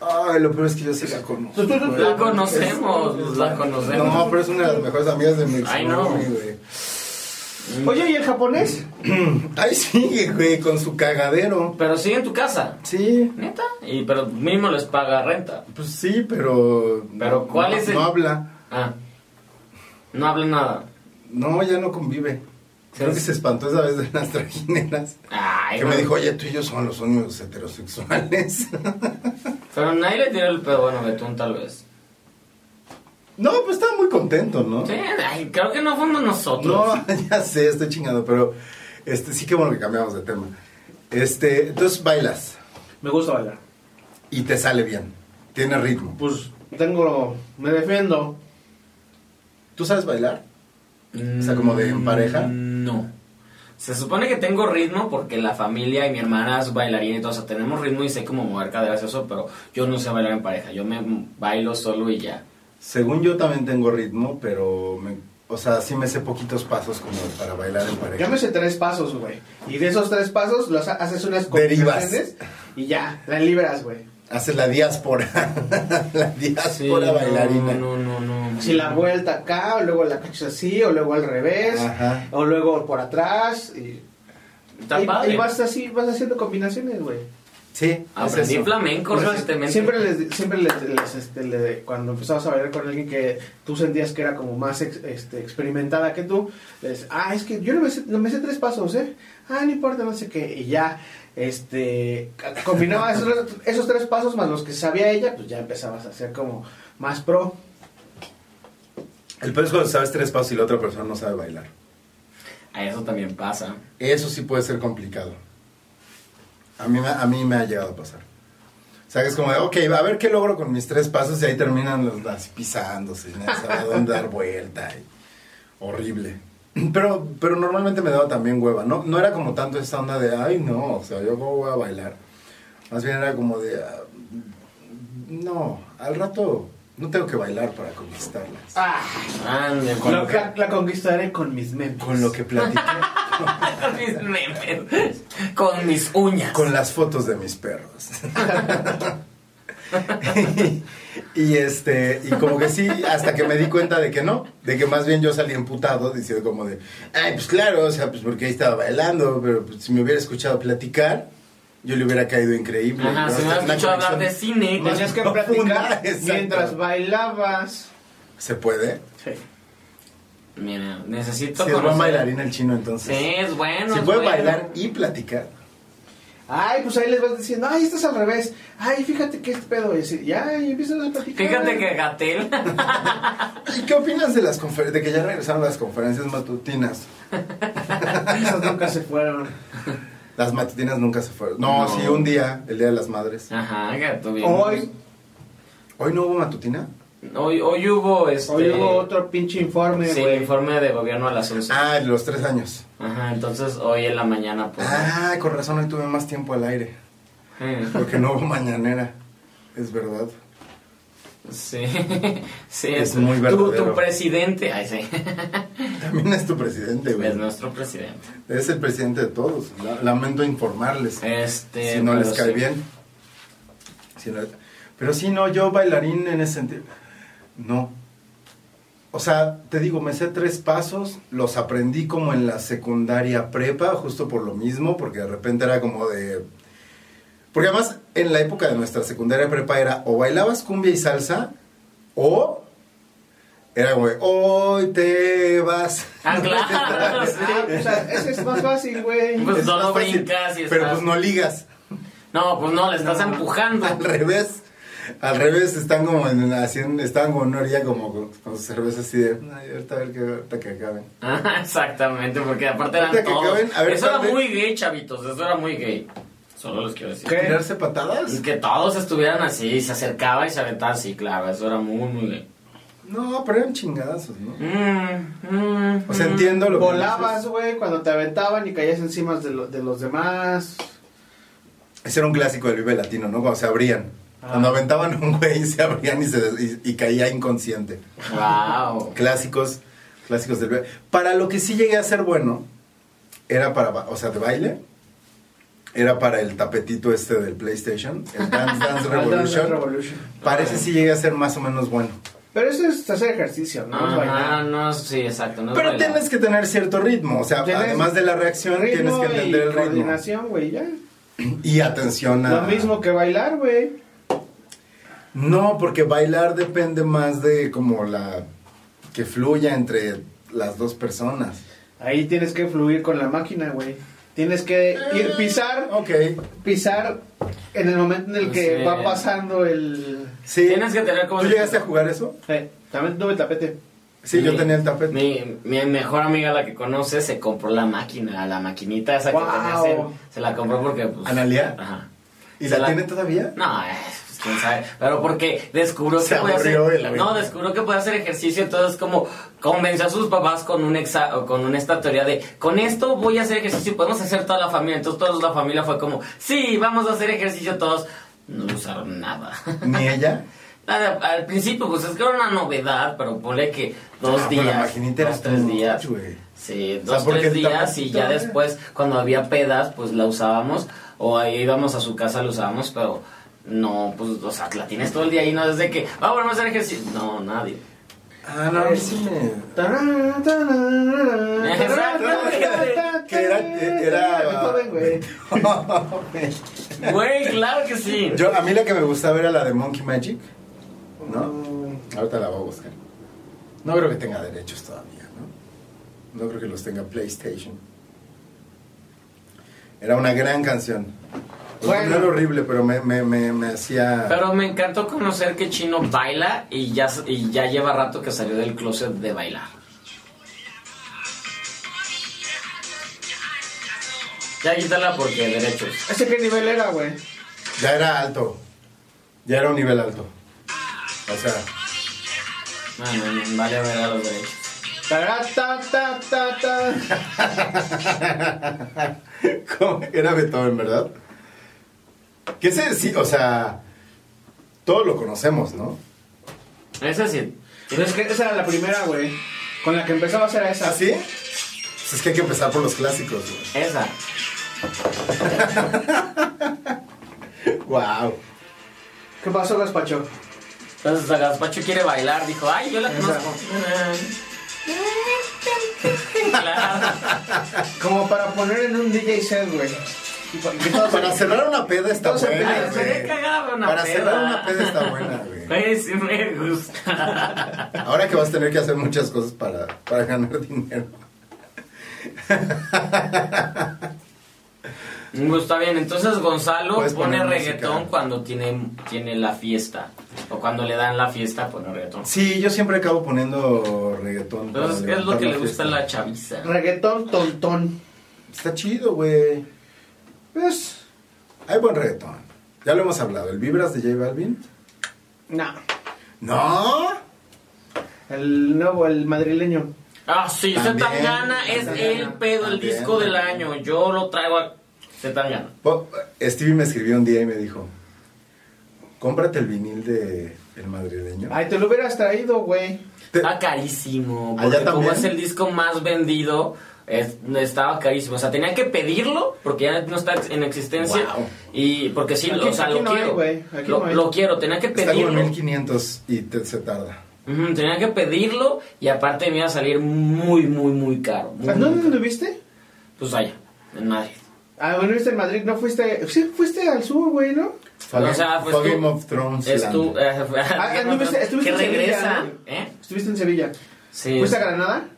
A: Ay, lo peor es que yo sí la conozco. güey.
B: La conocemos, la conocemos.
A: No, pero es una de las mejores amigas de mi
B: Ay, no.
A: exnovio, güey. Mm.
C: Oye, ¿y el japonés?
A: Ay, sí, güey, con su cagadero.
B: Pero sigue en tu casa,
A: Sí,
B: neta. Y, pero mínimo les paga renta.
A: pues sí, pero.
B: Pero, ¿cuál
A: no-
B: es el-
A: No habla.
B: Ah, no hable nada.
A: No, ya no convive. Creo que se espantó esa vez de las trajineras.
B: Ay,
A: que me
B: no.
A: dijo, oye, tú y yo somos los únicos heterosexuales.
B: Pero nadie le tiró el pedo, bueno, Betún tal vez.
A: no, pues estaba muy contento, ¿no?
B: Sí, ay, creo que no fuimos nosotros.
A: No, ya sé, estoy chingado, pero este sí que bueno que cambiamos de tema. Este, entonces bailas
C: Me gusta bailar.
A: y te sale bien, tiene ritmo.
C: Pues tengo, me defiendo.
A: ¿Tú sabes bailar? O sea, como de en pareja.
B: Mm, No. Se supone que tengo ritmo porque la familia y mi hermana es bailarina y todo, o sea, tenemos ritmo y sé cómo mover caderas y eso, pero yo no sé bailar en pareja, yo me bailo solo y ya.
A: Según yo también tengo ritmo, pero me- o sea, sí me sé poquitos pasos como para bailar en pareja.
C: Yo me sé tres pasos, güey. Y de esos tres pasos los ha- haces unas
A: Derivas.
C: combinaciones y ya, la liberas, güey.
A: Haces la diáspora, Ah, la diáspora
B: no,
A: bailarina.
B: No, no, no.
C: Si la vuelta acá, o luego la cachas así, o luego al revés,
A: Ajá.
C: o luego por atrás. Y,
B: Está
C: y-
B: padre.
C: y vas así, vas haciendo combinaciones, güey.
A: Sí, es
B: Aprendí
A: eso.
B: flamenco
C: Es más,
B: recientemente.
C: Pues Siempre les, siempre les, les, este, le- cuando empezabas a bailar con alguien que tú sentías que era como más ex- este, experimentada que tú, les, ah, es que yo no me, sé, no me sé tres pasos, ¿eh? Ah, no importa, no sé qué, y ya, este, ca- combinaba esos, esos tres pasos más los que sabía ella, pues ya empezabas a ser como más pro.
A: El peor es cuando sabes tres pasos y la otra persona no sabe bailar.
B: A eso también pasa.
A: Eso sí puede ser complicado. A mí, me- a mí me ha llegado a pasar. O sea, que es como de, ok, a ver qué logro con mis tres pasos y ahí terminan los las pisándose, no sabe dónde dar vuelta. y- horrible. Pero, pero normalmente me daba también hueva, ¿no? No era como tanto esa onda de, ay, no, o sea, yo cómo voy a bailar. Más bien era como de, ah, no, al rato no tengo que bailar para conquistarlas.
C: Ah,
B: Ande,
A: Con
C: la,
A: lo que-
C: la- la conquistaré con mis memes.
A: Con lo que platiqué,
B: con mis memes, con mis uñas.
A: con las fotos de mis perros. y, Y este, y como que sí, hasta que me di cuenta de que no, de que más bien yo salí emputado diciendo como de, ay, pues claro, o sea, pues porque ahí estaba bailando, pero pues, si me hubiera escuchado platicar, yo le hubiera caído increíble.
B: Ajá,
A: ¿no?
B: si me
A: Esta
B: has
A: es una
B: escuchado hablar de
A: conexión-
B: cine.
C: Tenías que
A: Profunda,
C: practicar
A: exacto.
C: mientras bailabas.
A: ¿Se puede?
C: Sí.
B: Mira,
A: Si
B: necesito
A: es buen
B: conocer.
A: bailarín el chino, entonces.
B: Sí, es bueno.
A: Si
B: es
A: puede
B: bueno.
A: bailar y platicar.
C: Ay, pues ahí les vas diciendo, ay, estás al revés. Ay, fíjate que este pedo. Y así, ya, y empiezan a platicar.
B: Fíjate que Gatel.
A: ¿Y qué opinas de las confer- de que ya regresaron las conferencias matutinas?
C: Esas nunca se fueron.
A: Las matutinas nunca se fueron. No,
B: No.
A: sí, un día, el Día de las Madres.
B: Ajá, gato bien.
C: Hoy,
A: ¿Hoy no hubo matutina?
B: Hoy, hoy hubo este.
C: hoy hubo otro pinche informe,
B: Sí,
C: güey.
B: el informe de gobierno a las 11.
A: Ah, los tres años.
B: Ajá, entonces hoy en la mañana, pues.
A: Ah, con razón, hoy tuve más tiempo al aire.
B: eh,
A: Porque no hubo mañanera. Es verdad.
B: Sí, sí,
A: Es muy
B: tu-
A: verdadero.
B: Tu presidente, ay, sí.
A: También es tu presidente,
B: Es
A: güey.
B: nuestro presidente.
A: Es el presidente de todos. La- Lamento informarles.
B: Este.
A: si no les
B: pero
A: cae
B: sí.
A: bien. Si no- pero sí, no, yo bailarín en ese sentido. No. O sea, te digo, me sé tres pasos, los aprendí como en la secundaria prepa, justo por lo mismo, porque de repente era como de... Porque además, en la época de nuestra secundaria prepa era o bailabas cumbia y salsa, o era como de, hoy te vas.
B: Ah, claro. sí.
C: Ah, o sea, ese es más fácil, güey.
B: Pues
A: Es
B: no,
A: más
B: no
A: fácil,
B: brincas y
A: Pero
B: estás-
A: pues no ligas.
B: No, pues no, le estás empujando.
A: Al revés. Al revés, están como en, haciendo, están con una orilla como con, con sus cervezas así de, "Ay, ahorita a ver que, ahorita que acaben.
B: Ajá, Ah, Exactamente, porque aparte
A: Ahorita
B: eran
A: que
B: todos.
A: acaben, a ver,
B: eso era
A: ¿dónde?
B: muy gay, chavitos, eso era muy gay. Solo les quiero decir.
C: ¿Qué?
A: ¿Tirarse patadas?
B: Es que todos estuvieran así, se acercaba y se aventaba así, claro, eso era muy, muy gay.
A: No, pero eran chingadazos, ¿no?
B: Mm, mm,
A: O sea,
B: mm.
A: entiendo lo que
C: Volabas,
A: dices.
C: güey, cuando te aventaban y caías encima de, lo- de los demás.
A: Ese era un clásico del Vive Latino, ¿no? Cuando se abrían. Cuando aventaban un güey, se abrían y, se, des- y- y caía inconsciente.
B: Wow.
A: Clásicos, clásicos del Vive. Para lo que sí llegué a ser bueno, era para, ba- o sea, de baile, era para el tapetito este del PlayStation, el Dance Dance
C: Dance
A: Revolution.
C: Revolution.
A: Parece si llegué a ser más o menos bueno.
C: Pero eso es hacer ejercicio, ¿no? Es
B: Ajá,
C: bailar.
B: no, sí, exacto. No es
A: Pero
B: bailar.
A: tienes que tener cierto ritmo, o sea,
C: Tienes
A: además de la reacción tienes
C: Ritmo
A: que entender
C: y
A: el ritmo
C: coordinación, güey, ya.
A: y atención a
C: Lo mismo que bailar, güey.
A: No, porque bailar depende más de como la que fluya entre las dos personas.
C: Ahí tienes que fluir con la máquina, güey. Tienes que ir pisar,
A: Ok.
C: pisar en el momento en el que
B: Sí.
C: va pasando el...
A: Sí.
B: Tienes que tener como-
A: ¿Tú llegaste a jugar eso?
C: Eh, también tuve tapete.
A: Sí, yo
B: Mi-
A: tenía el tapete.
B: Mi, mi mejor amiga, la que conoce, se compró la máquina, la maquinita esa
C: Wow.
B: que tenías. en- Se la compró porque, pues.
A: ¿Analia?
B: Ajá.
A: ¿Y
B: se
A: la
B: la-
A: tiene todavía?
B: No, eh, pues, quién sabe. Pero porque descubrió
A: Se
B: que podía hacer.
A: aburrió de la vida.
B: No, descubrió que podía hacer ejercicio. Entonces, como convenció a sus papás con un exa- o con una esta teoría de con esto voy a hacer ejercicio. Podemos hacer toda la familia. Entonces, toda la familia fue como, sí, vamos a hacer ejercicio todos. No usaron nada.
A: Ni ella.
B: Al, al principio, pues es que era una novedad, pero ponle que dos
A: Ah, pero
B: días,
A: la maquinita era
B: dos, tres
A: como,
B: días.
A: güey.
B: Sí,
A: O sea,
B: dos,
A: porque
B: tres
A: el
B: días
A: tapetito
B: y ya
A: era-
B: después, cuando había pedas, pues la usábamos o ahí íbamos a su casa, la usábamos, pero no, pues, o sea, la tienes todo el día ahí, no desde que, ah, bueno, vamos a hacer ejercicio. No, nadie.
A: Ah, no, a mí sí me-
C: Tarara, tarara,
B: Exacto.
C: tarara,
A: Que era- era-
C: Beethoven, güey.
B: Güey, claro que sí.
A: Yo, a mí la que me gustaba era la de Monkey Magic, ¿no? Ahorita la voy a buscar. No creo que tenga derechos todavía, ¿no? No creo que los tenga PlayStation. Era una gran canción. O sea,
C: Bueno.
A: No era horrible, pero me, me, me, me hacía...
B: Pero me encantó conocer que Chino baila y ya, y ya lleva rato que salió del closet de bailar. Ya quítala porque derechos.
C: ¿Ese qué nivel era, güey?
A: Ya era alto. Ya era un nivel alto. O sea,
B: No, no, no, vale a ver a los derechos.
C: Tarara, ta, ta, ta, ta.
A: ¿cómo? era Beethoven, ¿verdad? ¿Qué se sí, O sea, todos lo conocemos, ¿no?
B: Esa sí.
C: Pero es que esa era la primera, güey. Con la que empezabas era esa.
A: ¿Así? Pues es que hay que empezar por los clásicos, güey.
B: Esa.
A: Wow.
C: ¿Qué pasó, Gaspacho?
B: Entonces a Gaspacho quiere bailar, dijo, ay, yo la
C: Esa.
B: conozco. Claro.
C: Como para poner en un DJ set, güey. Y pa- que todos-
A: Para cerrar una peda está
C: Entonces,
A: buena,
C: pero
B: sería
A: güey.
B: cagada una
A: Para
B: peda.
A: cerrar una peda está buena, güey.
B: Güey, sí me gusta.
A: Ahora que vas a tener que hacer muchas cosas para, para ganar dinero.
B: Pues está bien, entonces Gonzalo
A: Puedes
B: pone
A: poner
B: reggaetón
A: música.
B: cuando tiene, tiene la fiesta. O cuando le dan la fiesta, pone reggaetón.
A: Sí, yo siempre acabo poniendo reggaetón. para
B: Entonces es lo
A: levantar
B: que
A: la
B: le gusta a
A: fiesta.
B: la chaviza.
C: Reggaetón tontón.
A: Está chido, güey.
C: Pues,
A: Hay buen reggaetón. Ya lo hemos hablado. ¿El Vibras de J Balvin?
C: no.
A: No.
C: El nuevo, el madrileño.
B: Ah, sí,
A: También,
B: Zetangana es
A: Zetangana,
B: el pedo, el
A: también,
B: disco del
A: también.
B: año. Yo lo traigo a Zetangana.
A: Po- Stevie me escribió un día y me dijo, cómprate el vinil de El Madrileño.
C: Ay, te lo hubieras traído, güey.
A: Te-
B: Está carísimo.
A: ¿Allá
B: Porque como
A: también?
B: es el disco más vendido, es- estaba carísimo. O sea, tenía que pedirlo porque ya no está en existencia.
A: Wow.
B: Y porque sí,
C: Aquí-
B: lo- o sea,
C: aquí
B: lo
C: no hay,
B: quiero.
C: güey, aquí
B: lo,
C: no hay.
B: lo quiero, tenía que
A: Está como en
B: pedirlo.
A: 1500 y te- se tarda.
B: Ujú, tenía que pedirlo y aparte me iba a salir muy, muy, muy caro. Muy,
C: ¿A
B: muy
C: dónde
B: caro.
C: anduviste?
B: Pues allá, en Madrid.
C: Ah, bueno, viste en Madrid, no fuiste. Sí, fuiste al sur, güey, ¿no?
A: Fue
B: O sea, pues
A: fue
B: tú-
A: Game of Thrones.
B: Es
A: Land.
B: tu. eh, fue-
C: Ah, anduviste- estuviste
B: que
C: en Sevilla,
B: regresa.
C: ¿no?
B: ¿Eh?
C: Estuviste en Sevilla.
B: Sí.
C: ¿Fuiste a Granada?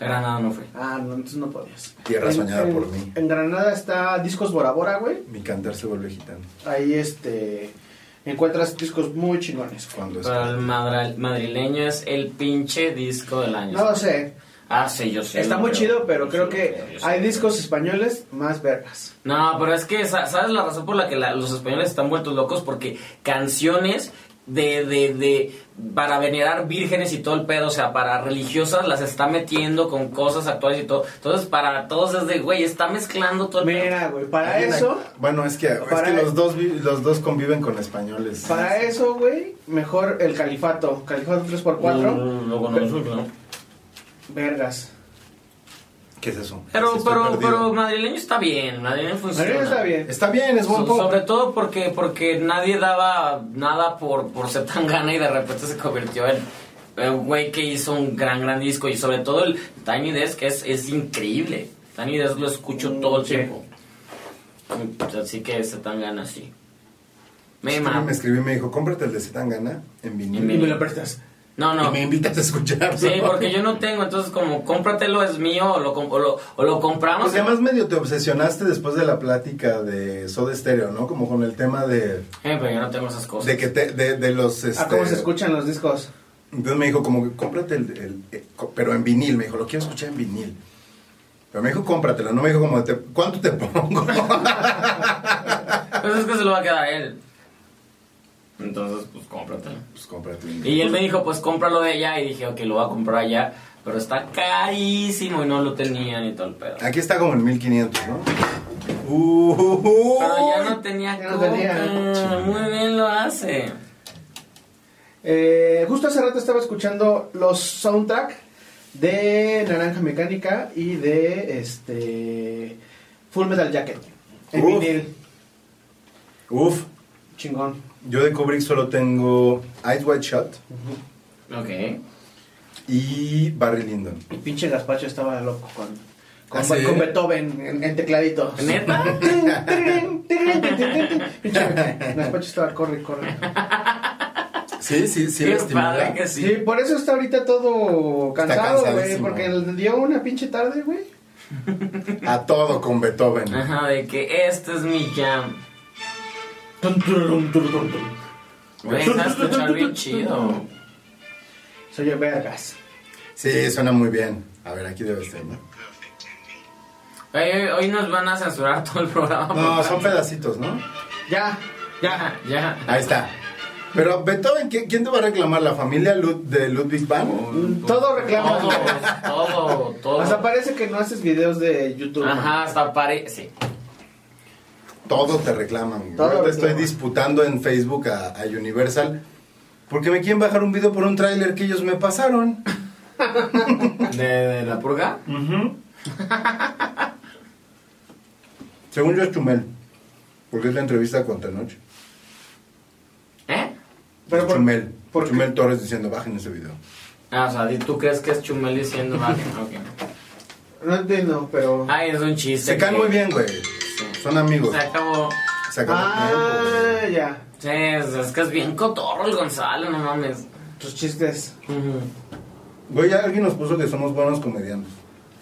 B: Granada no fue.
C: Ah, no, entonces no podías.
A: Tierra
C: En-
A: soñada
C: en-
A: por mí.
C: En Granada está Discos Bora Bora, güey.
A: Mi cantar se vuelve gitano.
C: Ahí este encuentras discos muy chingones. güey.
A: Cuando es...
B: Pero el madra- madrileño es el pinche disco del año.
C: No lo sé.
B: Ah, sí, yo sé.
C: Está
B: yo
C: muy
B: creo.
C: chido, pero
B: Yo
C: creo
B: sí,
C: que
B: yo sí.
C: hay discos españoles más vergas.
B: No, pero es que, sa- ¿sabes la razón por la que la- los españoles están vueltos locos? Porque canciones de, de, de, para venerar vírgenes y todo el pedo, o sea, para religiosas las está metiendo con cosas actuales y todo. Entonces, para todos es de, güey, está mezclando todo el pedo.
C: Mira, güey, para
A: Hay una-
C: eso,
A: Bueno, es que, es
C: Para- e-
A: que los, dos vi- los dos conviven con españoles.
C: para e- eso, güey, mejor el Califato, Califato 3x4,
B: No, no, no, no, no, no. Mm.
C: vergas.
A: ¿Qué es eso?
B: Pero,
A: Estoy
B: pero,
A: perdido.
B: pero madrileño está bien, madrileño funciona.
C: Madrid está bien.
A: Está bien, es buen
B: So-
A: pop.
B: sobre todo porque porque nadie daba nada por, por ser tan gana y de repente se convirtió en en un güey que hizo un gran, gran disco. Y sobre todo el Tiny Desk es, es increíble. Tiny Desk lo escucho todo el
C: sí.
B: tiempo. Mm, Así que se tan gana, sí. Me
A: Stevie
B: mama.
A: Este me escribió y me dijo, cómprate el de Zetangana en vinil.
B: En
C: Y
B: vinil.
C: me lo prestas.
B: No, no.
A: Y me invitas a escucharlo.
B: Sí, porque yo no tengo, entonces como cómpratelo es mío o lo, com- o lo, o lo compramos.
A: Porque Pues además medio te obsesionaste después de la plática de Soda Stereo, ¿no? Como con el tema de,
B: Eh, pero yo no tengo esas cosas.
A: de que te- de, de los este,
C: Ah, cómo se escuchan los discos.
A: Entonces me dijo como que cómprate el, el- eh, co- pero en vinil, me dijo, lo quiero escuchar en vinil. Pero me dijo cómpratelo, no me dijo como te- ¿cuánto te pongo? "Pues
B: Entonces Pues es que se lo va a quedar a él. Entonces, pues cómpratelo.
A: pues cómprate un vinil.
B: Y él me dijo, pues cómpralo de allá. Y dije, ok, lo voy a comprar allá. Pero está carísimo y no lo tenía ni todo el pedo.
A: Aquí está como en 1500, ¿no? Uh,
B: Pero ya no tenía
C: Ya no tenía.
B: coca. Muy bien lo hace.
C: Eh, justo hace rato estaba escuchando los soundtrack de Naranja Mecánica y de este Full Metal Jacket. En
A: Uf.
C: vinil,
A: Uf,
C: chingón.
A: yo de Kubrick solo tengo Eyes Wide Shut
B: Ok.
A: y Barry Lyndon.
C: Y pinche Gaspacho estaba loco con, con,
A: ¿Ah, sí?
C: con Beethoven en, en tecladito.
B: ¿Neta?
C: Pinche Gaspacho estaba corre, corre.
A: Sí, sí, sí.
B: Qué
A: lo estimula.
B: padre que sí.
C: Sí, por eso está ahorita todo cansado, güey.
A: cansadísimo.
C: Porque le dio una pinche tarde, güey.
A: A todo con Beethoven.
B: Ajá, de que este es mi jam. Güey, está escuchar bien chido.
C: Soy yo, vergas.
A: Sí, suena muy bien. A ver, aquí debe estar. ¿no?
B: Güey, hoy, hoy nos van a censurar todo el programa.
A: No, son pedacitos, ¿no?
C: Ya, ya.
B: Ya, ya.
A: Ahí está. Pero Beethoven, ¿quién, quién te va a reclamar? ¿La familia Lud- de Ludwig van?
C: Todo reclama.
B: Todo, todo, todo.
C: Hasta parece que no haces videos de YouTube.
B: Ajá, hasta pare... Sí.
A: Todo te reclaman.
C: Todo
A: Yo te
C: reclama.
A: estoy disputando en Facebook a, a Universal porque me quieren bajar un video por un tráiler que ellos me pasaron.
B: ¿De, de la purga?
A: Según yo es Chumel, porque es la entrevista con Tenoch.
B: ¿Eh?
C: Pero por-
A: Chumel.
C: ¿por qué?
A: Chumel Torres diciendo, bajen ese video.
B: Ah, o sea, di- ¿tú crees que es Chumel diciendo vale? Ok.
C: No entiendo, pero.
B: Ay, es un chiste.
A: Se caen
B: que-
A: muy bien, güey. Son amigos.
B: Se acabó. Ah,
A: Se acabó el tiempo, güey.
C: Ah, ya.
B: Sí, es, es que es bien cotorro el Gonzalo, no mames.
C: Tus chistes.
B: Ujú.
A: Güey, ya alguien nos puso que somos buenos comediantes.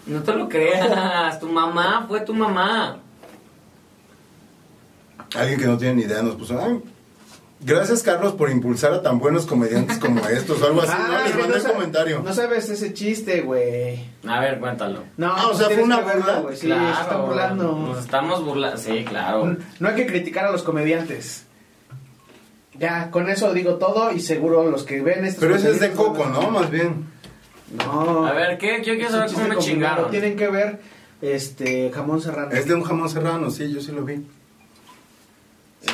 B: No te lo creas, tu mamá fue tu mamá.
A: Alguien que no tiene ni idea nos puso, ay, gracias Carlos por impulsar a tan buenos comediantes como estos o algo así.
C: Ah,
A: Pues no, les
C: que
A: mandé un
C: no sa-
A: comentario.
C: No sabes ese chiste, güey.
B: A ver, cuéntalo.
C: No, pues
A: Ah, o sea,
C: tienes
A: fue una
C: que verlo,
A: burla.
C: güey. Sí, se está burlando.
B: Nos estamos burlando. Sí, claro.
C: No hay que criticar a los comediantes. Ya, con eso digo todo y seguro los que ven esto.
A: Pero ese es de Coco, ¿no? Más bien.
C: No.
B: A ver, ¿qué? Yo quiero
C: Es un
B: saber
C: chiste
B: cómo me
C: combinado.
B: chingaron.
C: Tienen que ver este jamón serrano.
A: Es de un jamón serrano, sí, yo sí lo vi.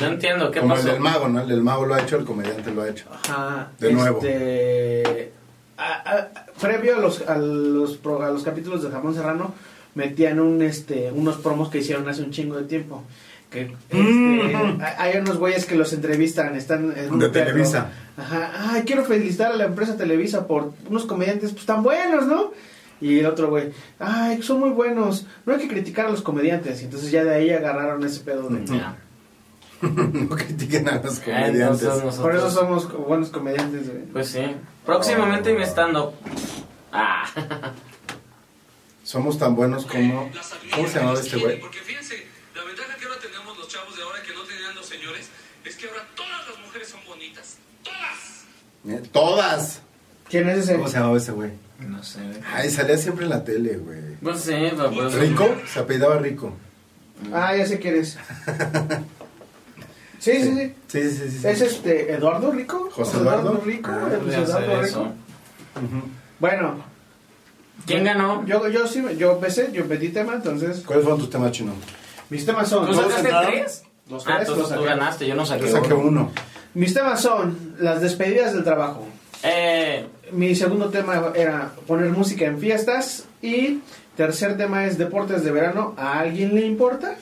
B: No entiendo, ¿qué
A: como
B: pasó?
A: el del mago, ¿no? El del mago lo ha hecho, el comediante lo ha hecho.
C: Ajá.
A: De nuevo.
C: Este, a- a- previo a los, a, los, pro- a los capítulos de Jamón Serrano, metían un, este, unos promos que hicieron hace un chingo de tiempo. Que, este,
A: Mm.
C: a- Hay unos güeyes que los entrevistan, están en un
A: De
C: teatro.
A: Televisa.
C: Ajá. Ay, quiero felicitar a la empresa Televisa por unos comediantes pues, tan buenos, ¿no? Y el otro güey, ay, son muy buenos, no hay que criticar a los comediantes. Y entonces ya de ahí agarraron ese pedo de...
B: Ya.
A: no critiquen a los
B: Ah, Entonces
A: comediantes.
B: nosotros.
C: Por eso somos co- buenos comediantes, güey.
B: Pues sí. Próximamente
C: Oh.
B: mi stand-up. Ah.
A: Somos tan buenos como. ¿Cómo se llamaba este güey?
D: Porque fíjense, la ventaja que ahora tenemos los chavos de ahora que no tenían los señores es que ahora todas las mujeres son bonitas. ¡Todas!
A: ¿Eh? Todas.
C: ¿Quién es ese?
A: ¿Cómo se llamaba ese güey?
B: No sé.
A: Ay, salía siempre en la tele, güey.
B: Pues sí, pero por eso-
A: ¿Rico? Se apellidaba Rico.
C: Ah, ya sé quién es. Sí, sí, sí.
A: Sí, sí, sí. sí.
C: ¿Es este Eduardo Rico?
A: ¿José Eduardo?
C: Rico?
A: Ah,
C: José
B: Voy a hacer
C: Eduardo
B: eso.
C: Rico. Bueno,
B: ¿Quién ganó?
C: yo, yo sí, yo empecé, yo pedí tema, entonces.
A: ¿Cuáles fueron tus temas chinos?
C: Mis temas son.
B: ¿Tú
C: ¿todos
B: sacaste
C: entraron?
B: Pues, tres?
C: Los tres,
B: Ah, entonces
C: los
B: tú
C: saqué.
B: ganaste, yo no saqué.
A: Yo saqué
B: uno.
A: uno.
C: Mis temas son las despedidas del trabajo.
B: Eh,
C: Mi segundo tema era poner música en fiestas. Y tercer tema es deportes de verano. ¿A alguien le importa?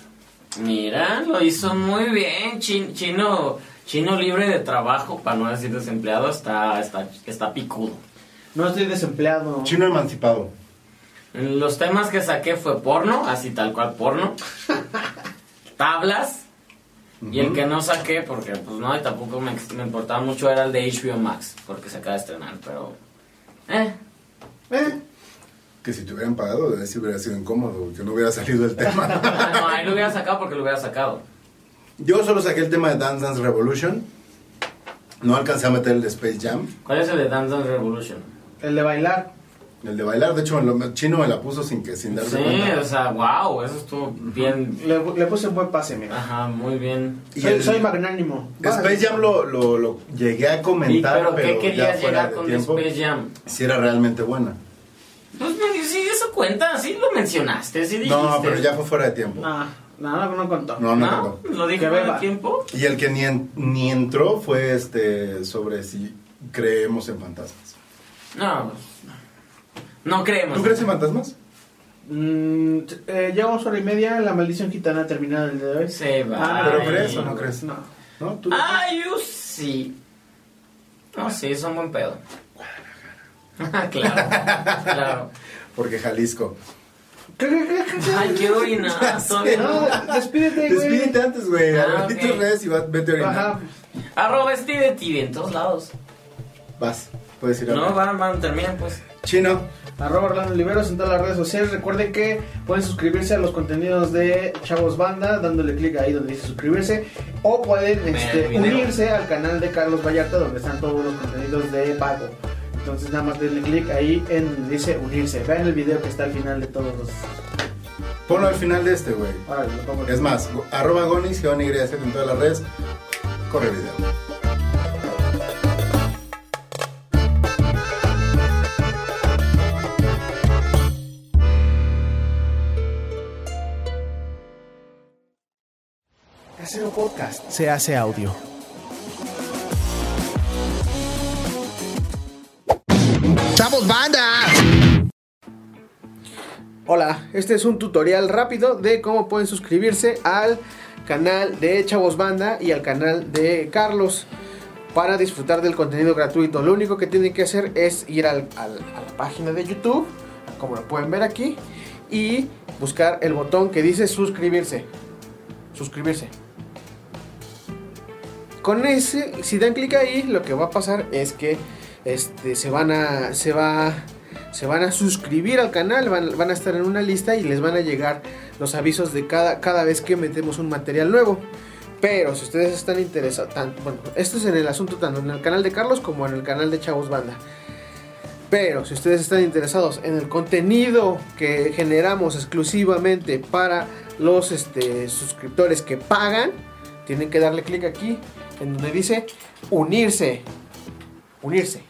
B: mira, lo hizo muy bien. Chin- chino, chino libre de trabajo, para no decir desempleado, está, está, está picudo.
C: No estoy desempleado.
A: Chino emancipado.
B: Los temas que saqué fue porno, así tal cual porno. Tablas. Y el que no saqué, porque pues no, y tampoco me, me importaba mucho, era el de HBO Max, porque se acaba de estrenar, pero... Eh,
C: ¿Eh?
A: Que si te hubieran pagado, de si hubiera sido incómodo, que no hubiera salido el tema.
B: no, ahí lo hubiera sacado porque lo hubiera sacado.
A: Yo solo saqué el tema de Dance Dance Revolution. No alcancé a meter el de Space Jam,
B: ¿Cuál es el de Dance Dance Revolution?
C: El de bailar.
A: el de bailar. De hecho, el hombre chino me la puso sin que sin darse
B: Sí,
A: cuenta.
B: o sea, wow, eso estuvo bien...
C: Le, le puse un buen pase, mira.
B: Ajá, muy bien.
A: Y
C: Soy,
A: el-
C: soy magnánimo.
A: Space Jam lo, lo, lo llegué a
B: Y,
A: comentar,
B: pero,
A: pero,
B: ¿qué querías
A: ya fuera
B: llegar
A: de
B: con
A: tiempo.
B: Space Jam?
A: Si era realmente buena.
B: Pues me sí, eso cuenta, sí lo mencionaste, sí dijiste.
A: No, pero ya fue fuera de tiempo. No,
C: No, no, no, no contó.
A: no,
B: ¿No?
A: no.
B: ¿Lo dije
C: Que
B: fuera de
C: beba.
B: tiempo?
A: Y el que ni, en- ni entró fue este sobre si creemos en fantasmas.
B: No, no creemos.
A: ¿Tú crees en fantasmas?
C: Mm, eh, llevamos hora y media, la maldición gitana terminada el día de hoy.
B: Se va.
A: Ah, ¿Pero
B: Ay.
A: crees o no crees?
C: No.
A: ¿No? ¿Tú?
B: Ay, yo sí. No, sí, son buen pedo. claro, claro.
A: Porque Jalisco.
C: ¿Qué, qué, qué, qué, qué?
B: Ay, qué orinar. todavía no.
C: No, despídete, güey.
A: Despídete antes, güey.
B: Ah,
A: Abrí
B: ok.
A: tus redes y vas, vete a orinar.
C: Ajá.
B: Arroba este de TV en todos lados.
A: Vas, puedes ir a
B: No,
A: orinar.
B: van, van, terminan pues.
A: Chino,
C: Arroba Orlando Liberos en todas las redes sociales. Recuerden que pueden suscribirse a los contenidos de Chavos Banda dándole clic ahí donde dice suscribirse. O pueden este,
B: video.
C: unirse al canal de Carlos Vallarta donde están todos los contenidos de Pago. Entonces nada más denle clic ahí en donde dice unirse. Vean el video que está al final de todos los...
A: ponlo al final de este, güey.
C: Ahora lo pongo.
A: Es más, go- arroba gonis, g o n y Z en todas las redes. Corre video.
F: Casero Podcast se hace audio. ¡Chavos, banda!
C: Hola, este es un tutorial rápido de cómo pueden suscribirse al canal de Chavos Banda y al canal de Carlos. para disfrutar del contenido gratuito. Lo único que tienen que hacer es ir al- al- a la página de YouTube, como lo pueden ver aquí, y buscar el botón que dice suscribirse. Suscribirse. Con ese, si dan clic ahí, lo que va a pasar es que este, se van a. se va. Se van a suscribir al canal, van, van a estar en una lista y les van a llegar los avisos de cada, cada vez que metemos un material nuevo. Pero si ustedes están interesados, tan- bueno, esto es en el asunto tanto en el canal de Carlos como en el canal de Chavos Banda. Pero si ustedes están interesados en el contenido que generamos exclusivamente para los este, suscriptores que pagan, tienen que darle clic aquí en donde dice unirse. Unirse.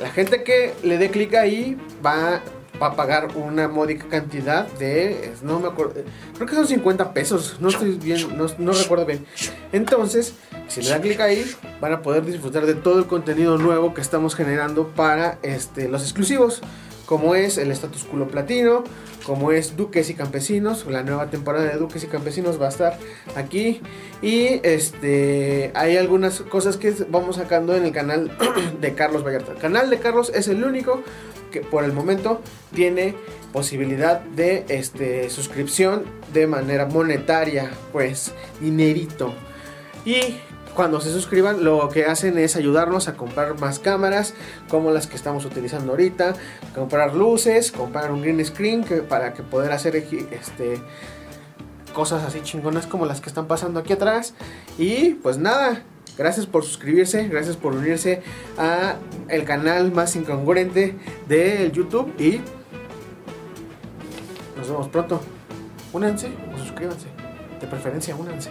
C: La gente que le dé clic ahí va, va a pagar una módica cantidad de. No me acuerdo. Creo que son 50 pesos. No estoy bien. No, no recuerdo bien. Entonces, si le dan clic ahí, van a poder disfrutar de todo el contenido nuevo que estamos generando para este, los exclusivos. Como es el status culo platino, como es Duques y Campesinos, la nueva temporada de Duques y Campesinos va a estar aquí. Y este hay algunas cosas que vamos sacando en el canal de Carlos Vallarta. El canal de Carlos es el único que por el momento tiene posibilidad de este, suscripción de manera monetaria, pues dinerito. Y cuando se suscriban, lo que hacen es ayudarnos a comprar más cámaras, como las que estamos utilizando ahorita, comprar luces, comprar un green screen que- para que poder hacer eji- este cosas así chingonas como las que están pasando aquí atrás. Y pues nada, gracias por suscribirse, gracias por unirse a el canal más incongruente del YouTube y nos vemos pronto. Únanse o suscríbanse. De preferencia, únanse.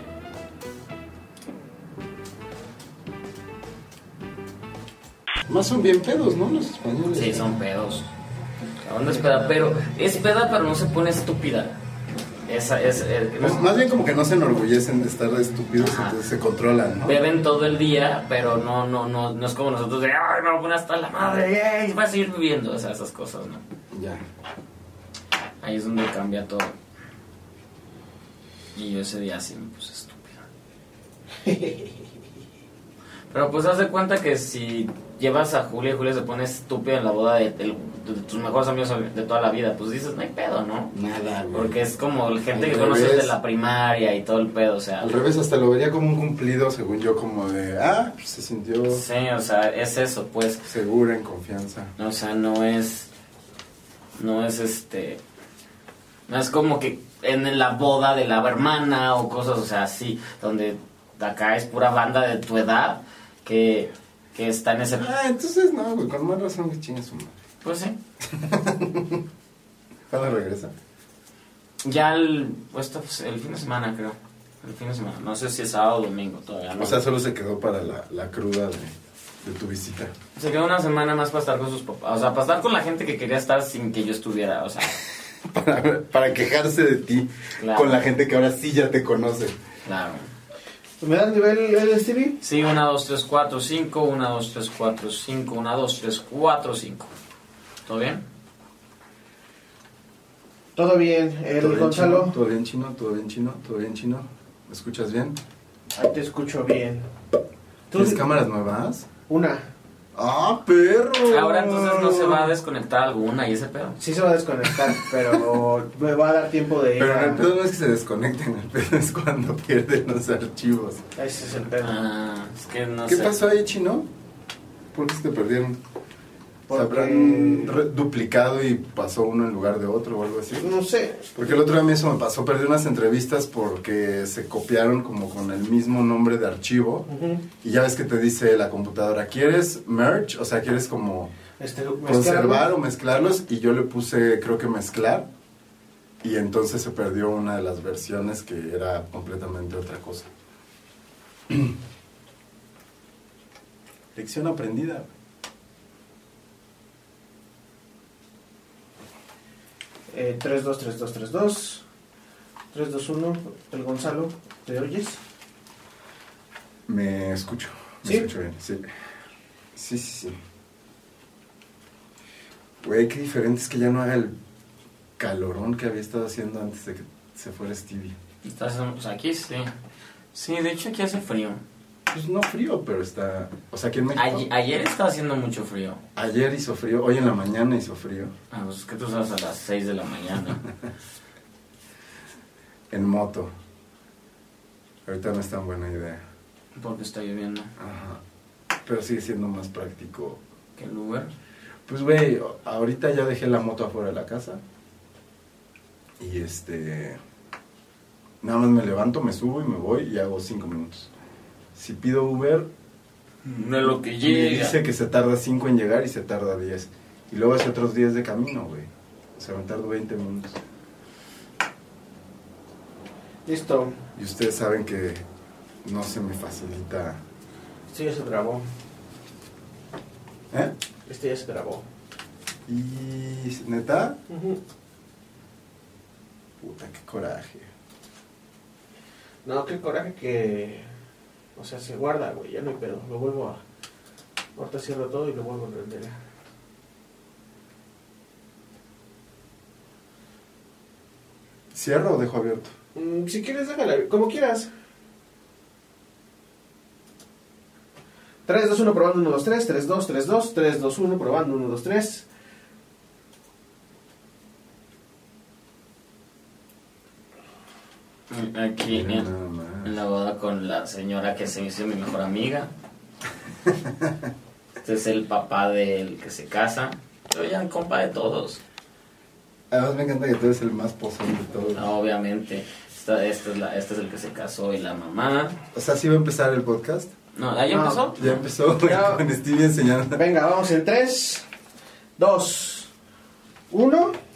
A: Más son bien pedos, ¿no? Los españoles.
B: Sí, son pedos. La onda es peda, pero es peda, pero no se pone estúpida. Esa es. eh, no-
A: Pues, Más, más bien como que no se enorgullecen de estar estúpidos,
B: Ajá.
A: entonces se controlan, ¿no?
B: Beben todo el día, pero no, no, no, no es como nosotros de, ay, me voy a poner hasta la madre, ay, voy a seguir viviendo, o sea, esas cosas, ¿no?
A: Ya.
B: Ahí es donde cambia todo. Y yo ese día sí me puse estúpida. Pero pues haz de cuenta que si llevas a Julia y Julia se pone estúpida en la boda de, del- de tus mejores amigos de toda la vida, pues dices, no hay pedo, ¿no?
A: Nada, güey.
B: Porque es como la gente
A: Al
B: que conoces de
A: revés.
B: la primaria y todo el pedo, o sea.
A: Al revés, hasta lo vería como un cumplido, según yo, como de, ah, pues, se sintió
B: Sí, o sea, es eso, pues.
A: segura, en confianza.
B: O sea, no es. No es este. No es como que en la boda de la hermana o cosas, o sea, así, donde acá es pura banda de tu edad que, que está en ese.
A: Ah, entonces no, güey, con más razón que chingue su madre.
B: Pues sí.
A: ¿Cuándo regresa?
B: Ya el. esto, pues, el fin de semana, creo. El fin de semana. No sé si es sábado o domingo todavía. ¿no?
A: O sea, solo se quedó para la, la cruda de, de tu visita.
B: Se quedó una semana más para estar con sus papás. O sea, para estar con la gente que quería estar sin que yo estuviera. O sea,
A: Para, para quejarse de ti
B: Claro.
A: con la gente que ahora sí ya te conoce.
B: claro.
C: ¿Me das nivel el Stevie?
B: Sí, 1, 2, 3, 4, 5, 1, 2, 3, 4, 5, 1, 2, 3, 4, 5. ¿Todo bien?
C: Todo bien, el
A: ¿Todo bien, chino?
C: Gonzalo.
A: ¿Todo bien chino? ¿Todo bien chino? ¿Todo bien chino? ¿Me escuchas bien?
C: Ahí te escucho bien. Tú-
A: ¿Tienes cámaras nuevas?
C: Una.
A: ¡Ah, perro!
B: Ahora entonces no se va a desconectar alguna y ese pedo.
C: Sí se va a desconectar, pero me va a dar tiempo de ir.
A: Pero
C: a-
A: el pedo no es que se desconecten, el pedo es cuando pierden los archivos.
C: Ese es el pedo.
B: Ah, es que no
A: ¿Qué
B: sé.
A: pasó ahí, chino? ¿Por qué se te perdieron? ¿Se
C: Porque-
A: habrán re- duplicado y pasó uno en lugar de otro o algo así?
C: No sé.
A: Porque el otro día a mí eso me pasó, perdí unas entrevistas porque se copiaron como con el mismo nombre de archivo. Y ya ves que te dice la computadora, ¿quieres merge? O sea, ¿quieres como
C: Este,
A: conservar o mezclarlos? Y yo le puse, creo que mezclar. Y entonces se perdió una de las versiones que era completamente otra cosa. Lección aprendida.
C: Eh, 3, 2, 3, 2, 3, 2. 3, 2, 1. El Gonzalo, ¿te oyes?
A: Me escucho. Me
C: ¿Sí?
A: escucho bien, sí. Sí, sí, sí. Güey, qué diferente es que ya no haga el calorón que había estado haciendo antes de que se fuera Stevie.
B: ¿Estás en- pues, aquí? Sí. Sí, de hecho aquí hace frío.
A: Pues no frío, pero está. O sea, aquí en México.
B: Ay- ayer estaba haciendo mucho frío.
A: Ayer hizo frío, hoy en la mañana hizo frío.
B: Ah, pues es que tú sabes a las 6 de la mañana.
A: En moto. Ahorita no es tan buena idea.
B: Porque está lloviendo.
A: Ajá. Pero sigue siendo más práctico.
B: Que el Uber.
A: Pues, güey, ahorita ya dejé la moto afuera de la casa. Y este. Nada más me levanto, me subo y me voy y hago cinco minutos. Si pido Uber,
B: No es lo que
A: me dice que se tarda cinco en llegar y se tarda 10. Y luego hace otros 10 de camino, güey. O sea, me tardo 20 minutos.
C: Listo.
A: Y ustedes saben que no se me facilita.
C: Esto Este ya se grabó.
A: ¿Eh?
C: Esto ya se grabó.
A: Y neta, puta, qué coraje.
C: No, qué coraje que. O sea, se guarda, güey. Ya no hay pedo. Lo vuelvo a. Ahorita cierro todo y lo vuelvo a prender.
A: ¿Cierro o dejo abierto?
C: Mm, si quieres, déjala. Como quieras. 3, 2, 1, probando 1, 2, 3. 3, 2, 3, 2. 3, 2, 1, probando 1, 2, 3.
B: Aquí
A: Mira
B: en,
A: nada más.
B: en la boda con la señora que se hizo mi mejor amiga. Este es el papá del que se casa. Yo ya el compa de todos.
A: Además me encanta que tú eres el más pozón de todos.
B: No, obviamente. Esta, esta es la, este es el que se casó y la mamá.
A: O sea, sí va a empezar el podcast.
B: No, ahí
C: No.
B: empezó.
A: Ya empezó güey,
C: Ya.
A: con Stevie enseñando.
C: Venga, vamos en 3, 2, 1.